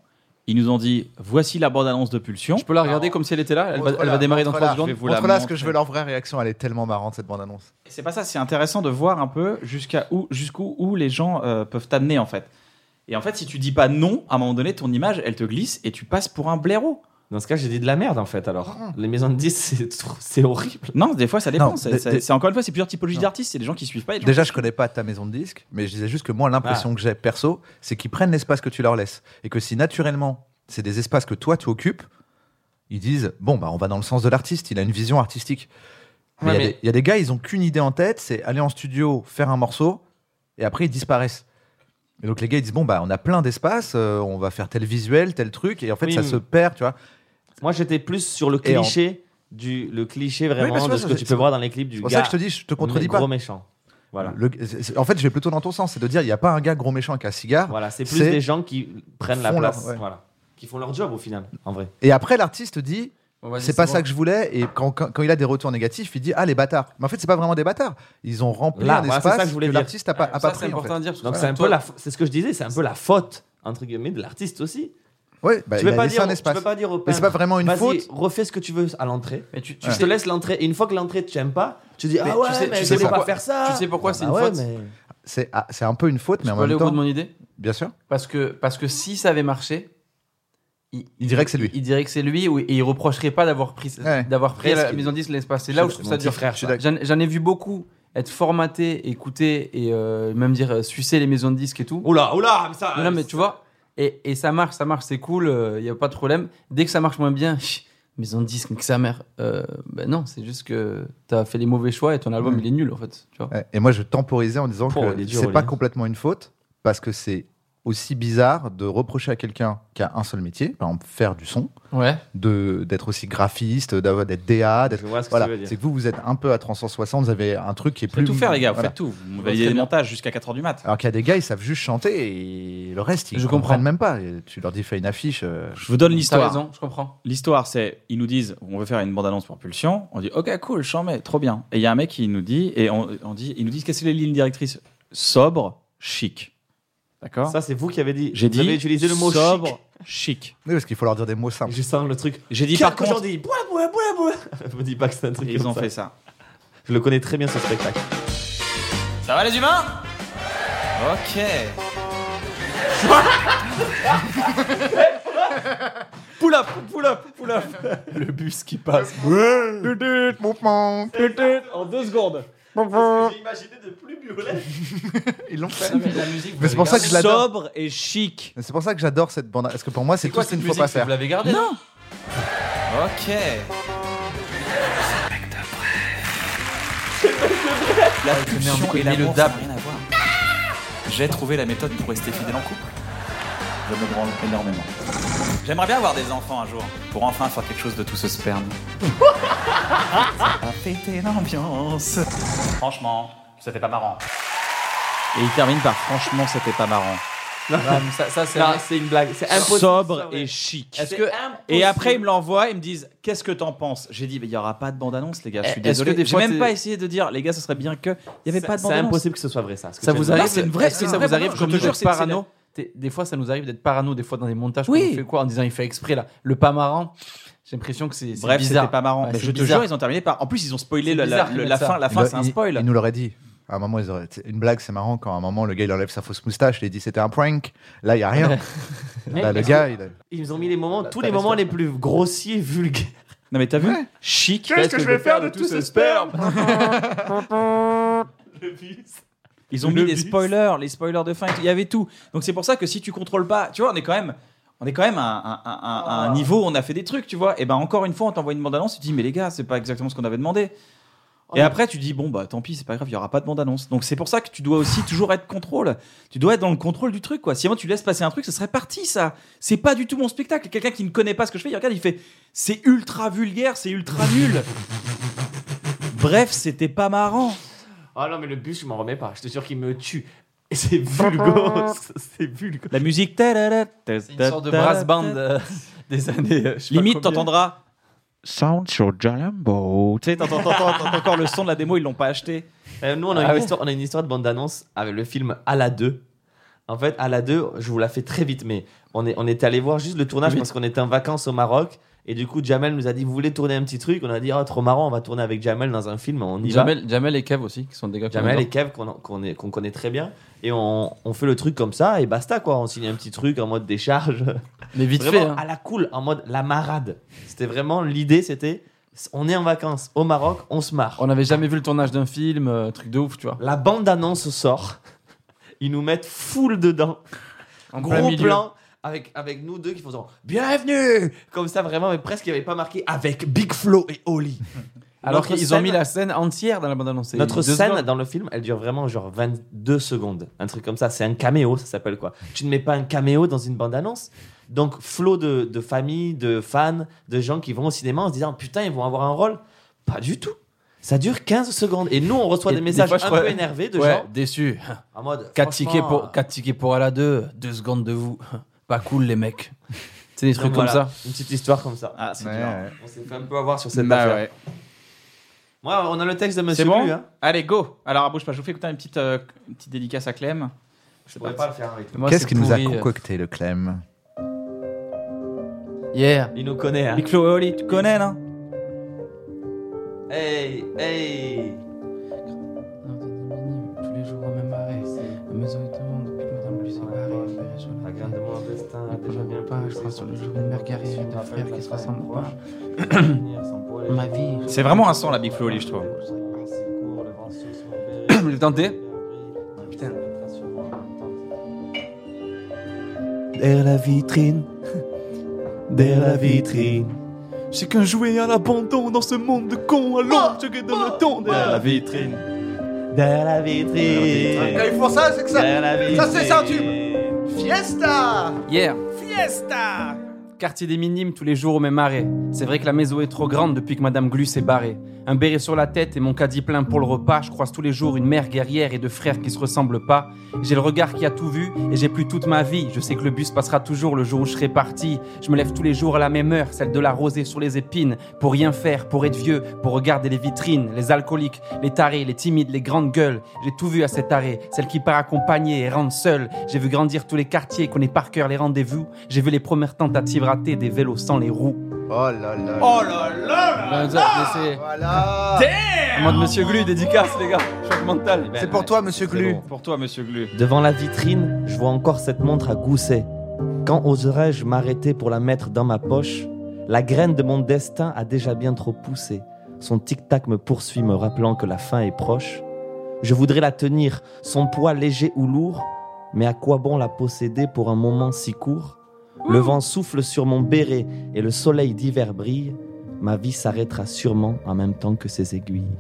Ils nous ont dit voici la bande-annonce de Pulsion.
Je peux la regarder comme si elle était là. Elle va, elle va démarrer dans 3
Montre-la,
secondes.
Je vais vous la
Montre-la ce que
montrer.
je veux leur vraie réaction. Elle est tellement marrante cette bande-annonce.
Et C'est pas ça, c'est intéressant de voir un peu jusqu'à où, jusqu'où où les gens euh, peuvent t'amener en fait. Et en fait, si tu dis pas non, à un moment donné, ton image, elle te glisse et tu passes pour un blaireau.
Dans ce cas, j'ai dit de la merde en fait alors.
Ah.
Les maisons de 10, c'est trop- c'est horrible.
Non, des fois, ça dépend.
Non,
C'est-
des-
c'est
des-
c'est- encore une fois, c'est plusieurs typologies d'artistes. C'est des gens qui suivent pas. et des gens-
Déjà, je connais pas ta maison de disques, mais je disais juste que moi,
Ah.
l'impression que j'ai perso, c'est qu'ils prennent l'espace que tu leur laisses. Et que si naturellement, c'est des espaces que toi, tu occupes, ils disent Bon, bah, on va dans le sens de l'artiste, il a une vision artistique. Mais il y
Ouais,
a
mais-
des- il y, a des gars, ils ont qu'une idée en tête, c'est aller en studio, faire un morceau, et après, ils disparaissent. Et donc, les gars, ils disent Bon, bah, on a plein d'espaces, euh, on va faire tel visuel, tel truc, et en fait,
Oui,
ça
mais-
se perd, tu vois.
Moi, j'étais plus sur le
Et en-
cliché du le cliché vraiment
parce que
de
ça,
ce que
c'est-
tu peux voir dans les clips
C'est
du
pour ça
gars.
que je te dis, je te contredis
gros
pas.
méchant. Voilà.
Le- c'est- c'est- en fait, je vais plutôt dans ton sens, c'est de dire il n'y a pas un gars gros méchant avec un cigare.
Voilà, c'est plus
Ah. C'est-
des gens qui prennent la
font leur-
place,
ouais.
voilà, qui font leur job au final, en vrai.
Et après, l'artiste dit
Bon, vas-y,
C'est pas
bon.
ça que je voulais. Et quand, quand, quand il a des retours négatifs, il dit Ah, les bâtards. Mais en fait, c'est pas vraiment des bâtards. Ils ont rempli
Là,
un
voilà, c'est ça
espace
que je voulais dire.
l'artiste a pas, a
Ça,
pas
c'est
pris. En
important
fait.
à dire. parce que
Donc
voilà,
c'est un
toi,
peu la, fa- c'est ce que je disais, c'est un peu la faute entre guillemets de l'artiste aussi.
Ouais, bah,
tu
il
peux
a
pas
laissé
dire,
un espace.
tu peux pas dire au
Mais c'est pas
peintre,
vraiment une
vas-y,
faute.
refais ce que tu veux à l'entrée.
Mais tu, tu
Tu
sais,
te laisses l'entrée et une fois que l'entrée tu aimes pas, tu dis ah ouais,
sais-
mais
tu
je
sais
voulais pas
pourquoi-
faire ça.
tu sais pourquoi c'est
Bah
une
ouais,
faute
mais-
C'est ah, c'est un peu une faute,
je
mais en
peux aller
même
au bout
temps.
de mon idée
Bien sûr.
parce que, parce que si ça avait marché, il,
Il dirait que c'est lui.
Il, dirait que c'est lui ou- et il reprocherait pas d'avoir pris,
Ouais.
d'avoir pris la
Presque.
mise en disque l'espace. C'est là où je trouve ça dur.
frère.
Je suis
ça.
d'accord.
J'en j'en ai vu beaucoup être formaté, écouté et euh, même dire euh, sucer les maisons de disques et tout.
Oula, oula, mais ça.
Non, non, mais euh, tu vois, et, et ça marche, ça marche, c'est cool, il n'y a pas de problème. Dès que ça marche moins bien, maison de disque, nique sa mère. Euh, ben non, c'est juste que t'as fait les mauvais choix et ton album,
Mm.
il est nul en fait. Tu vois.
Ouais. Et moi, je temporisais en disant
Oh, il
que
est dur,
c'est pas
Olivier.
complètement une faute parce que c'est aussi bizarre de reprocher à quelqu'un qui a un seul métier, par exemple faire du son,
Ouais.
de d'être aussi graphiste, d'avoir d'être DA, d'être
Je vois ce que
voilà,
ça veut dire.
c'est que vous vous êtes un peu à 360, vous avez un truc qui est
Faites
plus
tout faire, les gars, vous
voilà.
faites tout. Vous validez les montages jusqu'à 4h du mat.
Alors qu'il y a des gars, ils savent juste chanter et le reste, ils
Je comprends.
comprennent même pas. Et tu leur dis fais une affiche. euh,
Je vous donne
T'as
l'histoire.
raison, je comprends.
L'histoire, c'est, ils nous disent, on veut faire une bande-annonce pour Pulsion. On dit, ok, cool, j'en mets, trop bien. Et il y a un mec qui nous dit, et on, on dit, ils nous disent, quelles sont les lignes directrices Sobre, chic. D'accord
Ça, c'est vous qui avez dit.
J'ai dit,
Vous avez utilisé le mot
sobre,
sobre.
chic.
Oui, parce qu'il faut leur dire des mots simples.
Je sens le truc.
J'ai dit, par contre,
aujourd'hui, bois, bois, bois, bois. *laughs* Je me dis pas que c'est un truc.
ils
comme
ont
ça.
fait ça.
Je le connais très bien ce spectacle.
Ça va les humains Ok.
Pull up, pull up, pull
*laughs*
up. Le bus qui passe.
Mouvement.
en deux secondes.
Ils l'ont fait.
la musique,
Mais c'est pour ça que je l'adore.
Sobre et chic.
Mais C'est pour ça que j'adore cette bande. Parce que pour moi, c'est tout
quoi
ce qu'il
cette
ne faut
musique
pas
que
faire.
Vous l'avez gardée Non
Ok.
La
mais on
pulsion et
connaît le
l'amour, ça
dab.
n'a rien à voir. J'ai trouvé la méthode pour rester fidèle en couple. Je me branle énormément. J'aimerais bien avoir des enfants un jour, pour enfin faire quelque chose de tout ce sperme. A péter l'ambiance. Franchement, c'était pas marrant. Et il termine par franchement, c'était pas marrant.
Ça, ça, c'est
Non,
vrai.
c'est une blague. C'est impossible.
Sobre
C'est
et
vrai.
chic.
Est-ce que-
Et après, ils me l'envoient et me disent Qu'est-ce que t'en penses J'ai dit Mais il n'y aura pas de bande-annonce, les gars. Je suis
Eh, est-ce
désolé.
que des
J'ai
fois,
même
t'es-
pas essayé de dire Les gars, ce serait bien que. Il n'y avait
C'est-
pas de
C'est
bande-annonce.
impossible que ce soit vrai, ça. ce que
Ça
tu
vous
viens de
arrive
Non, c'est une vraie-
Est-ce
c'est
que ça
une
vous
vraie
arrive
bande-annonce.
comme
Je te jure,
d'être
c'est- c'est
parano T'es- Des fois, ça nous arrive d'être parano, des fois dans les montages. qu'on
Oui.
nous fait quoi en disant il fait exprès là Le pas marrant, j'ai l'impression que c'est c'est
Bref,
bizarre.
c'était pas marrant.
Ouais,
Mais
c'est
je te
bizarre.
jure, ils ont terminé par. En plus, ils ont spoilé
C'est
la,
bizarre Bah,
la,
qu'ils
la
mettent ça.
fin. La fin,
Il-
c'est un
il-
spoil.
Il nous l'aurait dit. À un moment, ils auraient... c'est- une blague, c'est marrant quand à un moment, le gars, il enlève sa fausse moustache et il dit c'était un prank. Là, il n'y a rien. Là, Bah, le gars, il a-
Ils ont mis les moments, tous les moments les plus grossiers, vulgaires.
Non, mais t'as vu Chic.
Qu'est-ce que je vais faire de tout ce
*laughs*
sperme
Ils ont mis
Le
des
bus.
spoilers, les spoilers de fin, et tout. il y avait tout. Donc c'est pour ça que si tu contrôles pas, tu vois, on est quand même, on est quand même à, un- un- un- à un niveau où on a fait des trucs, tu vois. Et ben encore une fois, on t'envoie une bande-annonce, tu te dis, mais les gars, c'est pas exactement ce qu'on avait demandé. Et après, tu te dis, bon, bah tant pis, c'est pas grave, il y aura pas de bande-annonce. Donc c'est pour ça que tu dois aussi toujours être contrôle. Tu dois être dans le contrôle du truc, quoi. Si moi tu laisses passer un truc, ce serait parti, ça. C'est pas du tout mon spectacle. Quelqu'un qui ne connaît pas ce que je fais, il regarde, il fait, c'est ultra vulgaire, c'est ultra nul. Bref, c'était pas marrant.
Ah non, mais le bus, je m'en remets pas. Je te jure qu'il me tue. Et *laughs* c'est vulgaire. C'est vulgaire.
La musique. ta-da-da,
C'est une sorte de
ta-da-da,
brass band euh, *laughs* des années. euh, je sais pas
Limite,
combien.
t'entendras. Sound sur Jalambo. Tu sais, t'entends t'entends- t'entends encore le son de la démo, ils l'ont pas acheté.
Euh, nous, on
Ah
a, une histoire, on a une histoire de bande-annonce avec le film À la 2. En fait, À la 2, je vous la fais très vite, mais on, est, on était allé voir juste le tournage parce qu'on était en vacances au Maroc. Et du coup, Jamel nous a dit Vous voulez tourner un petit truc On a dit Oh, trop marrant, on va tourner avec Jamel dans un film, on y va.
Jamel, Jamel et Kev aussi, qui sont des gars qu'on
Jamel
adore.
et Kev qu'on qu'on est- qu'on connaît très bien. Et on, on fait le truc comme ça, et basta quoi. On signe un petit truc en mode décharge.
Mais vite fait.
Vraiment
hein.
à la cool, en mode la marade. C'était vraiment l'idée, c'était on est en vacances au Maroc, on se marre.
On n'avait jamais vu le tournage d'un film, euh, truc de ouf, tu vois.
La bande-annonce sort. Ils nous mettent full dedans.
En plein
Gros
milieu.
plan. Avec, avec nous deux qui faisons Bienvenue Comme ça, vraiment, mais presque, il n'y avait pas marqué avec Big Flo et Oli.
*laughs* Alors
Notre
qu'ils ont
scène-
mis la scène entière dans la bande-annonce. C'est
Notre
deux
scène
secondes.
dans le film, elle dure vraiment genre 22 secondes. Un truc comme ça. C'est un caméo, ça s'appelle quoi. Tu ne mets pas un caméo dans une bande-annonce. Donc, flot de, de familles, de fans, de gens qui vont au cinéma en se disant Putain, ils vont avoir un rôle. Pas du tout. Ça dure 15 secondes. Et nous, on reçoit
Et
des
des
messages
fois, je
un
crois-
peu énervés de
Ouais,
gens
déçu.
en mode.
4 tickets,
franchement,
pour, quatre tickets pour à la 2, 2 secondes de vous. Pas cool, les mecs. C'est des
Donc
trucs
euh, voilà,
comme ça.
Une petite histoire comme ça.
Ah, c'est
Ouais,
dur.
ouais.
On s'est fait un peu avoir sur cette
Bah
affaire.
ouais.
Ouais, on a le texte de Monsieur
C'est bon
Glu, hein.
Allez, go Alors, à bouche pas, je vous fais écouter une petite, euh, une petite dédicace à Clem.
Je pourrais pas le faire avec
Moi,
Qu'est-ce
c'est
qu'il nous a
pourri, euh.
concocté, le Clem
Yeah.
Il nous connaît, hein.
Big Flo et Oli, tu connais, non
Hey, hey
Tous les jours au même arrêt. La maison est au monde depuis que madame lui s'est barrée. Opéré sur la
La graine de mon destin a
On
déjà bien
pas, je crois, sur le jour d'une mère guerrière, de frères qui se ressemblent pas. Ma vie.
C'est vraiment un son, la Big Flo et Oli, je trouve. *coughs*
Je vais tenter.
Derrière la vitrine, derrière la vitrine,
J'ai qu'un jouet à l'abandon dans ce monde de cons. Alors, je gagne le temps derrière la vitrine.
derrière la vitrine.
font Ah, ça, c'est que
Derrière la vitrine.
Ça, c'est ça, un tube.
Fiesta
Hier,
Fiesta
quartier des minimes tous les jours au même arrêt. C'est vrai que la maison est trop grande depuis que Madame Glu s'est barrée. Un béret sur la tête et mon caddie plein pour le repas. Je croise tous les jours une mère guerrière et deux frères qui se ressemblent pas. J'ai le regard qui a tout vu et j'ai plus toute ma vie. Je sais que le bus passera toujours le jour où je serai parti. Je me lève tous les jours à la même heure, celle de la rosée sur les épines, pour rien faire, pour être vieux, pour regarder les vitrines, les alcooliques, les tarés, les timides, les grandes gueules. J'ai tout vu à cet arrêt, celle qui part accompagnée et rentre seule. J'ai vu grandir tous les quartiers, connaît par cœur les rendez-vous. J'ai vu les premières tentatives ratées des vélos sans les roues.
Oh là là.
Oh là là là
Ben, vous avez laissé-
Voilà.
En mode Monsieur Glu, dédicace les gars, choc mental.
C'est pour toi, monsieur Glu.
Pour toi, monsieur Glu.
Devant la vitrine, je vois encore cette montre à gousset. Quand oserais-je m'arrêter pour la mettre dans ma poche La graine de mon destin a déjà bien trop poussé. Son tic-tac me poursuit, me rappelant que la fin est proche. Je voudrais la tenir, son poids léger ou lourd, mais à quoi bon la posséder pour un moment si court Le vent souffle sur mon béret et le soleil d'hiver brille. Ma vie s'arrêtera sûrement en même temps que ses aiguilles.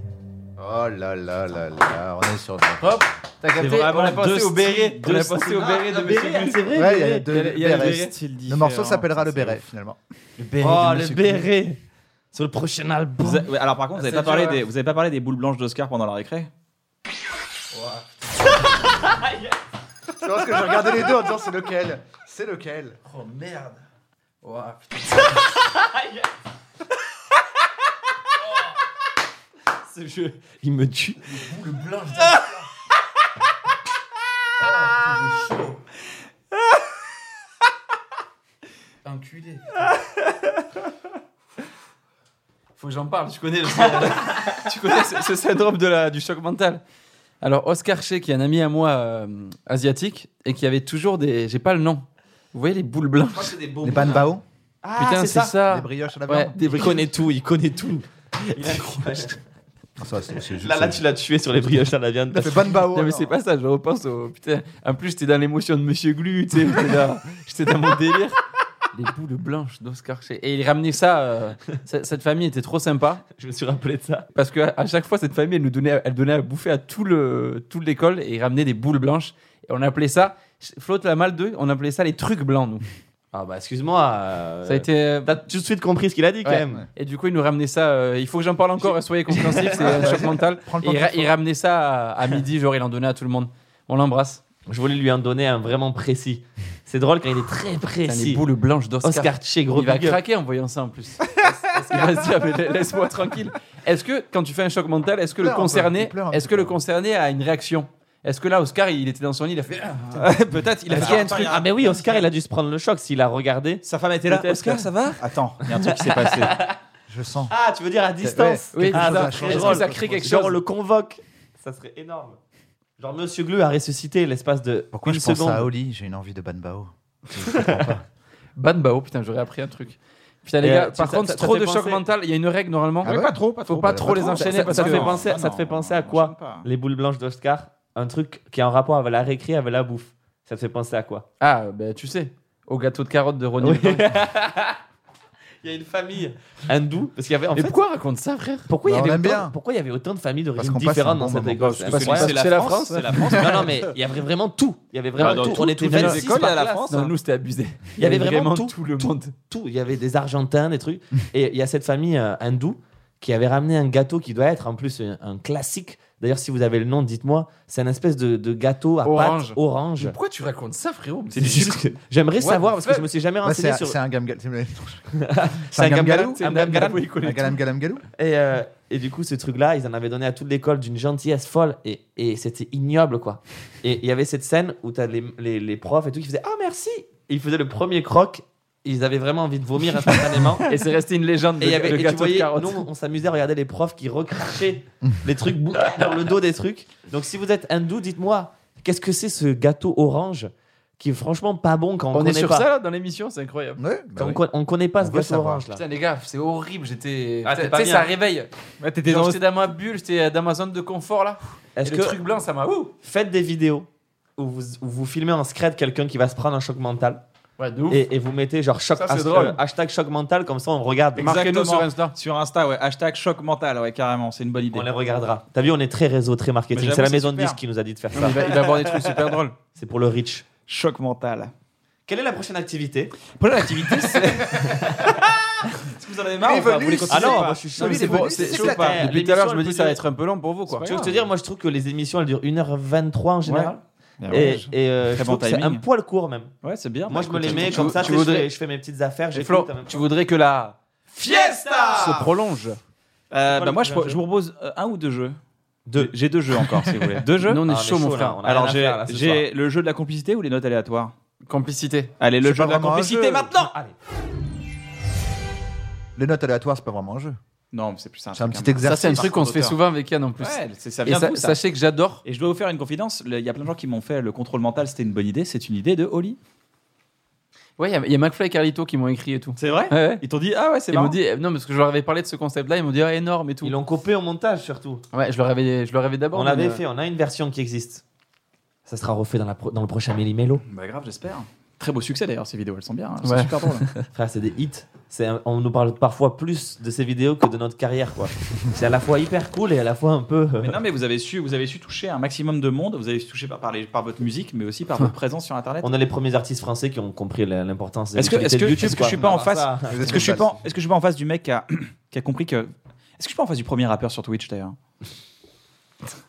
Oh là là là là. On est sur.
Hop, t'as capté
C'est vraiment
On a passé
deux
au béret.
styles,
On a
deux
passé au béret de Monsieur Glu.
C'est vrai,
Ouais, il y a deux
Il y a le
bérets.
béret.
Le morceau s'appellera le béret finalement.
Le béret
Oh,
de
le
Monsieur Clou. Sur le prochain album.
Vous a- ouais, alors par contre, vous n'avez
c'est
pas, parlé
dur,
des- vous avez pas parlé des boules blanches d'Oscar pendant la récré
C'est parce que je regardais les deux en disant c'est lequel C'est lequel
Oh merde. Ouah, putain.
Ce jeu, il me tue.
Le blanc, je ah, Enculé. Faut que j'en parle, tu connais, le- tu connais ce, ce syndrome de la, du choc mental. Alors, Oscar Shea, qui est un ami à moi euh, asiatique et qui avait toujours des. J'ai pas le nom. Vous voyez les boules blanches
Les banbao
Putain, Ah, c'est ça.
Les brioches à la
Ouais,
viande
des
Il connaît tout, il connaît tout.
Ah, Ça, c'est c'est juste.
Là, là, tu l'as tué sur les brioches à la viande.
T'as fait banbao.
Non
Oh,
mais
alors.
c'est pas ça, je repense au putain. En plus j'étais dans l'émotion de Monsieur Glu, tu sais, j'étais dans, j'étais dans mon délire. *laughs* Les boules blanches d'Oscar Shea. Et il ramenait ça. euh, c- cette famille était trop sympa
Je me suis rappelé de ça.
parce que à- à chaque fois cette famille elle nous donnait, elle donnait à bouffer à tout le toute l'école et il ramenait des boules blanches et on appelait ça. Flotte la malle 2, on appelait ça les trucs blancs nous.
Ah bah excuse-moi. euh,
Ça a été. euh,
T'as tout de suite compris ce qu'il a dit quand
Ouais.
même.
Et du coup, il nous ramenait ça. euh, il faut que j'en parle encore, euh, soyez compréhensifs, *laughs* c'est un choc mental.
Prends le
Et
temps
il,
qu'il
ra- il ramenait ça à, à midi, genre il en donnait à tout le monde. On l'embrasse.
Je voulais lui en donner un vraiment précis. C'est drôle quand il est très
Putain, Les
précis.
boules blanches d'Oscar
Oscar Che, gros
il va
big up.
craquer en voyant ça en plus. il va se dire, mais la- laisse-moi tranquille. Est-ce que quand tu fais un choc mental, est-ce que
Il
le
pleure un peu, il
concerné,
pleure un
est-ce que
peu.
le concerné a une réaction Est-ce que là, Oscar, il était dans son lit, il a fait Ah, peut-être, il a
Est-ce
fait
qu'il y a
un
un
truc.
truc Ah mais oui, Oscar il a dû se prendre le choc s'il a regardé.
Sa femme était là.
Peut-être.
Oscar, *laughs* ça va
Attends,
Il y a un truc qui s'est passé.
je sens.
Ah, tu veux dire à distance
Oui,
Ah,
c'est ça.
ça serait
bah, est-ce que
drôle.
ça crée quelque
Genre on
chose
le convoque. Ça serait énorme. Genre Monsieur Glue a ressuscité l'espace de
Pourquoi
une
je pense
seconde.
à Oli J'ai une envie de banbao.
Banbao, putain, j'aurais appris un truc. Putain, les
Et,
gars,
euh,
par
ça-
contre,
ça- ça
trop
fait
de choc
penser-
mental, il y a une règle normalement.
Ah ouais Pas
trop, Faut pas
bah,
trop
pas
les
trop.
enchaîner
Ça-
parce
ça
que.
fait penser- ça te fait penser à quoi Les boules blanches d'Oscar, un truc qui est en rapport avec la récré, avec la bouffe. Ça te fait penser à quoi
Ah, ben tu sais, au gâteau de carottes de Ronnie.
Oui.
Leblanc.
Il y a une famille hindoue parce qu'il y avait en
Mais
fait
pourquoi raconte ça, frère
Pourquoi il y
Bah, on
avait
aime bien.
autant, pourquoi il y avait autant de familles d'origine
qu'on passe un
différentes
bon
dans cette
moment.
école C'est
Parce que
incroyable.
c'est la France,
Bah, C'est la France.
Non non mais il y avait vraiment tout. Il y avait
Bah,
Ah,
vraiment
dans
tout.
tout-
On était
toutes les
26
écoles, il y a
par
la
classe.
France,
Non, nous, c'était abusé.
Il y avait vraiment tout,
le monde.
tout. Il y avait des Argentins, des trucs. Et il y a cette famille euh, hindoue qui avait ramené un gâteau qui doit être en plus un, un classique. D'ailleurs, si vous avez le nom, dites-moi. C'est un espèce de, de gâteau à
Orange.
pâte orange.
pourquoi tu racontes ça, frérot
C'est juste- J'aimerais
What
savoir
the
parce que je
fuck
me suis jamais
Ouais,
renseigné
C'est
sur.
c'est un galam galou.
C'est un gamgalou.
C'est
Un gamgalou.
Un galam galam galou.
Et, euh, et du coup, ce truc-là, ils en avaient donné à toute l'école d'une gentillesse folle et, et c'était ignoble, quoi. Et il y avait cette scène où t'as les, les, les profs et tout qui faisaient Ah, merci Et ils faisaient le premier croc. Ils avaient vraiment envie de vomir instantanément.
Et c'est resté une légende de,
Et, il y avait,
de
et tu
gâteau de
voyais,
carottes.
nous, on s'amusait à regarder les profs qui recrachaient les trucs bou- dans le dos des trucs. Donc, si vous êtes hindou, dites-moi, qu'est-ce que c'est ce gâteau orange qui est franchement pas bon quand on,
on est
connaît
sur
pas
ça, là, dans l'émission, c'est incroyable.
Ouais, bah
Quand
oui.
on, con- on connaît pas
On
ce
veut
gâteau
savoir.
orange là.
Putain, les gars, c'est horrible. J'étais.
Ah,
Putain,
t'es pas
tu sais,
bien.
ça réveille.
t'étais
Genre, J'étais dans ma bulle, j'étais dans ma zone de confort, là. Et
Est-ce
le
que
truc blanc, ça m'a. Ouh
faites des vidéos où vous, où vous filmez en scred quelqu'un qui va se prendre un choc mental
Ouais, de ouf.
et, et vous mettez genre choc,
Ça, c'est
hasht-
drôle.
euh, hashtag choc mental comme ça on regarde.
Exact.
Marquez-nous
Exactement.
sur Insta.
Sur Insta, ouais. Hashtag choc mental, ouais, carrément. C'est une bonne idée.
On les regardera. T'as vu, on est très réseau, très
Mais
marketing.
j'avoue,
C'est la
c'est
maison de
super.
disques qui nous a dit de faire
Il
ça.
va, il va avoir des trucs super drôles.
C'est pour le rich.
Choc mental.
Quelle est la prochaine activité
Prochaine activité, c'est. Est-ce que vous en avez marre ou pas Vous voulez continuer
Ah non,
ou pas
moi, je suis chaud.
Non, mais
Il
c'est
est
bon,
venu,
c'est
c'est
chaud ou pas
éclaté.
Depuis tout à l'heure, je me dis ça va être un peu long pour vous, quoi.
pas
Tu veux que je te
grave.
dire, moi je trouve que les émissions elles durent 1h23 en général.
Ouais,
Et,
ouais, je-
et euh,
Très
je
bon
trouve que c'est un
timing.
poil court même.
Ouais, c'est bien. Bah,
Moi je me
écoute,
les mets
tu-
comme ça,
tu
tu sais, je,
voudrais-
fais, je fais mes petites affaires,
Et
j'ai
Flo, tu voudrais que la
Fiesta
se prolonge.
Euh,
quoi
bah,
le
moi, je,
prochain
je
jeu
vous propose euh, un ou deux jeux. J'ai deux jeux encore, si vous *laughs* voulez. Deux jeux
Nous, on est
Ah, on est
chaud, mon
chaud, là,
frère.
on a-
Alors,
rien à
j'ai
faire, là, ce
j'ai le jeu de la complicité ou les notes aléatoires
Complicité.
Allez, le
C'est
jeu
pas
de la
vraiment un
Ah,
complicité
jeu.
maintenant
Les notes aléatoires, c'est pas vraiment un jeu.
Non, mais c'est plus simple.
Ah, C'est un petit
Ça,
exercice.
c'est un truc qu'on se fait
d'auteur.
souvent avec Yann en plus.
Ouais, c'est- ça
Et
vient de
sa-
vous, ça.
sachez que j'adore.
Et je dois vous faire une confidence, le- il y a plein de gens qui m'ont fait le contrôle mental, c'était une bonne idée, c'est une idée de Oli.
Ouais, il y a- il y, a McFly et Carlito qui m'ont écrit et tout.
C'est vrai
Ouais, ouais.
Ils t'ont dit, ah ouais, c'est
Ils m'ont
marrant.
dit, euh, non, parce que je leur avais parlé de ce concept-là, ils m'ont dit, ah, énorme et tout.
Ils l'ont coupé au montage surtout.
Ouais, je leur avais, je leur avais
ben,
d'abord.
on l'avait
euh,
donné,
fait, on a une version qui existe. Ça sera refait dans, la pro- dans le prochain
*laughs*
Méli-Mélo.
Bah grave, j'espère. Très beau succès d'ailleurs, ces vidéos, elles sont bien, hein, elles
Ouais.
sont super
*laughs*
drôles.
Frère, c'est des hits. C'est un- On nous parle parfois plus de ces vidéos que de notre
*laughs*
carrière quoi. c'est à la fois hyper cool et à la fois un peu. euh,
mais non, mais vous avez, su, vous avez su toucher un maximum de monde, vous avez su toucher par, par, les- par votre musique, mais aussi par
*laughs*
votre présence sur Internet.
On a les premiers artistes français qui ont compris la- l'importance de
Est-ce que-
l'utilité
est-ce que-
de YouTube,
est-ce que
quoi.
je suis pas en
Alors
face
ça- euh,
Est-ce que, je suis pas en- est-ce que je suis pas en face du mec qui a, qui a compris que... Est-ce que je suis pas en face du premier rappeur sur Twitch d'ailleurs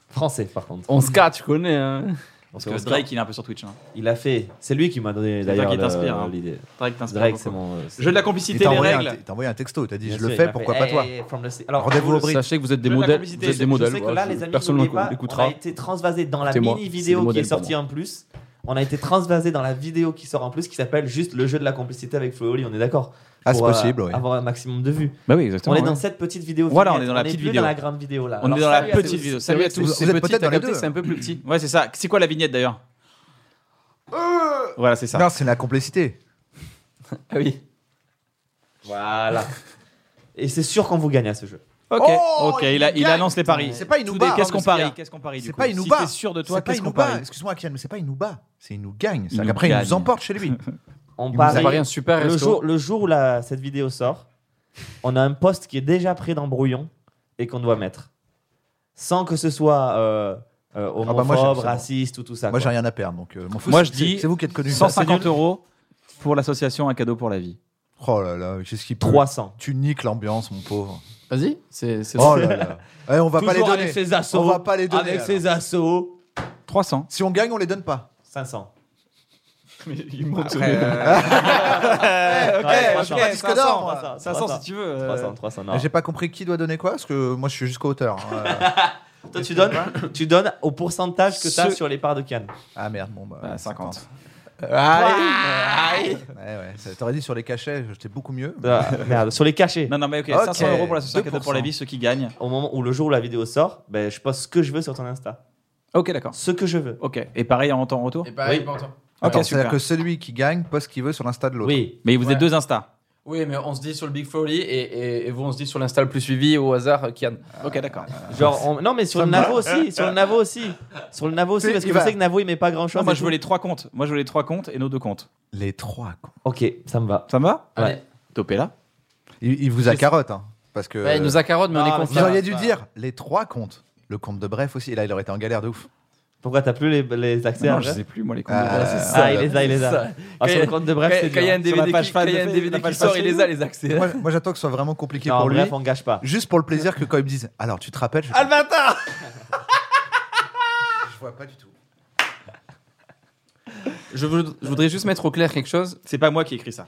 Français par contre.
euh, On se cache, tu connais. hein.
Parce
Parce que Drake, il est un peu sur Twitch. hein.
Il a fait. C'est lui qui m'a donné
toi
d'ailleurs
qui
le-
t'inspire, hein.
l'idée.
Drake t'inspire.
Drake,
beaucoup.
c'est mon. euh, c'est-
Jeu de la
Il
complicité,
t'a
les
envoyé, un-
règles.
il t'a envoyé un texto, t'as dit
Bien
je le
sûr, il
fais,
m'a
pourquoi
fait,
pas toi
hey, from the sea. Alors,
Rendez-vous au
je-
Brie.
Sachez que vous êtes des
Je veux de la
modèles. Vous
complicité,
êtes des
je
Je
modèles.
sais que
ouais,
là,
je-
les amis,
personne
n'oubliez
n'en
pas, on a
l'écoutera.
été transvasé dans la
Écoutez-moi,
mini
c'est des
vidéo qui est
modèles pour
sortie en plus. On a été transvasé dans la vidéo qui sort en plus, qui s'appelle juste le jeu de la complicité avec Flo et Oli. On est d'accord.
Ah, c'est
Pour, euh,
possible, oui.
Avoir un maximum de vues.
Bah oui, exactement.
on est
ouais.
dans cette petite vidéo.
Voilà,
vignette.
on est dans la petite
plus
vidéo.
dans la grande vidéo là.
On est
Alors,
dans la
salut à tous.
petite vidéo.
Salut à tous.
Vous
C'est
êtes
petit,
peut-être
t'as
dans les
capté,
deux.
C'est un peu plus petit.
Ouais, c'est ça. C'est quoi la vignette d'ailleurs Voilà, c'est ça.
Non, c'est la complicité.
Ah oui.
Voilà. Et c'est sûr qu'on vous gagne à ce jeu.
Ok,
Oh,
ok,
il
il, a- il
gagne.
annonce les paris.
C'est pas une
Tout
Uba,
des- Qu'est-ce
hein,
qu'on
parce qu'il
parie
y a-
Qu'est-ce qu'on parie du
C'est
coup
pas
Si
Inouba.
t'es sûr de toi,
C'est pas
qu'est-ce qu'on
Inouba.
parie
Excuse-moi, Kian, mais c'est pas Inouba. C'est Inougagne.
Il
C'est
nous
qu'après, il
gagne.
nous
*laughs*
emporte chez lui.
On
nous
Ça
parie.
paraît un super
le
resto.
jour, le jour où la- cette vidéo sort, on a un poste qui est déjà prêt dans Brouillon et qu'on doit mettre. Sans que ce soit euh, euh,
Ah bah
homophobe,
moi, j'ai- c'est bon.
raciste ou tout ça.
Moi, j'ai
quoi.
rien à perdre. Donc, euh, m'en fous.
Moi, je
C'est-
dis
C'est vous qui êtes connu.
150 euros pour l'association Un cadeau pour la vie.
Oh là là, qu'est-ce qu'il peut.
300.
Tu niques l'ambiance, mon pauvre.
*laughs*
Vas-y. C'est. c'est-
Oh là là. *laughs* Eh, on va pas les
Toujours
donner.
avec ses assos.
On va pas les donner.
avec
alors.
ses assauts.
300.
Si on gagne, on les donne pas.
500.
ok,
ok, 500,
d'or,
300,
500 si tu veux. euh,
300, 300, non.
J'ai pas compris qui doit donner quoi, parce que moi, je suis jusqu'au hauteur.
*laughs*
hein. Euh,
Toi, tu donnes, tu donnes au pourcentage que tu as
Ce-
sur les parts de Cannes.
Ah merde, bon bah.
bah, 50.
Ouais, ouais, ça- t'aurais dit sur les cachets, j'étais beaucoup mieux.
Ah, merde, sur les cachets.
Non, non, mais ok,
Ok,
500 euros pour l'association Un cadeau pour la
2%.
vie, ceux qui gagnent.
Au moment où le jour où la vidéo sort, ben, je poste ce que je veux sur ton Insta.
Ok, d'accord.
Ce que je veux.
Ok, et pareil en temps en retour
Et pareil, pas en temps.
Ok,
Attends,
super.
c'est-à-dire que celui qui gagne poste ce qu'il veut sur l'insta de l'autre.
Oui.
Mais vous
Ouais.
êtes deux Insta.
Oui, mais on se dit sur le Big Folly et, et, et vous, on se dit sur l'Insta le plus suivi au hasard, euh, Kian.
Ok, d'accord.
Genre, on- non, mais sur le Navo aussi, sur le Navo aussi, sur le Navo aussi,
Tu-
parce que
il
je
va-
sais que Navo il met pas grand chose.
Non, Ah, moi, je veux les trois comptes. Moi, je veux les trois comptes et nos deux comptes.
Les trois. Quoi.
Ok, ça me va.
Ça me va
Ouais.
Allez.
Topé là.
Il, il vous a carotte, hein, parce que.
Ouais, il nous a carotte, mais
non,
on est
mais
Vous
confiants.
auriez dû dire les trois comptes. Le compte de Bref aussi, et là il aurait été en galère de ouf.
Pourquoi t'as plus les, les accès à
Non,
un
je
jeu
sais plus, moi, les comptes.
Ah,
Euh,
Ah, il les a, il les
Ça.
a. Ah, sur le
Quand-
compte de bref,
quand-
c'est
quand il y a un
dur.
Sur la
DVD,
page
qui,
fan
quand il y a
de
un
Fade,
DVD
la
qui
page
sort,
fan
il les a, les
*laughs*
accès.
Moi, moi, j'attends que ce soit vraiment compliqué
Non,
pour lui.
bref, on gâche pas.
Juste pour le plaisir que quand ils me disent Alors tu te rappelles je... je vois pas du tout.
Je, voud- je voudrais juste mettre au clair quelque chose.
C'est pas moi qui ai écrit ça.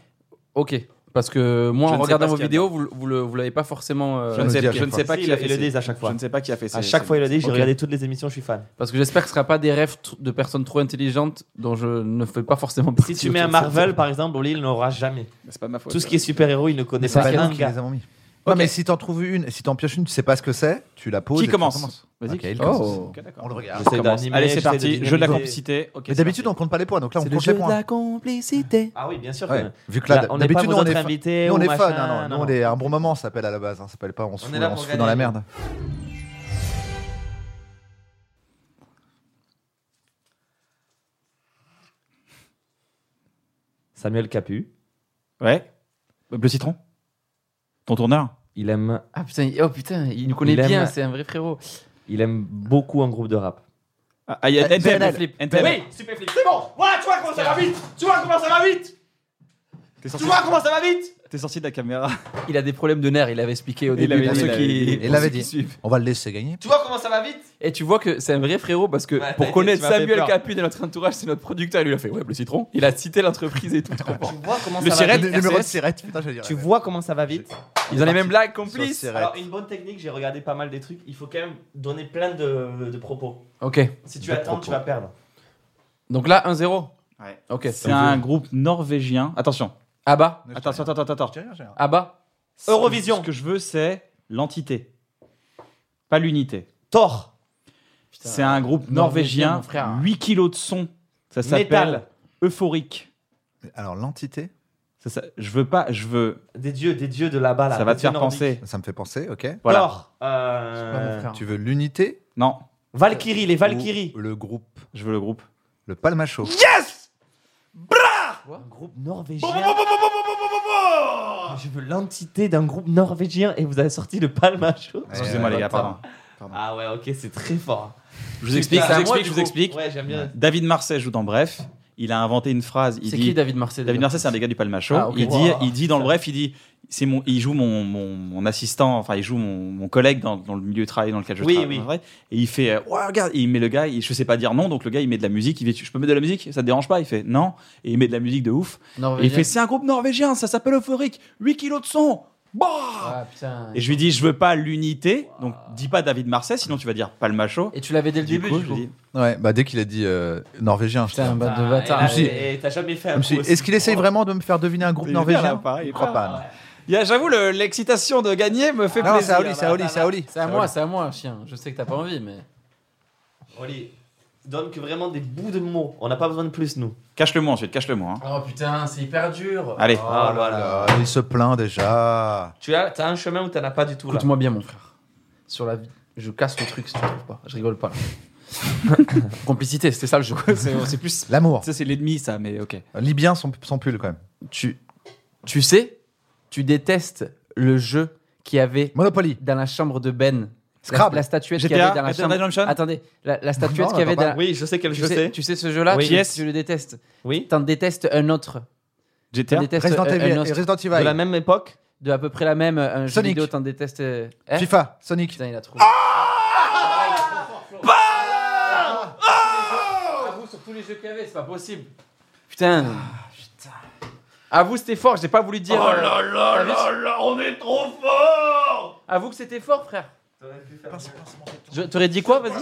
Ok. Parce que moi,
Je ne
en
sais
regardant
pas
vos
ce qu'il y a
vidéos, vous, vous le- vous l'avez pas forcément. euh,
Je ne sais,
dit à
je
chaque
ne
fois.
sais pas
Si,
qui
il-
a fait
il le
ces-
dit à chaque fois.
Je ne sais pas qui a fait ça.
À chaque fois, il le dit, j'ai
Ok.
regardé toutes les émissions, je suis fan.
Parce que j'espère que ce sera pas des rêves tr- de personnes trop intelligentes dont je ne fais pas forcément partie.
Si tu mets un Marvel, par exemple, Oli, il n'aura jamais.
C'est pas de ma faute.
Tout ce qui est super-héros, il ne connaît
Mais c'est
pas
pas nous
un
qui les
gars.
avons mis. Non, mais si t'en trouves une, si t'en pioches une, tu sais pas ce que c'est, tu la poses.
Qui
et tu
commence
recommences.
Vas-y.
Ok, il
Oh.
commence.
Ok, d'accord.
On le regarde.
J'essaie
Commence.
d'animer,
Allez, c'est
j'essaie
parti.
de
Jeu de la
dynamiser.
complicité. Ok,
Mais
c'est
d'habitude,
parti.
on compte pas les points, donc là on compte les points.
complicité.
Ah oui, bien sûr.
Ouais.
que-
Vu que
Là,
là,
on n'est pas
d'habitude,
vos
nous, on
autres
est, fa-
invités.
nous, on
ou
est
machin,
fun. hein, non, nous, on est un bon moment, ça s'appelle à la base. hein, ça s'appelle pas, on se
On
fout,
est là
on
pour
se fout dans la
gagner.
merde.
Samuel Capu,
Ouais. Bleu citron. Ton tourneur.
il aime,
Ah putain, il- oh putain, il nous connaît
Il aime-
bien, c'est un vrai frérot.
il aime beaucoup un groupe de rap.
Ah, ah, il y a NTM.
NTM.
NTM.
Oui, super flip. C'est bon. Voilà, tu vois comment ça va vite. Tu vois comment ça va vite.
T'es
Tu
sorti,
vois comment ça va vite.
t'es sorti de la caméra.
Il a des problèmes de nerfs, il avait expliqué au
Il
début.
avait
pour
dit,
ceux
il avait
qui-
dit.
pour
Il l'avait
ceux qui
dit.
suivent.
On va le laisser gagner.
Tu vois comment ça va vite.
Et tu vois que c'est un vrai frérot parce que
t'as été-
pour connaître
tu m'as fait
Samuel
peur.
Capu de notre entourage, c'est notre producteur. Il lui a fait Ouais, le citron. Il a cité l'entreprise et tout. trop fort.
Tu vois comment
Le
ça va
sirène,
vite.
Numéro de
RCS.
Siret, putain, j'allais dire.
Tu vois comment ça va vite.
Ils ont les mêmes blagues complices.
Complice.
Alors, une bonne technique, j'ai regardé pas mal des trucs. Il faut quand même donner plein de, de propos.
Ok.
Si tu attends, tu vas perdre.
Donc là, 1-0.
Ouais.
Ok.
C'est un groupe norvégien. Attention,
Abba.
attention, attends, attends, attends.
Abba.
Eurovision.
Ce que je veux, c'est l'entité, pas l'unité.
Thor.
C'est un groupe
Norvégien,
norvégien,
mon frère.
8 kilos de son. Ça s'appelle
Métal.
Euphorique.
Alors, l'entité,
Ça, ça- je veux pas, je veux.
Des dieux, des dieux de là-bas. Là,
ça va
des
te faire
dieux nordiques.
penser.
ça me fait penser, ok.
Voilà.
Thor. euh,
Tu veux l'unité
Non,
Valkyrie, les Valkyries.
ou Le groupe,
je veux le groupe.
Euh,
le palmacho.
Un groupe norvégien. Je veux l'entité d'un groupe norvégien et vous avez sorti le palmacho.
Excusez-moi les gars, pardon.
Ah ouais, ok, c'est très fort.
Je vous explique, je vous explique, je vous explique.
Ouais, j'aime bien.
David Marseille joue dans Bref. Il a inventé une phrase. Il
C'est
dit,
qui David Marseille
David Marseille, c'est un des gars du Palma Show.
Ah, ok.
il, dit,
Wow.
il dit dans le bref, il dit, c'est mon, il joue mon, mon, mon assistant, enfin il joue mon, mon collègue dans, dans le milieu de travail dans lequel je
Oui,
travaille.
oui.
en vrai. Et il fait, euh, ouais, regarde, et il met le gars, il, je sais pas dire non, donc le gars il met de la musique, il fait, je peux mettre de la musique, ça te dérange pas Il fait, non, et il met de la musique de ouf. Et il fait, c'est un groupe norvégien, ça s'appelle Euphorique, 8 kilos de son. Bah
Ah putain.
et je lui dis, je veux pas l'unité, donc dis pas David Marseille, sinon tu vas dire Palma Show.
Et tu l'avais dès le
Du
début.
coup,
du
je
coup.
dis,
Ouais, bah dès qu'il a dit euh, norvégien, je
Putain, un bande de bâtards.
Ah,
Je me suis-
et- et T'as jamais fait
je
un
me suis dit,
coup aussi
Est-ce qu'il essaye
fort.
vraiment de me faire deviner un groupe
Il est bien,
norvégien
là, pareil,
Je crois pas. non.
Il y a- J'avoue, le- l'excitation de gagner me fait
Non, c'est
plaisir.
Aoli, c'est Aoli, c'est Aoli.
C'est à moi, c'est à moi, chien. Je sais que t'as pas envie, mais.
Oli, donne que vraiment des bouts de mots. On n'a pas besoin de plus, nous.
Cache-le-moi ensuite, cache-le-moi. hein.
Oh putain, c'est hyper dur.
Allez.
Oh là
Ah, il se plaint déjà.
Tu as, t'as un chemin où t'en as pas du tout là.
Écoute-moi bien, mon frère. Sur la vie, je casse le truc si tu trouves pas. Je rigole pas.
*laughs*
là. Complicité, c'était ça le jeu.
C'est c'est plus.
L'amour.
Ça, c'est l'ennemi, ça, mais ok.
Libyen sans, sans pull quand même.
tu, tu sais, tu détestes le jeu qui avait
Monopoly.
dans la chambre de Ben. La,
Scrabble.
la statuette qu'il y
GTA,
avait dans la
Red Dead
chambre.
Redemption
Attendez, la, la statuette
Non,
qu'il y avait
attends
dans.
pas.
Oui, je sais quel
tu,
jeu
sais,
c'est.
tu sais ce jeu-là
Oui.
tu,
Yes.
tu le détestes.
Oui.
T'en détestes un autre.
GTA
T'en détestes
Resident
un- un,
Evil.
autre.
Resident
De
Evil.
la même époque.
De à peu près la même. Un jeu
Sonic.
vidéo, t'en détestes. euh, hein
FIFA. Sonic.
Putain, il a trouvé. Ah vous, sur tous les jeux qu'il y avait, c'est pas possible. Putain. Ah, Avoue, c'était fort, j'ai pas voulu dire. Oh là là là là, on est trop fort Avoue que c'était fort, frère. Je- T'aurais dit quoi, vas-y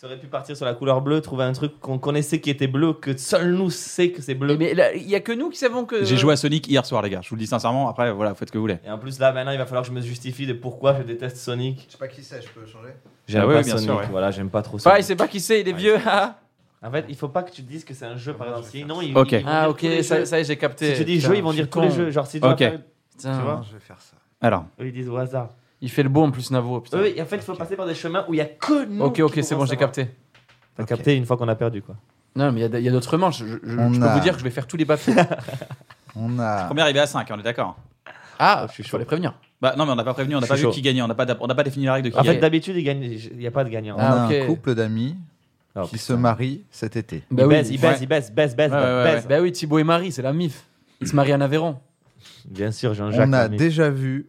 T'aurais pu partir sur la couleur bleue, trouver un truc qu'on connaissait qui était bleu, que seul nous sait que c'est bleu.
Eh, Mais là, il y a que nous qui savons que.
J'ai joué à Sonic hier soir, les gars. Je vous le dis sincèrement. Après, voilà, faites ce que vous voulez.
Et en plus, là, maintenant, il va falloir que je me justifie de pourquoi je déteste Sonic.
Je sais pas qui c'est, je peux changer.
J'aime
Ah ouais,
pas
bien
Sonic,
sûr, ouais.
voilà, j'aime pas trop
Pareil,
Sonic.
euh, c'est pas qui c'est, il est vieux. *laughs* ah.
En fait, il faut pas que tu dises que c'est un jeu, par exemple. Sinon, ils,
Ok.
ils vont
Ah,
dire
ok,
tous les
ça,
jeux.
ça y est, j'ai capté.
Si tu dis
Putain,
jeu, ils vont
je suis
dire tous
con.
les jeux. Genre, si tu dois
Ok.
faire-
Putain,
Tu vois
je vais faire ça.
Alors,
eux, ils disent au hasard.
Il fait le beau en plus, Navo. Putain.
Oui, et en fait, il faut passer par des chemins où il y a que nous.
ok,
qui
ok, c'est
pourrons
bon, j'ai
savoir.
capté.
T'as
Ok.
capté une fois qu'on a perdu, quoi.
Non, mais il y a d- il y a, d'autres manches. Je, je- je
On
peux
a-
vous dire que je vais faire tous
*laughs*
les papiers.
On a.
première arrivée à 5, on est d'accord
ah, je suis les prévenir.
Bah, non, mais on n'a pas prévenu, on n'a
Je
pas
suis
vu
chaud.
qui gagnait, on n'a pas, d'app- on n'a pas défini la règle de qui
En fait,
gagnait.
d'habitude, il gagne- il n'y a pas de gagnant.
On
Ah,
a
ok.
un couple d'amis
Oh,
qui se marient cet été.
Bah
il
oui.
baise, il baise, il baise, baise, baise,
Ouais, ouais, ouais,
baise.
Bah oui, Thibaut et Marie, c'est la mif. Ils se marient en Aveyron.
Bien sûr, Jean-Jacques.
On a
Lamy.
déjà vu,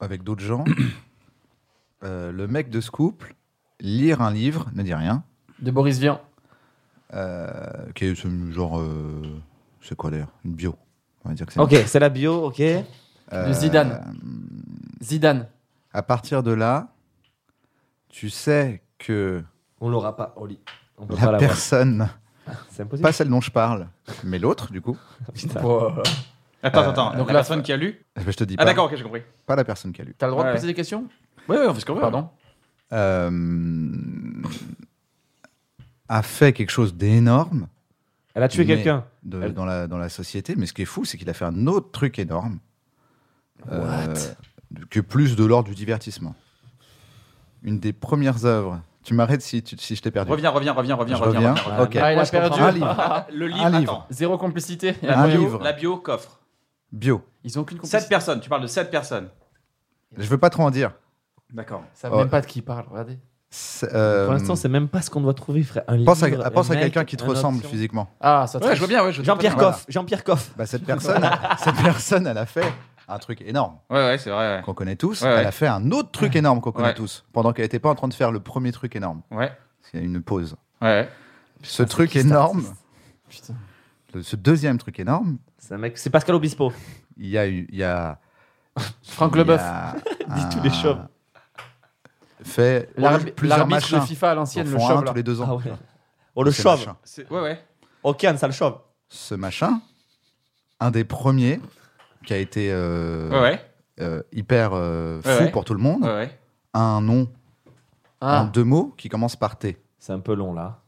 avec d'autres gens, *coughs* euh, le mec de ce couple lire un livre, ne dit rien,
De Boris Vian.
euh, qui est ce genre. euh, c'est quoi d'ailleurs Une bio. On va dire que c'est
Ok, c'est la bio, ok.
Euh,
De Zidane. Zidane.
À partir de là, tu sais que
On l'aura pas, Oli. On peut pas
la
l'avoir.
personne,
C'est impossible.
pas celle dont je parle, mais l'autre, du coup, *laughs*
Putain.
Wow.
Attends, attends,
euh, donc
donc la
la-
personne qui a lu.
je te dis
Ah,
pas,
d'accord, ok, j'ai compris.
pas la personne qui a lu.
T'as le droit
Ouais.
de poser des questions
Ouais, ouais, on fait ce qu'on veut.
Pardon.
Euh, a fait quelque chose d'énorme
Elle a tué
Mais-
quelqu'un.
de-
Elle-
dans, la, dans la société. Mais ce qui est fou, c'est qu'il a fait un autre truc énorme. euh, que plus de l'ordre du divertissement. Une des premières œuvres. Tu m'arrêtes si, tu- si je t'ai perdu.
Reviens, reviens, reviens, reviens,
Je
reviens.
reviens.
reviens,
Ok.
Ah, il
Moi,
a
je comprends.
perdu.
Un livre.
reviens. Le livre,
Un livre.
attends.
Zéro complicité. *laughs*
La
Un
bio,
livre.
la bio coffre.
Bio.
Ils ont aucune
7
complicité.
personnes, tu parles de 7 personnes.
Je veux pas trop en dire.
D'accord.
Ça
Ouais.
Oh. même pas de qui ils parlent, regardez.
C'est, euh,
Pour l'instant, c'est même pas ce qu'on doit trouver, frère. Un
pense à,
livre, un
pense à
mec,
quelqu'un qui te
un
ressemble
option.
physiquement.
Ah, ça te
je vois bien, ouais, je vois
Jean-Pierre
Voilà.
Coff. Jean-Pierre Coff.
Bah, cette personne, cette personne, elle a fait un truc énorme
Ouais, ouais, c'est vrai.
qu'on connaît tous.
Ouais, ouais.
Elle a fait un autre truc énorme qu'on connaît
Ouais.
tous pendant qu'elle n'était pas en train de faire le premier truc énorme.
Ouais, ouais.
Il y a une pause.
ouais.
Ce truc énorme, le- ce deuxième truc énorme,
C'est un mec. C'est Pascal Obispo.
il y a eu, il y a
Franck
il y
Leboeuf.
*laughs* a
Dis tous
un-
les chauves.
Fait
L'arbi-
plusieurs
L'arbitre
machins.
de FIFA à
Ils en
l'ancienne, le
font un
chauve. là.
tous les deux ans.
Ah ouais. Oh, le
Ce
chauve.
machin.
C'est- Ouais, ouais.
Okan, ça le chauve.
Ce machin, un des premiers qui a été euh,
Ouais, ouais.
euh, hyper euh, fou
Ouais, ouais.
pour tout le monde,
Ouais, ouais.
un nom en
Ah,
deux mots qui commence par T.
C'est un peu long, là.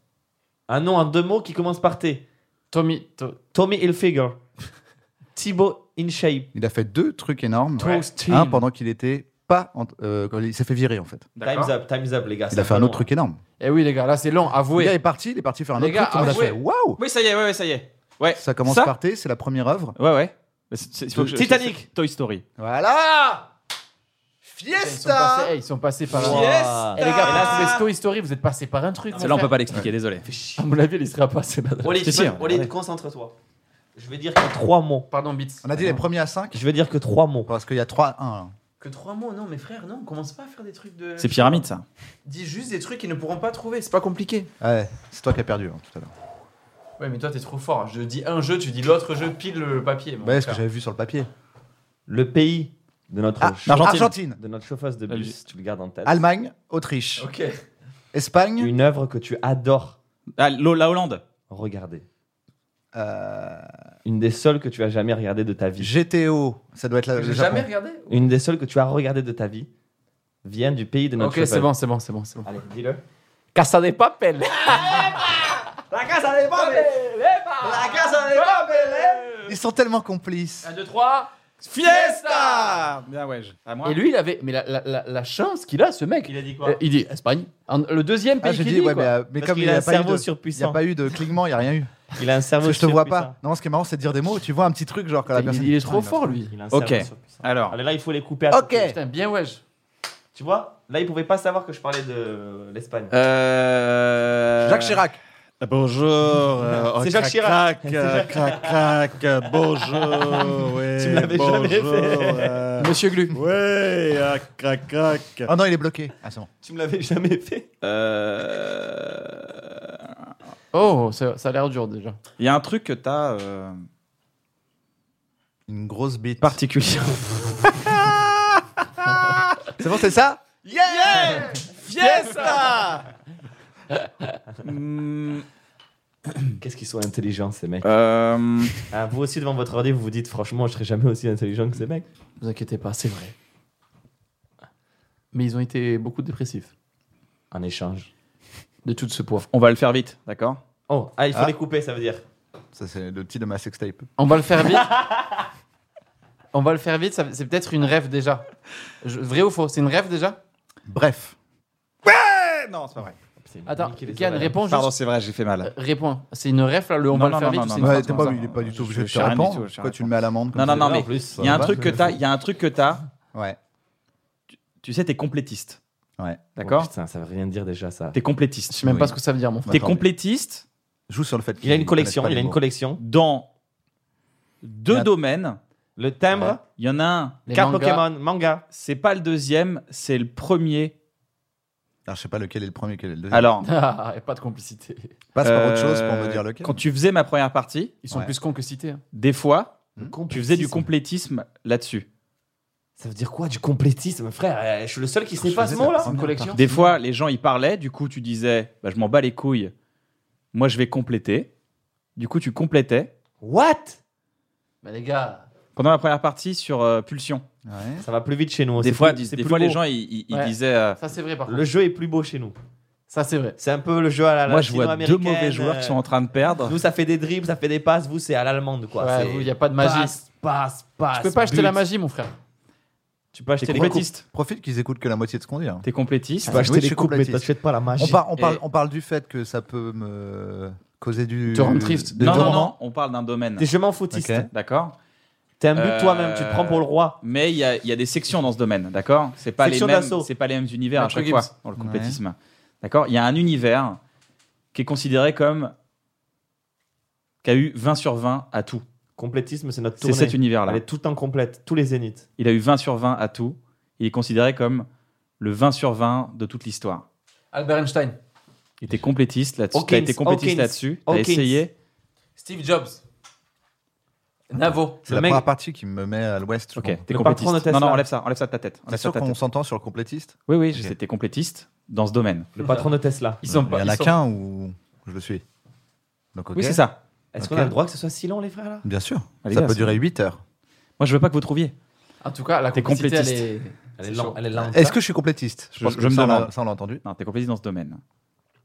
Ah Un nom en deux mots qui commence par T.
Tommy. To-
Tommy
*laughs*
Hilfiger. Thibaut InShape.
Il a fait deux trucs énormes.
Toast
Un
Hill.
pendant qu'il était pas. en- euh, quand il s'est fait virer en fait.
D'accord.
Time's up, time's up, les gars.
Il a fait un autre truc énorme.
Eh oui, les gars, là, c'est long.
Le gars
Avouez.
est parti, il est parti faire un
Les
autre
gars,
truc. Tout le monde a
avouez.
fait waouh
Oui, ça y est, ouais, ouais, ça y est. Ouais.
Ça commence
ça
par T, c'est la première œuvre.
Ouais, ouais. Mais c'est- c'est- il faut que je-
Titanic.
c'est- Toy Story.
Voilà
Ils sont passés, eh, ils sont passés par. Eh, les gars, là,
Ah.
c'est Story Story, vous êtes passés par un truc.
Celle-là, on peut pas l'expliquer, désolé.
À mon avis, il sera passé là.
Walid,
C'est sûr.
Walid, concentre-toi. Je vais dire que trois mots.
Pardon, Beats.
On a dit les premiers à 5
Je vais dire que trois mots.
parce qu'il y a 3 1.
Que trois mots, non, mes frères, non, commence pas à faire des trucs de.
C'est pyramide, ça.
Dis juste des trucs qu'ils ne pourront pas trouver, c'est pas compliqué.
Ouais, c'est toi qui as perdu hein, tout à l'heure.
Ouais, mais toi, t'es trop fort. Je dis un jeu, tu dis l'autre jeu, pile le papier. mon
Ouais, ce que
frère.
j'avais vu sur le papier.
Le pays de notre,
Ah,
chauff-
Argentine.
de notre chauffeuse de bus, tu le gardes en tête.
Allemagne, Autriche,
Ok.
Espagne,
Une œuvre que tu adores
Ah, l'O- la Hollande.
regarder.
euh,
Une des seules que tu as jamais regardée de ta vie.
GTO, ça doit être la, le
J'ai
Japon.
jamais regardé
Une des seules que tu as regardée de ta vie vient du pays de notre
Ok,
chauffeuse.
c'est bon, c'est bon, c'est bon, c'est bon.
Allez, dis-le.
Casa de Papel
La casa de papel La casa de papel
Ils sont tellement complices.
1, 2, 3.
Fiesta Ah, Bien, ouais. je- À moi.
Et lui, il avait. Mais la, la, la, la chance qu'il a, ce mec.
Il a dit
Euh, Il dit Espagne. En- Le deuxième
Ah,
pays
j'ai
qu'il
dit,
dit,
ouais, mais,
quoi.
euh, mais
Parce
comme il
qu'il
n'y a,
a un
pas eu
cerveau
de- il y a
surpuissant.
pas eu de clignement, il n'y a rien eu.
Il a un cerveau
Parce que je te vois
surpuissant.
pas. Non, ce qui est marrant, c'est de dire des mots. Tu vois un petit truc, genre quand la
il,
personne.
il est trop fort, lui.
Il a un
Ok.
cerveau surpuissant.
Alors,
Allez, là, il faut les couper à
Ok.
côté.
Eh. Putain, bien wesh.
Tu vois Là, ils pouvaient pas savoir que je parlais de l'Espagne.
Euh...
Jacques Chirac.
Bonjour. euh, oh,
C'est Jacques
crac,
Chirac.
Crac, euh, crac, crac, euh,
*laughs*
Bonjour. ouais,
Tu me l'avais
bonjour,
jamais fait.
euh,
Monsieur Glu.
ouais, ah, crac, crac.
Ah non, il est bloqué. Ah, c'est bon.
Tu me l'avais jamais fait.
Euh...
Oh, ça, ça a l'air dur déjà.
Il y a un truc que t'as euh,
Une grosse bite.
*laughs*
particulier.
C'est bon, c'est ça
Hmm,
Qu'est-ce qu'ils sont intelligents, ces mecs.
euh,
Ah, vous aussi, devant votre ordi, vous vous dites, franchement, je serai jamais aussi intelligent que ces mecs.
vous inquiétez pas, c'est vrai. Mais ils ont été beaucoup dépressifs
En échange.
de tout ce poids.
on va le faire vite, d'accord
Oh, ah, il faut
Ah.
les couper, ça veut dire.
Ça, c'est le titre de ma sextape.
On va le faire vite. *laughs* On va le faire vite, ça- c'est peut-être une rêve déjà. Je- vrai ou faux C'est une rêve déjà
Bref.
Non, c'est pas vrai.
C'est
Attends,
niquer les
Kian,
oreilles.
réponds
Pardon,
juste.
c'est vrai, j'ai fait mal.
Réponds. C'est une rêve là, le on
Non,
va
non,
le
non,
faire vite
non,
ou
non,
c'est une
non,
Ouais,
phrase
t'es
comme
pas,
ça
il est pas du tout
Je-
obligé de
je
te
sais rien du
répondre.
tout, je sais rien
Pourquoi tu le mets à l'amende comme
Non, non,
ça
non, mais
En plus,
il y a un
va,
truc que
je-
t'as, il y a un truc que t'as.
Ouais.
Tu sais, t'es complétiste.
Ouais.
D'accord.
Oh, putain, ça veut rien dire déjà, ça.
T'es complétiste.
Je sais même pas
Oui.
ce que ça veut dire, mon frère.
T'es
Attendez.
complétiste
Joue sur le fait
Il a une collection,
connaissent pas
il a
les
une
mots.
collection.
dans deux
Y'a-
domaines.
Le timbre,
Ouais.
Il y en a un.
Les
carte
mangas.
Pokémon, manga.
C'est pas le deuxième, c'est le premier.
Alors, je sais pas lequel est le premier, lequel est le deuxième.
Alors,
Ah, et pas de complicité.
passe par autre chose pour
euh,
me dire lequel.
Quand tu faisais ma première partie,
Ils sont
Ouais.
plus cons que cités. hein.
des fois, tu faisais du
Hmm. complétisme.
complétisme là-dessus.
Ça veut dire quoi, du complétisme, frère Euh, Je suis le seul qui sait pas ce
faisais la
mot-là.
première
Une collection.
Des fois, les gens y parlaient, du coup, tu disais, bah, je m'en bats les couilles, moi je vais compléter. Du coup, tu complétais.
What
Bah, les gars.
Pendant la première partie sur euh, Pulsion,
Ouais.
Ça va plus vite chez nous.
des
c'est
fois,
plus-
dis-
c'est
des
plus
fois les
beau.
gens ils, ils- ils
Ouais.
disaient, euh,
Ça, c'est vrai, par contre.
Le jeu est plus beau chez nous.
Ça, c'est vrai.
C'est un peu le jeu à la
moi je vois deux
latino-américaine,
mauvais joueurs
euh,
qui sont en train de perdre.
Nous, ça fait des dribbles, ça fait des passes. Vous, c'est à l'allemande, quoi.
Ouais,
C'est
vous, y a pas de magie.
Passe, passe, passe.
Tu peux pas acheter
but.
la magie, mon frère.
Tu peux acheter
T'es
les coupes.
complétiste.
Profite qu'ils écoutent que la moitié de ce qu'on dit. hein.
T'es complétiste.
Tu peux
Ah, oui,
acheter
je
les
suis
coupes, mais
complétiste.
t'achètes pas la magie.
On, par- on
Et-
parle, on parle du fait que ça peut me causer du.
Te rendre triste.
des
non, non,
tourments.
non, on parle d'un domaine.
T'es je m'en foutiste.
Ok.
D'accord
T'es un but toi-même, tu te prends pour le roi.
Mais il y, a- il y a des sections dans ce domaine, d'accord C'est pas les
Section
mêmes,
d'assaut.
c'est pas les mêmes univers à
Maître
chaque
Gibbs.
fois dans le complétisme, d'accord Il y a un univers qui est considéré comme qui a eu 20 sur 20 à tout.
Complétisme, c'est notre
C'est
tournée.
cet univers-là.
Elle est tout le temps complète, tous les zéniths.
Il a eu 20 sur 20 à tout. Il est considéré comme le 20 sur 20 de toute l'histoire.
Albert Einstein.
Il était complétiste là-dessus.
Hawkins,
T'as été complétiste
Hawkins,
là-dessus. T'as
Hawkins.
essayé.
Steve Jobs. Navo.
C'est la première partie qui me met à l'ouest. je
Ok,
pense.
t'es complétiste. Non, non, enlève ça, enlève ça de ta tête.
T'es
Enlève ça
sûr
de ta
qu'on
tête.
s'entend sur le complétiste
Oui, oui, je sais, t'es complétiste dans ce domaine.
Le patron de Tesla.
Ils sont
Il
pas-
y en
ils
a
sont-
qu'un où je le suis. Donc, ok.
Oui, c'est ça.
Est-ce
Ok.
qu'on a le droit que ce soit si long, les frères là
Bien sûr.
Allez,
ça
gars,
peut
c'est-
durer 8 heures.
Moi, je veux pas que vous trouviez.
En tout cas, la
T'es
complexité, elle
complétiste.
est.
Elle est lente. Elle est lente.
Est-ce que je suis complétiste
Je-
pense
je
que
me
ça, on l'a-
demande.
Ça, on l'a entendu.
Non, t'es complétiste dans ce domaine.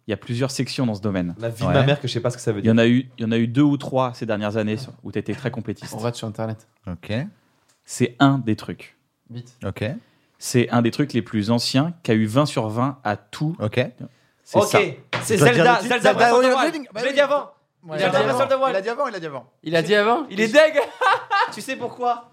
Il y a plusieurs sections dans ce domaine.
La vie
Ouais.
de ma mère que je sais pas ce que ça veut
Il y
dire.
en a eu, il y en a eu deux ou trois ces dernières années sur- où t'étais très complétiste.
On regarde sur internet.
Ok.
C'est un des trucs.
Vite.
Ok.
C'est un des trucs les plus anciens qui a eu 20 sur 20 à tout.
Ok.
C'est ça.
c'est
dois dire le
Zelda,
Bah,
titre.
Zelda Breath of the Wild.
Zelda-
Je l'ai dit avant.
Il a dit avant.
Il a dit avant, il a dit avant.
Il a dit avant
bah,
Il est deg Tu sais pourquoi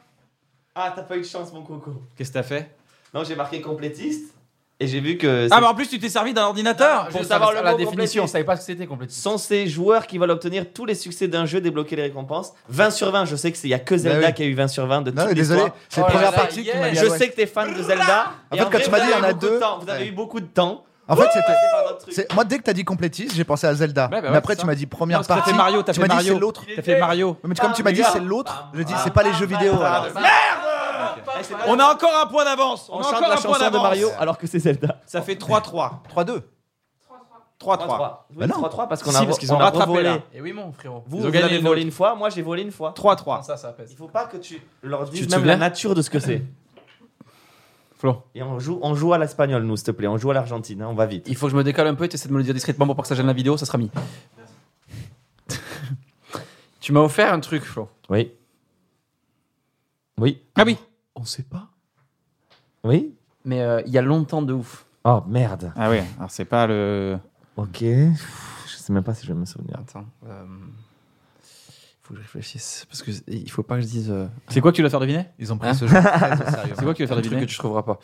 Ah, t'as pas eu de chance, mon coco.
Qu'est-ce que t'as fait
Non, j'ai marqué complétiste et j'ai vu que
Ah, mais en plus, tu t'es servi d'un ordinateur.
Ah,
Pour
Juste
savoir
à la-
le
à
mot
la
complétiste.
définition, on savait pas ce que c'était complétiste.
sont ces joueurs qui veulent obtenir tous les succès d'un jeu, débloquer les récompenses. 20 sur 20, je sais que c'est il y a que Zelda
Bah oui.
qui a eu 20 sur 20 de
Non, mais
toute
désolé,
l'histoire.
c'est la
Oh là
première
là,
partie qui
yeah.
m'a mis à
Je
l'ouest.
sais que t'es fan de Zelda.
En
et
fait, quand
vrai,
tu m'as
vous
dit, il y
avez
en a
beaucoup de
deux.
temps, Vous avez
Ouais.
eu beaucoup de temps.
En fait, c'était.
C'est pas notre truc.
c'est- Moi, dès que t'as dit complétiste, j'ai pensé à Zelda.
Ouais, bah ouais,
mais après,
c'est
tu
ça.
m'as dit
Non,
première
parce que t'as
partie.
fait Mario, t'as
tu
fait
m'as dit c'est
Mario.
l'autre.
T'as fait Mario.
Mais comme tu m'as dit c'est l'autre, je dis c'est pas les jeux vidéo.
Ah,
alors.
bah, Eh,
Ah, c'est pas- On a encore un point d'avance.
On
a
chante
encore
la
un point
chanson de
d'avance.
Mario alors que c'est Zelda.
Ça fait 3-3.
3-2.
3-3.
3
Bah non.
3 parce qu'on
Si,
a
parce qu'ils ont
on a
rattrapé,
revolé.
là.
Et Eh oui, mon frérot.
Vous,
Ils ont
vous
gagné
avez
le
volé
nôtre.
une fois, moi j'ai volé une fois.
3-3.
Ça, ça pèse.
Il faut pas que tu leur dises
Tu te
même
souviens
la nature de ce que c'est.
*laughs* Flo.
Et on joue, on joue à l'espagnol, nous, s'il te plaît. On joue à l'argentine, hein, on va vite.
Il faut que je me décale un peu et tu essaies de me le dire discrètement pour pas que ça gêne la vidéo, ça sera mis. *laughs* tu m'as offert un truc, Flo.
Oui. Oui.
Ah oui.
On sait pas.
Oui.
Mais euh, il y a longtemps de ouf.
Oh merde.
Ah oui, alors c'est pas le.
Ok. Pff, Je sais même pas si je vais me souvenir.
Attends. euh, faut que je réfléchisse. Parce que il faut pas que je dise euh,
C'est quoi que tu dois faire deviner
Ils ont pris
Hein
ce jeu très au sérieux.
C'est quoi que tu dois faire
un truc
deviner
que tu trouveras pas.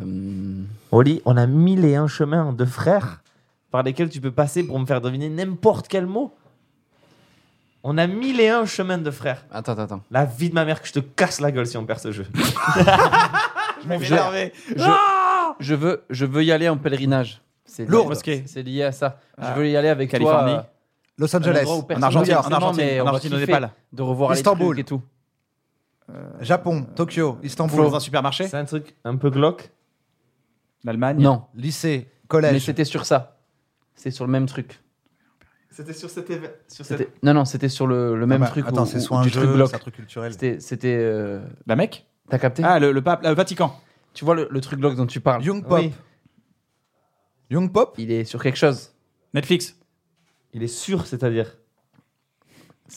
Euh,
Oli, on a mille et un chemins de frères par lesquels tu peux passer pour me faire deviner n'importe quel mot. On a mille et un chemins de frères.
Attends, attends, attends.
La vie de ma mère que je te casse la gueule si on perd ce jeu.
Je veux, je veux y aller en pèlerinage. C'est
Lourdes.
C'est c'est lié à ça.
Ah.
Je veux y aller avec
Californie.
toi.
Los
euh, un
Angeles,
endroit où personne
En Argentine,
vient,
en Argentine,
mais on
en
va
Argentine, au
kiffer
Népal.
De revoir
Istanbul.
les trucs et tout.
Japon, Tokyo, Istanbul,
Dans un supermarché
C'est un truc un peu glauque.
L'Allemagne
Non,
lycée,
mais
collège.
c'était sur ça. C'est sur le même truc.
C'était sur cet événement.
C'était- Non, non, c'était sur le, le même
Ah bah,
truc.
Attends,
où-
c'est
où-
soit un
du truc
jeu,
glauque.
c'est un truc culturel.
C'était, c'était. euh,
La Mecque
T'as capté
Ah, le, le pape, le Vatican.
Tu vois le, le truc glauque dont tu parles
Young Pop. Young Pop
Il est sur quelque chose.
Netflix.
Il est sûr, c'est-à-dire.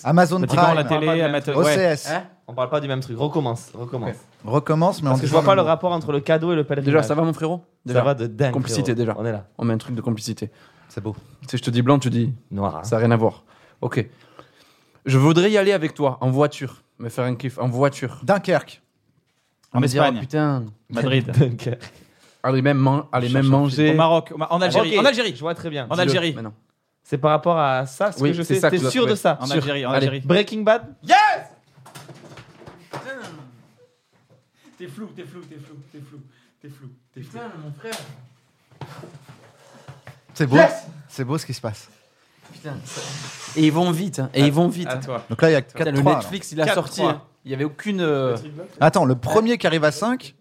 Amazon
Vatican, la
Prime,
télé, amateur- ouais.
OCS.
Hein
On parle pas du même truc. Recommence, recommence.
Ok.
Recommence, mais on
Parce que
dit
je vois pas le
mot.
rapport entre le cadeau et le pèlerinage.
Déjà, ça va, mon frérot Déjà.
Ça va de dingue.
Complicité,
frérot.
déjà.
On est là.
On met un truc de complicité.
C'est beau.
Tu sais, je te dis blanc, tu dis
Noir. hein.
ça n'a rien à voir. Ok. Je voudrais y aller avec toi en voiture. Me faire un kiff en voiture.
Dunkerque,
En
Me dire,
Espagne.
oh, putain.
Madrid. *laughs*
Dunkerque.
Allez même, man- allez même manger.
Au Maroc. au Ma- En Algérie.
Ok,
En Algérie.
Je vois très bien.
En Algérie.
Mais non.
C'est par rapport à ça, ce
Oui,
que je
c'est
sais.
ça que
T'es
tu dois
sûr de
trouver.
ça
En
Sûr.
Algérie. En
Allez.
Algérie.
Breaking Bad
T'es flou, t'es flou, t'es flou, t'es flou, t'es flou.
Putain, mon frère.
c'est beau. C'est beau ce qui se passe.
Et ils vont vite. hein. Et ils vont vite.
À toi.
Donc là, il y a 4
Putain, le Netflix, il a
4-3.
sorti. hein. Il n'y avait aucune. euh,
Attends, le premier qui arrive à 5.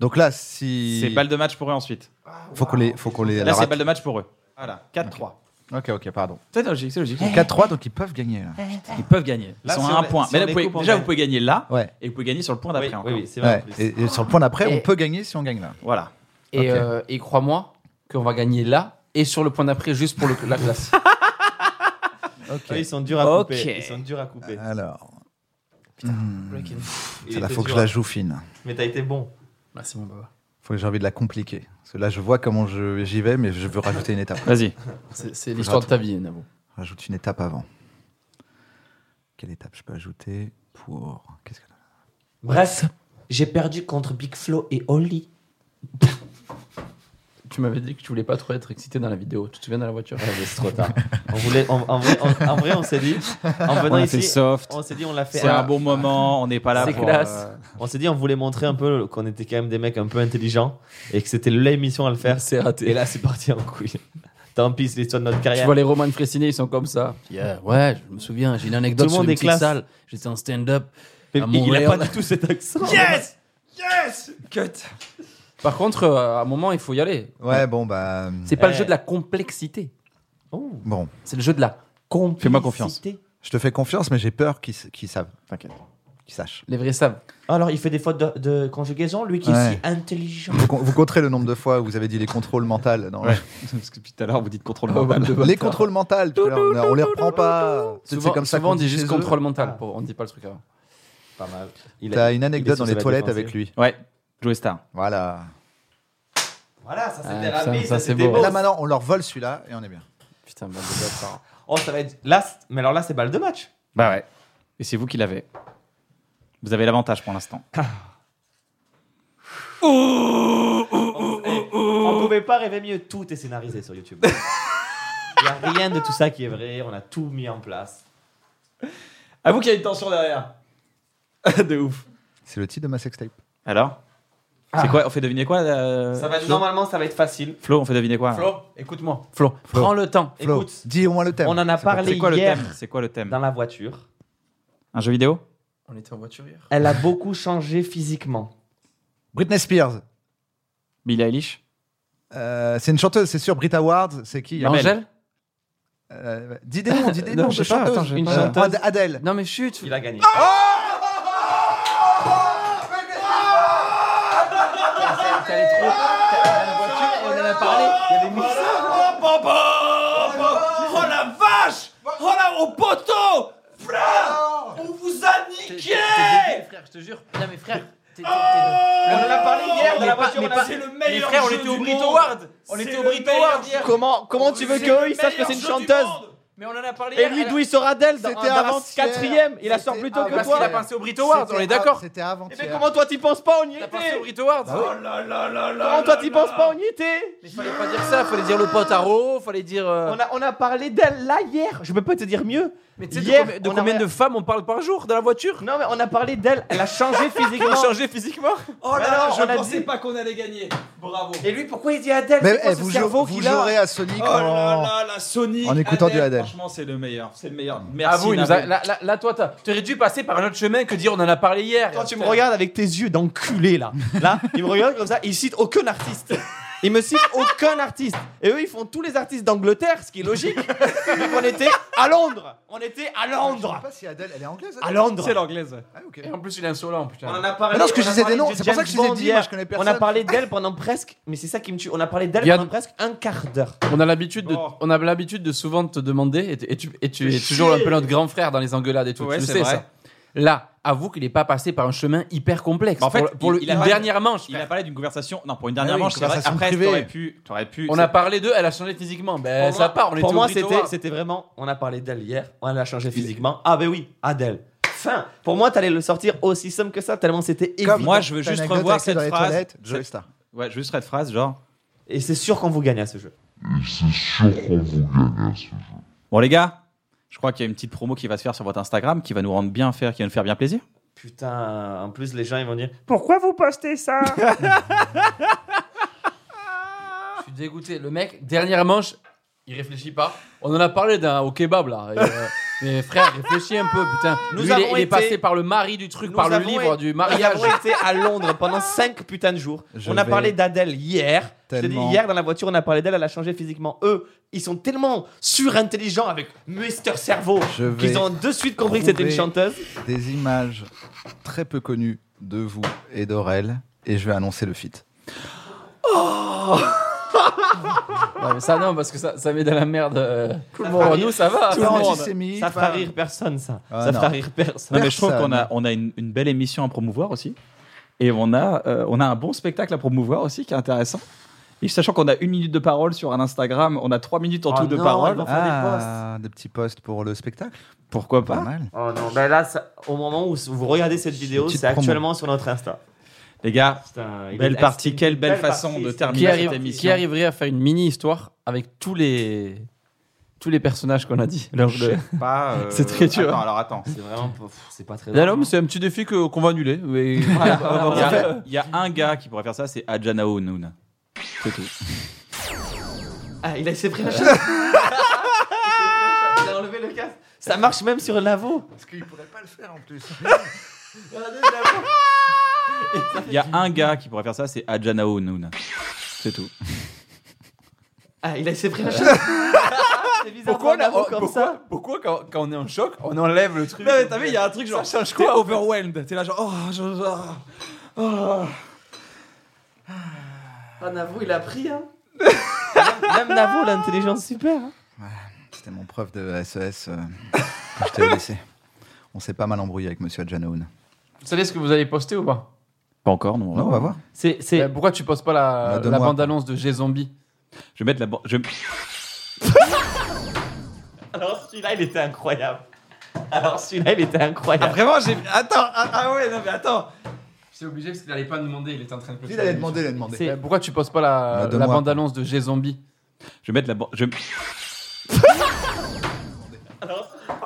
Donc là, si.
C'est balle de match pour eux ensuite.
Faut qu'on les. Faut qu'on les.
Là,
la
c'est
rate.
balle de match pour eux. Voilà. 4-3.
Ok, ok, pardon.
C'est logique, c'est logique.
4-3, donc ils peuvent gagner. là.
Ils peuvent gagner. Ils
Là,
sont
si
à
on
un
les-
point.
si
Mais
on
là,
les
vous pouvez-
coupe, on
déjà, vous
gagne.
pouvez gagner là.
Ouais.
Et vous pouvez gagner sur le point d'après
Oui,
encore.
oui, oui, c'est vrai.
Ouais.
en plus.
Et, et sur le point d'après,
Et-
on peut gagner si on gagne là.
Voilà.
Et,
Ok.
euh, et crois-moi qu'on va gagner là et sur le point d'après juste pour le- la classe.
Ah, Ils sont durs à couper.
Ok.
Ils sont durs à couper.
Alors,
Breaking.
Il
ça, là,
était
faut que
dur.
je la joue fine.
Mais t'as été bon.
Merci mon baba.
Faut que j'ai envie de la compliquer. Parce que là, je vois comment je- j'y vais, mais je veux rajouter une *laughs* étape.
Vas-y.
C'est c'est l'histoire de ta vie, Navo.
Rajoute une étape avant. Quelle étape je peux ajouter pour. Qu'est-ce que.
Bref, j'ai perdu contre Big Flo et Oli.
Tu m'avais dit que tu voulais pas trop être excité dans la vidéo. Tu te souviens dans la voiture
C'est trop tard. On voulait, on- en, vrai, en- en vrai, on s'est dit, en venant
On a
ici,
fait soft.
on s'est dit, on l'a fait.
C'est un bon moment, on n'est pas là
C'est
pour,
classe.
euh,
On s'est dit, on voulait montrer un peu qu'on était quand même des mecs un peu intelligents et que c'était l'émission à le faire. C'est raté. Et là, c'est parti en couille. Tant pis, c'est l'histoire de notre
Tu
carrière.
vois les romans de Fressinet, ils sont comme ça. Yeah, ouais, je me souviens, j'ai une anecdote
Tout le
sur
monde
une
est
petite
classe.
salle. J'étais en stand-up.
Mais
à
il a
Montréal.
pas du tout cet accent.
Yes Yes Cut
Par contre, euh, à un moment, il faut y aller.
Ouais, bon, bah.
C'est pas le
Eh.
jeu de la complexité.
Oh.
Bon.
C'est le jeu de la complexité.
Fais-moi confiance. Je te fais confiance, mais j'ai peur qu'ils s- qu'ils savent. T'inquiète. Qu'ils sachent.
Les vrais savent.
Alors, il fait des fautes de, de conjugaison, lui qui est
Ouais.
si intelligent.
Vous, con- vous compterez le nombre de fois où vous avez dit les contrôles mentales. Dans
*laughs* Parce que depuis tout à l'heure, vous dites contrôle
Oh,
mental.
bande de Les bâtards. contrôles mentales, tout à l'heure, on, on les reprend pas. C'est
Souvent,
comme ça
souvent,
qu'on
on dit
dit
juste
chez eux.
contrôle mental. pour- on dit pas le
hein.
truc avant.
Pas mal.
T'as une anecdote dans les toilettes avec lui.
Ouais, Joey Star.
Voilà.
Voilà, ça
Ah,
c'était
ça-
rapide,
ça,
ça
c'est
c'était
beau.
beau.
Là maintenant, on leur vole celui-là et on est bien.
Putain, bande de bâtards.
Oh, ça va être. Là, c'est- mais alors là, c'est balle de match.
Bah ouais. Et c'est vous qui l'avez. Vous avez l'avantage pour l'instant.
On pouvait pas rêver mieux. Tout est scénarisé sur YouTube. Il n'y a rien de tout ça qui est vrai. On a tout mis en place.
Avoue qu'il y a une tension derrière. de ouf.
C'est le titre de ma sextape.
Alors C'est quoi On fait deviner quoi euh,
Ça va être-
Flo
normalement, ça va être facile.
Flo, on fait deviner quoi hein alors
Flo, écoute-moi.
Flo,
Flo.
prends le temps.
Flo,
Écoute,
dis au moins le thème.
on en a parlé
C'est quoi le
hier
thème C'est quoi le thème
dans la voiture.
Un jeu vidéo
On était en voiture hier.
Elle a beaucoup changé physiquement.
Britney Spears.
Billie Eilish
Euh, c'est une chanteuse, c'est sûr. Brit Awards, c'est qui
Mabel.
Angèle
Euh, Dis des noms, dis des
Non,
noms
je
de
sais pas, attends,
chanteuses.
j'ai
Euh,
pas-
Ad- Adèle.
Non, mais chut.
Il a gagné.
Ah
T'allais trop. T'as- la voiture, on en a parlé. Il y avait mille-
Oh la vache Oh là, au poteau Frère On vous a niqué
Ah. T'es débile, frère, je te jure. Non, mais frère. t'es- t'es- t'es-
On en a parlé hier
Mais
dans la
pas-
voiture,
mais
on a
pas-
fait le
mais
meilleur
frère, on
jeu
était au
du
Brit
monde.
Award. On
C'est
était au
le
Brit
meilleur
Award
jeu
hier.
Comment, comment tu veux qu'eux ils sachent que c'est une chanteuse
Mais on en a parlé
Et
hier,
lui,
elle-
d'où il sort Adèle dans-
C'était
d'avance
avant-hier.
quatrième Il la sort
C'était
plus tôt que
Parce
avant-hier.
qu'il a
toi.
pensé au Brit Awards, on
C'était
est
av-
d'accord
C'était avant-hier.
Mais comment toi t'y penses pas On y
T'as pensé au
était
Brit Awards
Oh là là là là
Comment
là
toi t'y
là
penses
là.
pas On y était
Mais fallait pas dire ça, fallait dire le pote à Ro, fallait dire. euh,
on a, on a parlé d'elle là hier Je peux pas te dire mieux
Mais tu sais
Hier,
de combien, de,
on a
combien
rien-
de femmes on parle par jour dans la voiture
Non mais on a parlé d'elle, elle a
*laughs*
changé physiquement
Pour changer physiquement
Oh là
Mais
là,
non,
je
on a
pensais
dit-
pas qu'on allait gagner Bravo
Et lui pourquoi il dit Adèle
Mais
C'est quoi
eh,
ce
vous,
cerveau
jou- vous
qu'il a
jouerez à Sonic
Oh
en-
là là, la Sonic
en écoutant du Adele.
Franchement, c'est le meilleur. C'est le meilleur.
Ah
Merci.
vous, il nous a-
Nabil.
là, là, là, toi, t'as- t'aurais dû passer par un autre chemin que dire on en a parlé hier.
Quand tu me regardes avec tes yeux d'enculé là, là, il me regarde comme ça, il cite aucun artiste. Il me cite aucun artiste. Et eux, ils font tous les artistes d'Angleterre, ce qui est logique. Donc
*laughs*
on était à Londres. On était à
Je sais
Londres.
pas si Adèle, elle est anglaise. Adèle
À Londres.
C'est l'anglaise.
Ah, ok.
Et en plus, il est insolent, putain.
a parlé.
Mais non, parce que
on a
je disais
parlé
des noms,
de
c'est pour ça que je
James
disais
Bond
dit, moi,
hier.
je connais
On a
personne.
parlé d'elle pendant presque, mais c'est ça qui me tue. On a parlé d'elle
Yann.
pendant presque un quart d'heure.
On a l'habitude de,
Bon.
on a l'habitude de souvent te demander, et, tu- et tu, et tu
Fais
es toujours un
chier.
peu notre grand frère dans les engueulades et tout.
Ouais,
tu le
c'est
sais
vrai.
ça. Là, avoue qu'il n'est pas passé par un chemin hyper complexe.
Bah, en fait,
pour, le- pour
il-
le-
il a
une
pas-
dernière manche.
Il a parlé d'une conversation. Non, pour une
Ah
dernière
oui,
manche,
une
c'est vrai.
conversation
Après,
privée.
t'aurais pu. T'aurais pu.
on
c'est-
a parlé d'eux, elle a changé physiquement. Ben,
Pour
ça
moi-
part, on était
pour
au
moi,
Brito
c'était,
Award.
c'était vraiment. On a parlé d'elle hier, on l'a changé physiquement. Ah, ben oui, Adèle. Fin. Pour moi, t'allais le sortir aussi simple que ça, tellement c'était évident.
Comme moi, je veux
T'as une
juste
anecdote
revoir
avec elle
cette
dans les
phrase.
toilettes, Joey Star.
Ouais, juste cette phrase, genre.
Et c'est sûr qu'on vous gagne à ce jeu.
Bon, les gars, je crois qu'il y a une petite promo qui va se faire sur votre Instagram qui va nous rendre bien faire, qui va nous faire bien plaisir.
Putain, en plus, les gens, ils vont dire Pourquoi vous postez ça
Je suis dégoûté. Le mec, dernière manche, il réfléchit pas. On en a parlé d'un au kebab là. Et, *laughs* euh, mais frère, réfléchis un peu, putain.
Nous
Lui, il, est,
avons
il est
été-
passé par le mari du truc,
Nous
par le
avons
livre
été-
du
Nous
mariage.
avons été à Londres pendant 5 putains de jours.
Je
on a
vais
parlé d'Adèle hier. Je t'ai dit,
tellement-
hier, dans la voiture, on a parlé d'elle, elle a changé physiquement. Eux, ils sont tellement surintelligents avec Mister Cerveau
Je vais
qu'ils ont de suite compris que c'était une
trouver-
chanteuse.
Des images très peu connues de vous et d'Aurel. Et je vais annoncer le feat.
Ouais, mais ça non, parce que ça, ça met dans la merde. euh, pour
monde.
nous, ça va.
Tout le monde.
Antisémite,
Ça fera rire personne, ça.
Ah,
ça
non.
fera rire personne.
Non, mais je trouve
Personne.
qu'on a, on a une, une belle émission à promouvoir aussi. Et on a, euh, on a un bon spectacle à promouvoir aussi qui est intéressant. Et sachant qu'on a une minute de parole sur un Instagram, on a trois minutes en tout de parole.
Ah, des petits posts pour le spectacle.
Pourquoi pas
Oh non, ben là, ça- au moment où vous regardez cette vidéo,
petite
c'est
promo.
actuellement sur notre Insta.
Les gars,
Putain, il
belle
est-
partie, quelle belle,
belle
façon
partie,
de
c'est-
terminer
Qui, arrive-
cette émission.
qui arriverait à faire une mini-histoire avec tous les, tous les personnages qu'on a dit lors
Je
de-
sais pas, euh,
C'est très dur.
Attends, alors attends.
C'est vraiment. pas- pff, C'est pas très.
Là, l'homme, c'est un petit défi que- qu'on va annuler. mais-
Il y, a, il y a un gars qui pourrait faire ça, c'est Adjanao Noun. C'est tout.
Ah, il a-
*laughs*
il s'est pris la chatte. Il s'est pris la chatte, Il a enlevé le casque. Ça marche même sur Lavo.
Parce qu'il pourrait pas le faire en plus.
Il y a un gars qui pourrait faire ça, c'est Adjanao Noun. C'est tout.
Ah, il a- il
*laughs*
s'est pris la chatte. C'est bizarre.
Pourquoi,
on a
on-
comme
pourquoi-
ça
pourquoi quand, quand on est en choc, on enlève le truc
Non, mais t'as vu, il y a un truc genre.
Ça change
T'es
quoi
overwhelmed. T'es là genre. Oh, je- je- oh.
Ah, Navo, il a pris, hein. *laughs* même, même Navo, l'intelligence super. hein.
C'était mon prof de SES euh, quand
*laughs*
j'étais au lycée. On s'est pas mal embrouillé avec monsieur Adjanoun.
*laughs* Vous savez ce que vous allez poster ou pas
Pas encore, non.
Non, on va voir.
C'est, c'est...
Euh, Pourquoi tu postes pas
Bah,
On a
la,
deux
la
mois.
bande-annonce de G-Zombie
Je vais mettre la. ban- Je...
Alors celui-là, il était incroyable. Alors celui-là, il était incroyable.
Ah, Vraiment, j'ai. Attends, ah, ah ouais, non mais attends.
C'est obligé parce qu'il n'allait pas demander, il était en train de
Il allait demander, il allait demander.
Euh, Pourquoi tu postes pas
On a
euh,
la,
deux
la
mois.
bande-annonce de G-Zombie
Je vais mettre la. ban- Je...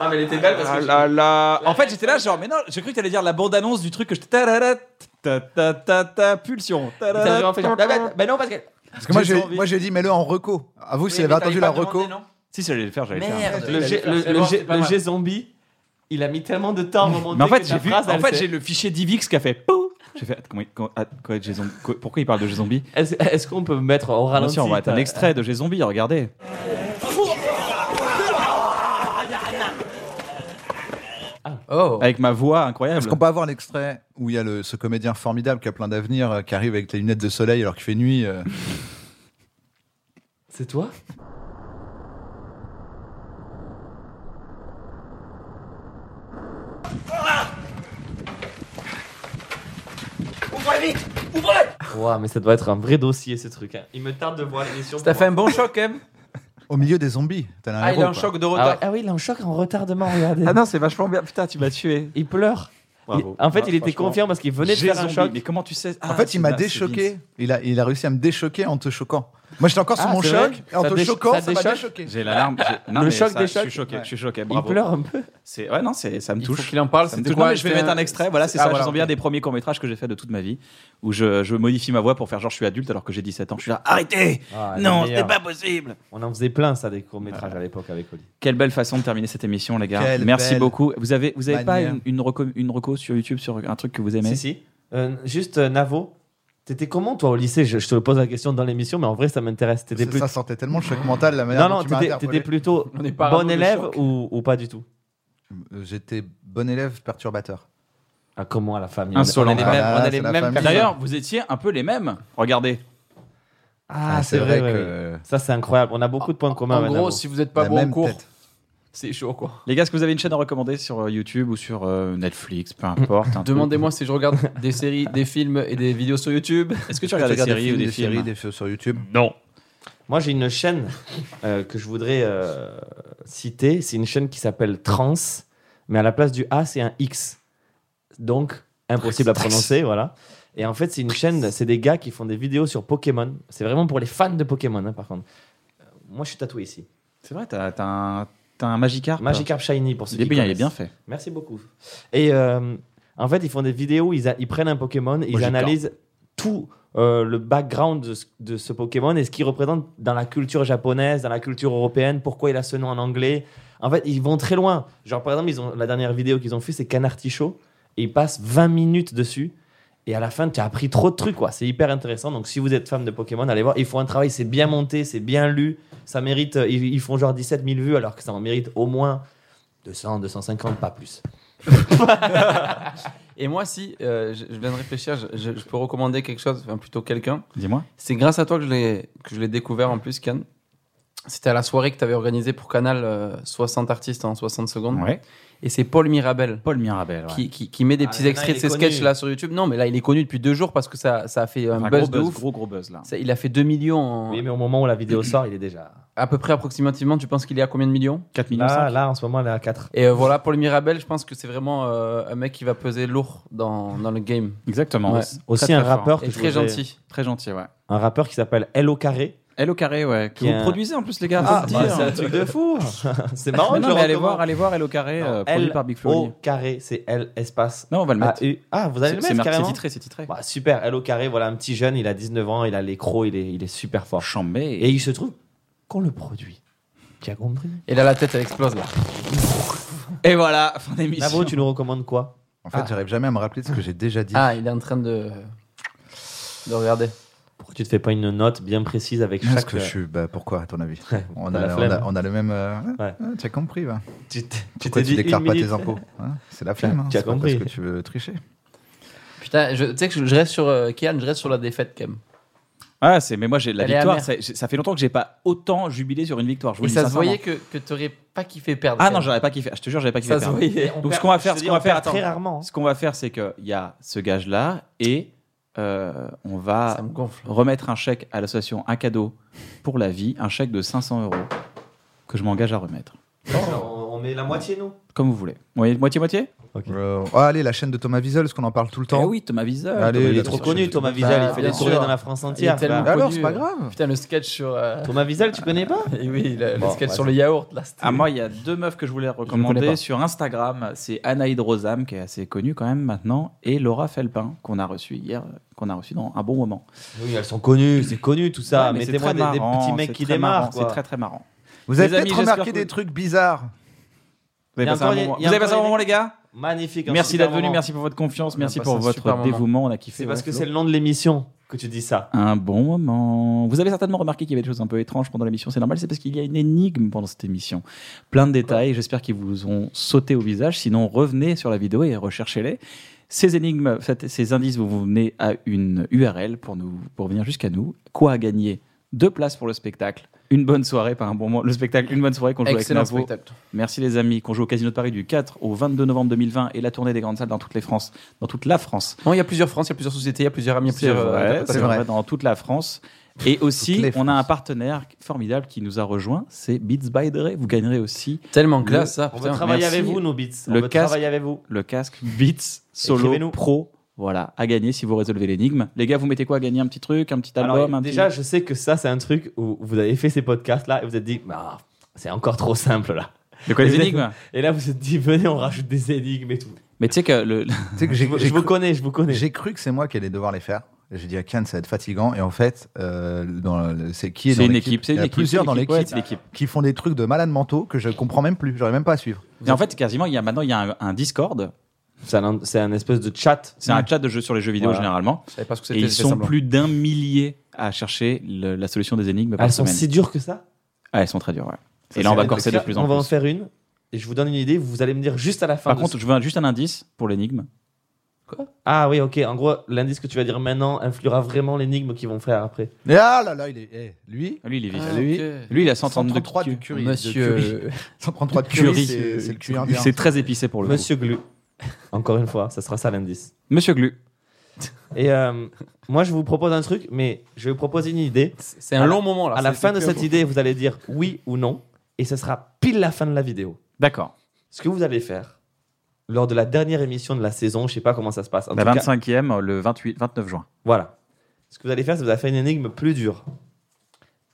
Ah, mais elle était belle parce
Ah là là. En fait, j'étais là genre, mais non, j'ai cru que t'allais dire la bande-annonce du truc que je. Ta ta ta ta ta pulsion.
T'as vraiment fait genre, bah, bah, bah non, parce que...
Parce que moi,
J'ai
j'ai-
envie.
moi j'ai dit mets-le en reco. À vous, s'il avait attendu la reco.
Si, si, j'allais le faire, j'allais le faire.
Merde, le G- le- le G- le G-Zombie, il a mis tellement de temps à remonter
Mais en fait,
que
j'ai
ta
vu.
phrase,
En
elle
fait,
s'est-
j'ai le fichier DivX qui a fait. Pou J'ai fait. comment- comment- ah, quoi, j'ai zombi- quoi- Pourquoi il parle de G-Zombie
Est-ce, est-ce qu'on peut mettre au
Bien
ralenti
sûr, on va mettre un
t'as-
extrait de G-Zombie, regardez.
Oh
Avec ma voix incroyable.
Est-ce qu'on peut avoir l'extrait où il y a le, ce comédien formidable qui a plein d'avenir, euh, qui arrive avec les lunettes de soleil alors qu'il fait nuit euh,
C'est toi
Ah
Ouah, mais ça doit être un vrai dossier ce truc. hein. Il me tarde de voir l'émission.
T'as
pour
fait un bon choc, quand même
au milieu des zombies T'as un
Ah, il
héros,
est en
quoi.
choc de
voir.
retard.
Ah, ouais, ah oui, il est en choc, en retardement, regardez.
non, c'est vachement bien. Putain, tu m'as tué.
Il pleure.
Bravo.
Il- en fait,
Ouais,
il était
franchement.
confiant parce qu'il venait de faire un
G-Zombie,
choc.
Mais comment tu sais Ah,
En fait, il m'a déchoqué. Il a, il a réussi à me déchoquer en te choquant. Moi, j'étais encore sur
Ah,
mon
c'est
choc.
vrai
Et en
Ça
te
décho-
choquant,
ça
ça m'a
déchoque
déchoqué.
J'ai l'alarme. j'ai- non,
Le
mais
choc
ça,
des
Je suis
chocs.
choqué, je suis choqué.
Il
Bravo.
pleure un peu.
C'est ouais non c'est ça me
Il faut
touche.
qu'il en parle.
Ça me
c'était
touche.
quoi
Non, mais je vais
C'était
mettre un
un-
extrait. Voilà c'est
Ah,
ça.
voilà,
J'ai
ok.
bien des premiers courts métrages que j'ai fait de toute ma vie où je, je modifie ma voix pour faire genre je suis adulte alors que j'ai 17 ans. Bah, Je suis là arrêtez. non c'est pas possible.
Ah, On en faisait plein ça des courts métrages à l'époque avec Oli.
Quelle belle façon de terminer cette émission les gars.
Quelle
Merci
belle
beaucoup. Vous avez vous avez pas
manière.
une une reco, une reco sur YouTube sur un truc que vous aimez.
Si si. Euh, juste euh, Navo, t'étais comment toi au lycée je, je te pose la question dans l'émission, mais en vrai ça m'intéresse. T'étais plus.
Ça sentait tellement le choc mental la manière
Non non,
dont tu m'as
t'étais
interpellé.
t'étais plutôt
On est parano
bon
de
élève
choc.
ou, ou pas du tout.
Euh, J'étais bon élève perturbateur.
Ah comment la famille
Insolent.
On est les
Ah
mêmes.
là,
on est
c'est
les
la
mêmes.
famille.
D'ailleurs vous étiez un peu les mêmes. Regardez.
Ah, c'est vrai, ouais, ouais.
que
Ça c'est incroyable. On a beaucoup de points communs.
En
avec
gros,
Navo.
si vous n'êtes pas
la
bon en
même
cours,
tête.
c'est chaud, quoi.
Les gars est-ce que vous avez une chaîne à recommander sur euh, YouTube ou sur euh, Netflix peu importe.
*laughs*
un truc.
*laughs* Demandez-moi si je regarde des séries, des films et des vidéos sur YouTube.
Est-ce que tu regardes des séries ou des films?
des films sur YouTube
Moi, j'ai une chaîne euh, que je voudrais euh, citer. C'est une chaîne qui s'appelle Trans, mais à la place du A, c'est un X. Donc, impossible à prononcer, voilà. Et en fait, c'est une chaîne, c'est des gars qui font des vidéos sur Pokémon. C'est vraiment pour les fans de Pokémon, hein, par contre. Euh, Moi, je suis tatoué ici.
C'est vrai t'as t'as un t'as un Magikarp.
Magikarp Shiny, pour ceux
Il est
qui
bien Ah, il est
connaissent.
bien fait.
Merci beaucoup. Et euh, en fait, ils font des vidéos, où ils, a- ils prennent un Pokémon, ils
Magikarp.
analysent tout euh, le background de ce, de ce Pokémon et ce qu'il représente dans la culture japonaise, dans la culture européenne, pourquoi il a ce nom en anglais. En fait, ils vont très loin. Genre, par exemple, ils ont, la dernière vidéo qu'ils ont fait, c'est Canartichaud, et ils passent 20 minutes dessus. Et à la fin, tu as appris trop de trucs, quoi. C'est hyper intéressant. Donc, si vous êtes fan de Pokémon, allez voir. Ils font un travail, c'est bien monté, c'est bien lu. Ça mérite. euh, Ils, ils font genre 17 000 vues, alors que ça en mérite au moins 200, 250, pas plus.
Et moi, si euh, je, je viens de réfléchir, je, je- je peux recommander quelque chose, enfin plutôt quelqu'un.
Dis-moi.
C'est grâce à toi que je l'ai que je l'ai découvert en plus, Can. C'était à la soirée que tu avais organisée pour Canal euh, 60 artistes en 60 secondes.
Ouais.
Et c'est Paul Mirabel.
Paul Mirabel,
qui, qui, qui met des
Ah,
petits
là,
extraits de
il
ses
est
sketchs
connu.
là sur YouTube. Non, mais là, il est connu depuis deux jours parce que ça, ça a fait un
Enfin, gros
buzz de
buzz,
ouf.
gros, gros buzz, là.
Ça- il a fait 2 millions.
Oui, mais au moment où la vidéo sort, il est
*clears throat*
déjà.
À peu près approximativement, tu penses qu'il est à combien de millions
4
millions.
Là, là, en ce moment, elle est à 4.
Et euh, voilà, Paul Mirabel, je pense que c'est vraiment euh, un mec qui va peser lourd dans, dans le game.
Exactement.
Ouais.
Aussi
Très,
un
très
rappeur
fort.
que
Et
je
très
voudrais-
gentil.
Très gentil, ouais.
Un rappeur qui s'appelle Hello Carré.
Hello Carré, ouais.
Qui
vous
est un-
produisez en plus, les gars, faut
Ah,
le
bah,
dire.
c'est un truc de fou. *laughs* c'est
Mais
marrant.
non, mais allez voir, allez voir Hello Carré, euh, produit par Big Flo.
Oh.
Hello Carré, c'est L espace.
Non, on va le mettre.
AU. Ah, vous allez
C'est-
le
c'est
mettre
marqué,
carrément.
c'est titré, c'est titré.
Bah, super. Hello Carré, voilà un petit jeune, il a 19 ans, il a les crocs, il est, il est super
Bah
fort.
Chambé.
Et il se trouve qu'on le produit. Tu as compris
Et là, la tête, elle explose *laughs* là. Et voilà, fin d'émission.
Navo, tu nous recommandes quoi
En fait, j'arrive jamais à me rappeler de ce que j'ai déjà dit.
Ah, il est en train de, de regarder.
Pourquoi tu te fais pas une note bien précise avec
Parce
chaque.
que je suis. Bah, pourquoi, à ton avis on
t'as
a,
la
on, a,
flemme.
on a le même. euh,
Ouais.
hein, Tu as compris, bah.
Tu t'es- tu
Pourquoi
t'es
tu
dit
déclares
une
pas
minute.
tes impôts hein C'est la flemme. hein,
Tu as
c'est pas
compris.
Parce que tu veux tricher.
Putain, je- tu sais que je, je reste sur euh, Kian, je reste sur la défaite quand même.
Ah, c'est, mais moi, j'ai la
Elle est
victoire.
amère.
c'est- j'ai- ça fait longtemps que j'ai pas autant jubilé sur une victoire. Je vous
Et
le dis
ça se
sincèrement.
voyait que, que t'aurais pas kiffé perdre.
Ah
quand
non,
même.
j'aurais pas kiffé. Je te jure, j'aurais pas kiffé.
Ça se
perdre.
voyait.
Donc ce
On perd-
qu'on va
je
faire,
te
ce
dis,
qu'on va
on perd
faire,
très
attends.
rarement, hein.
Ce qu'on va faire, c'est que il y a ce gage là et euh, on va
Ça me gonfle.
remettre un chèque à l'association Un cadeau pour la vie, un chèque de 500 euros que je m'engage à remettre,
On met la moitié, nous
comme vous voulez. Vous voyez, moitié moitié.
Euh, ah, allez, la chaîne de Thomas Wiesel, parce qu'on en parle tout le temps.
Eh oui, Thomas Wiesel.
Allez,
Thomas, il
la
est trop
chaîne
connu,
de
Thomas Wiesel.
Bah,
il fait
bien
des tournées
sûr.
dans la France
Il est
entière.
tellement
Bah,
connu,
Alors, c'est pas
euh,
grave.
Putain, le sketch sur. euh,
Thomas Wiesel, tu connais pas
Eh
Et oui, le, le
Bon, bah,
sketch
vas-y.
sur le yaourt là. c'était-
Ah, moi, il y a deux meufs que je voulais recommander
connais pas.
sur Instagram. C'est Anaïd Rosam, qui est assez connue quand même maintenant, et Laura Felpin, qu'on a reçue hier, qu'on a reçue dans un bon moment.
Oui, elles sont connues, c'est connu tout ça.
Ouais, mais c'est
Mettez-moi
très
des, des
marrant,
petits mecs
c'est
qui
très
démarrent.
marrant,
quoi.
C'est très très marrant.
Vous avez
Les amis,
peut-être
j'espère
remarqué
que-
des trucs bizarres.
Vous avez
Il y a
passé un
encore
bon
des-
moment.
il y a
Vous avez
encore
passé un
des-
bon moment, les gars
Magnifique. un
Merci
super
d'être venu,
moment.
merci pour votre confiance,
On a
merci
passé
pour
un super
votre
moment.
dévouement. On a kiffé.
C'est parce
ouais,
que
Flo.
c'est le nom de l'émission que tu dis ça.
Un bon moment. Vous avez certainement remarqué qu'il y avait des choses un peu étranges pendant l'émission. C'est normal, c'est parce qu'il y a une énigme pendant cette émission. Plein de détails. J'espère qu'ils vous ont sauté au visage. Sinon, revenez sur la vidéo et recherchez-les. Ces énigmes, cette- ces indices, vous vous venez à une URL pour nous, pour venir jusqu'à nous. Quoi à gagner Deux places pour le spectacle. Une bonne soirée, pas un bon moment. Le spectacle, une bonne soirée qu'on joue
Excellent
avec Navo.
spectacle.
Merci les amis, qu'on joue au Casino de Paris du 4 au 22 novembre 2020 et la tournée des grandes salles dans toute, les France, dans toute la France.
Non, il y a plusieurs France, il y a plusieurs sociétés, il y a plusieurs amis, il y a
C'est
plusieurs. euh,
vrai,
t'as pas
c'est
de-
vrai, dans toute la France. Et aussi,
les
on a un partenaire formidable qui nous a rejoint, c'est Beats by Dre. Vous gagnerez aussi
Tellement
Le-
classe ça,
On veut
putain.
travailler
merci.
avec vous, nos beats. On
Le
veut
casque.
travailler avec vous.
le casque Beats Solo
Écrivez-nous.
Pro. Voilà, à gagner si vous résolvez l'énigme. Les gars, vous mettez quoi à gagner Un petit truc, un petit album
Alors,
un petit-
déjà, je sais que ça, c'est un truc où vous avez fait ces podcasts-là et vous êtes dit, Bah, c'est encore trop simple là.
De quoi les
Et vous êtes-
énigmes
Et là, vous vous êtes dit, venez, on rajoute des énigmes et tout.
Mais tu sais que le...
*laughs* Tu sais que
Je,
j'ai-
vous-
j'ai
je vous
cru-
connais, je vous connais.
j'ai cru que c'est moi qui allais devoir les faire. Et J'ai dit à Cannes, ça va être fatigant. Et en fait, euh, dans le- c'est qui est
c'est
dans
une équipe, c'est
Il y
une
a
équipe.
plusieurs
c'est
dans
une
l'équipe
ouais, c'est l'équipe.
qui font des trucs de malades mentaux que je comprends même plus. J'aurais même pas à suivre.
Et en fait, quasiment, il y a maintenant, il y a un, un Discord.
C'est un, c'est un espèce de chat.
C'est un chat de jeux sur les jeux vidéo
Voilà.
généralement.
Je savais pas ce
Et
que c'était.
ils
c'était
sont
semblant.
plus d'un millier à chercher le- la solution des énigmes par
Elles sont
semaine.
si dures que ça.
Ah, elles sont très dures, ouais.
Ça,
et là, on
c'est
va
un
corser de
truc.
plus
On
en
va en
plus.
faire une et je vous donne une idée. Vous allez me dire juste à la fin.
Par
de
contre, je veux un- juste un indice pour l'énigme.
Ah oui, ok. En gros, l'indice que tu vas dire maintenant influera vraiment l'énigme qu'ils vont faire après.
Et ah là là, il est. eh, lui
Lui, il est vif.
Ah,
lui,
ok.
lui, il a 132
133 du curry. de curry. *laughs*
Monsieur.
133 de
Curry,
curry, c'est c'est le curry
c'est-
indien.
c'est très épicé pour le coup.
Monsieur Glu. *laughs* Encore une fois, ça sera ça l'indice.
Monsieur Glu.
Et euh, moi, je vous propose un truc, mais je vous propose une idée.
C'est un
À la-
long moment
Ah,
là.
à la
c'est-
fin de
c'est
cette
clair.
idée, vous allez dire oui ou non, et ce sera pile la fin de la vidéo.
D'accord.
Ce que vous allez faire lors de la dernière émission de la saison, je sais pas comment ça se passe. En
La
tout cas,
25e, euh, le 28, 29 juin.
Voilà. Ce que vous allez faire, c'est vous allez faire une énigme plus dure.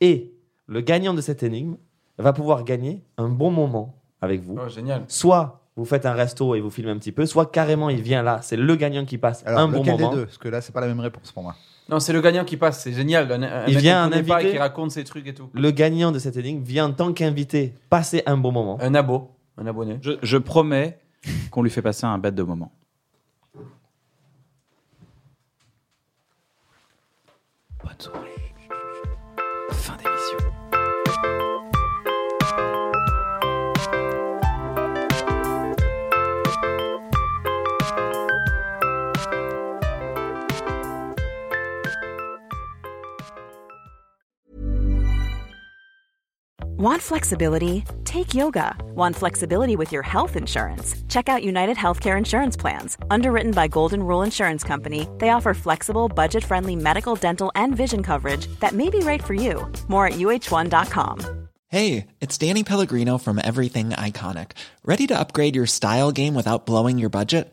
Et le gagnant de cette énigme va pouvoir gagner un bon moment avec vous.
Oh, génial.
Soit vous faites un resto et vous filmez un petit peu, soit carrément il vient là, c'est le gagnant qui passe
Alors,
un bon
lequel
moment.
des deux Parce que là, c'est pas la même réponse pour moi.
Non, c'est le gagnant qui passe, c'est génial. Un- un
Il
mec
vient
qu'on
un
connaît pas et
invité.
qui raconte ses trucs et tout.
Le gagnant de cette énigme vient en tant qu'invité passer un bon moment.
Un abo, un abonné.
Je, je promets qu'on lui fait passer un bête de moment. Bonne soirée. Fin d'émission.
Want flexibility? Take yoga. Want flexibility with your health insurance? Check out United Healthcare Insurance Plans. Underwritten by Golden Rule Insurance Company, they offer flexible, budget friendly medical, dental, and vision coverage that may be right for you. More at uh1.com.
Hey, it's Danny Pellegrino from Everything Iconic. Ready to upgrade your style game without blowing your budget?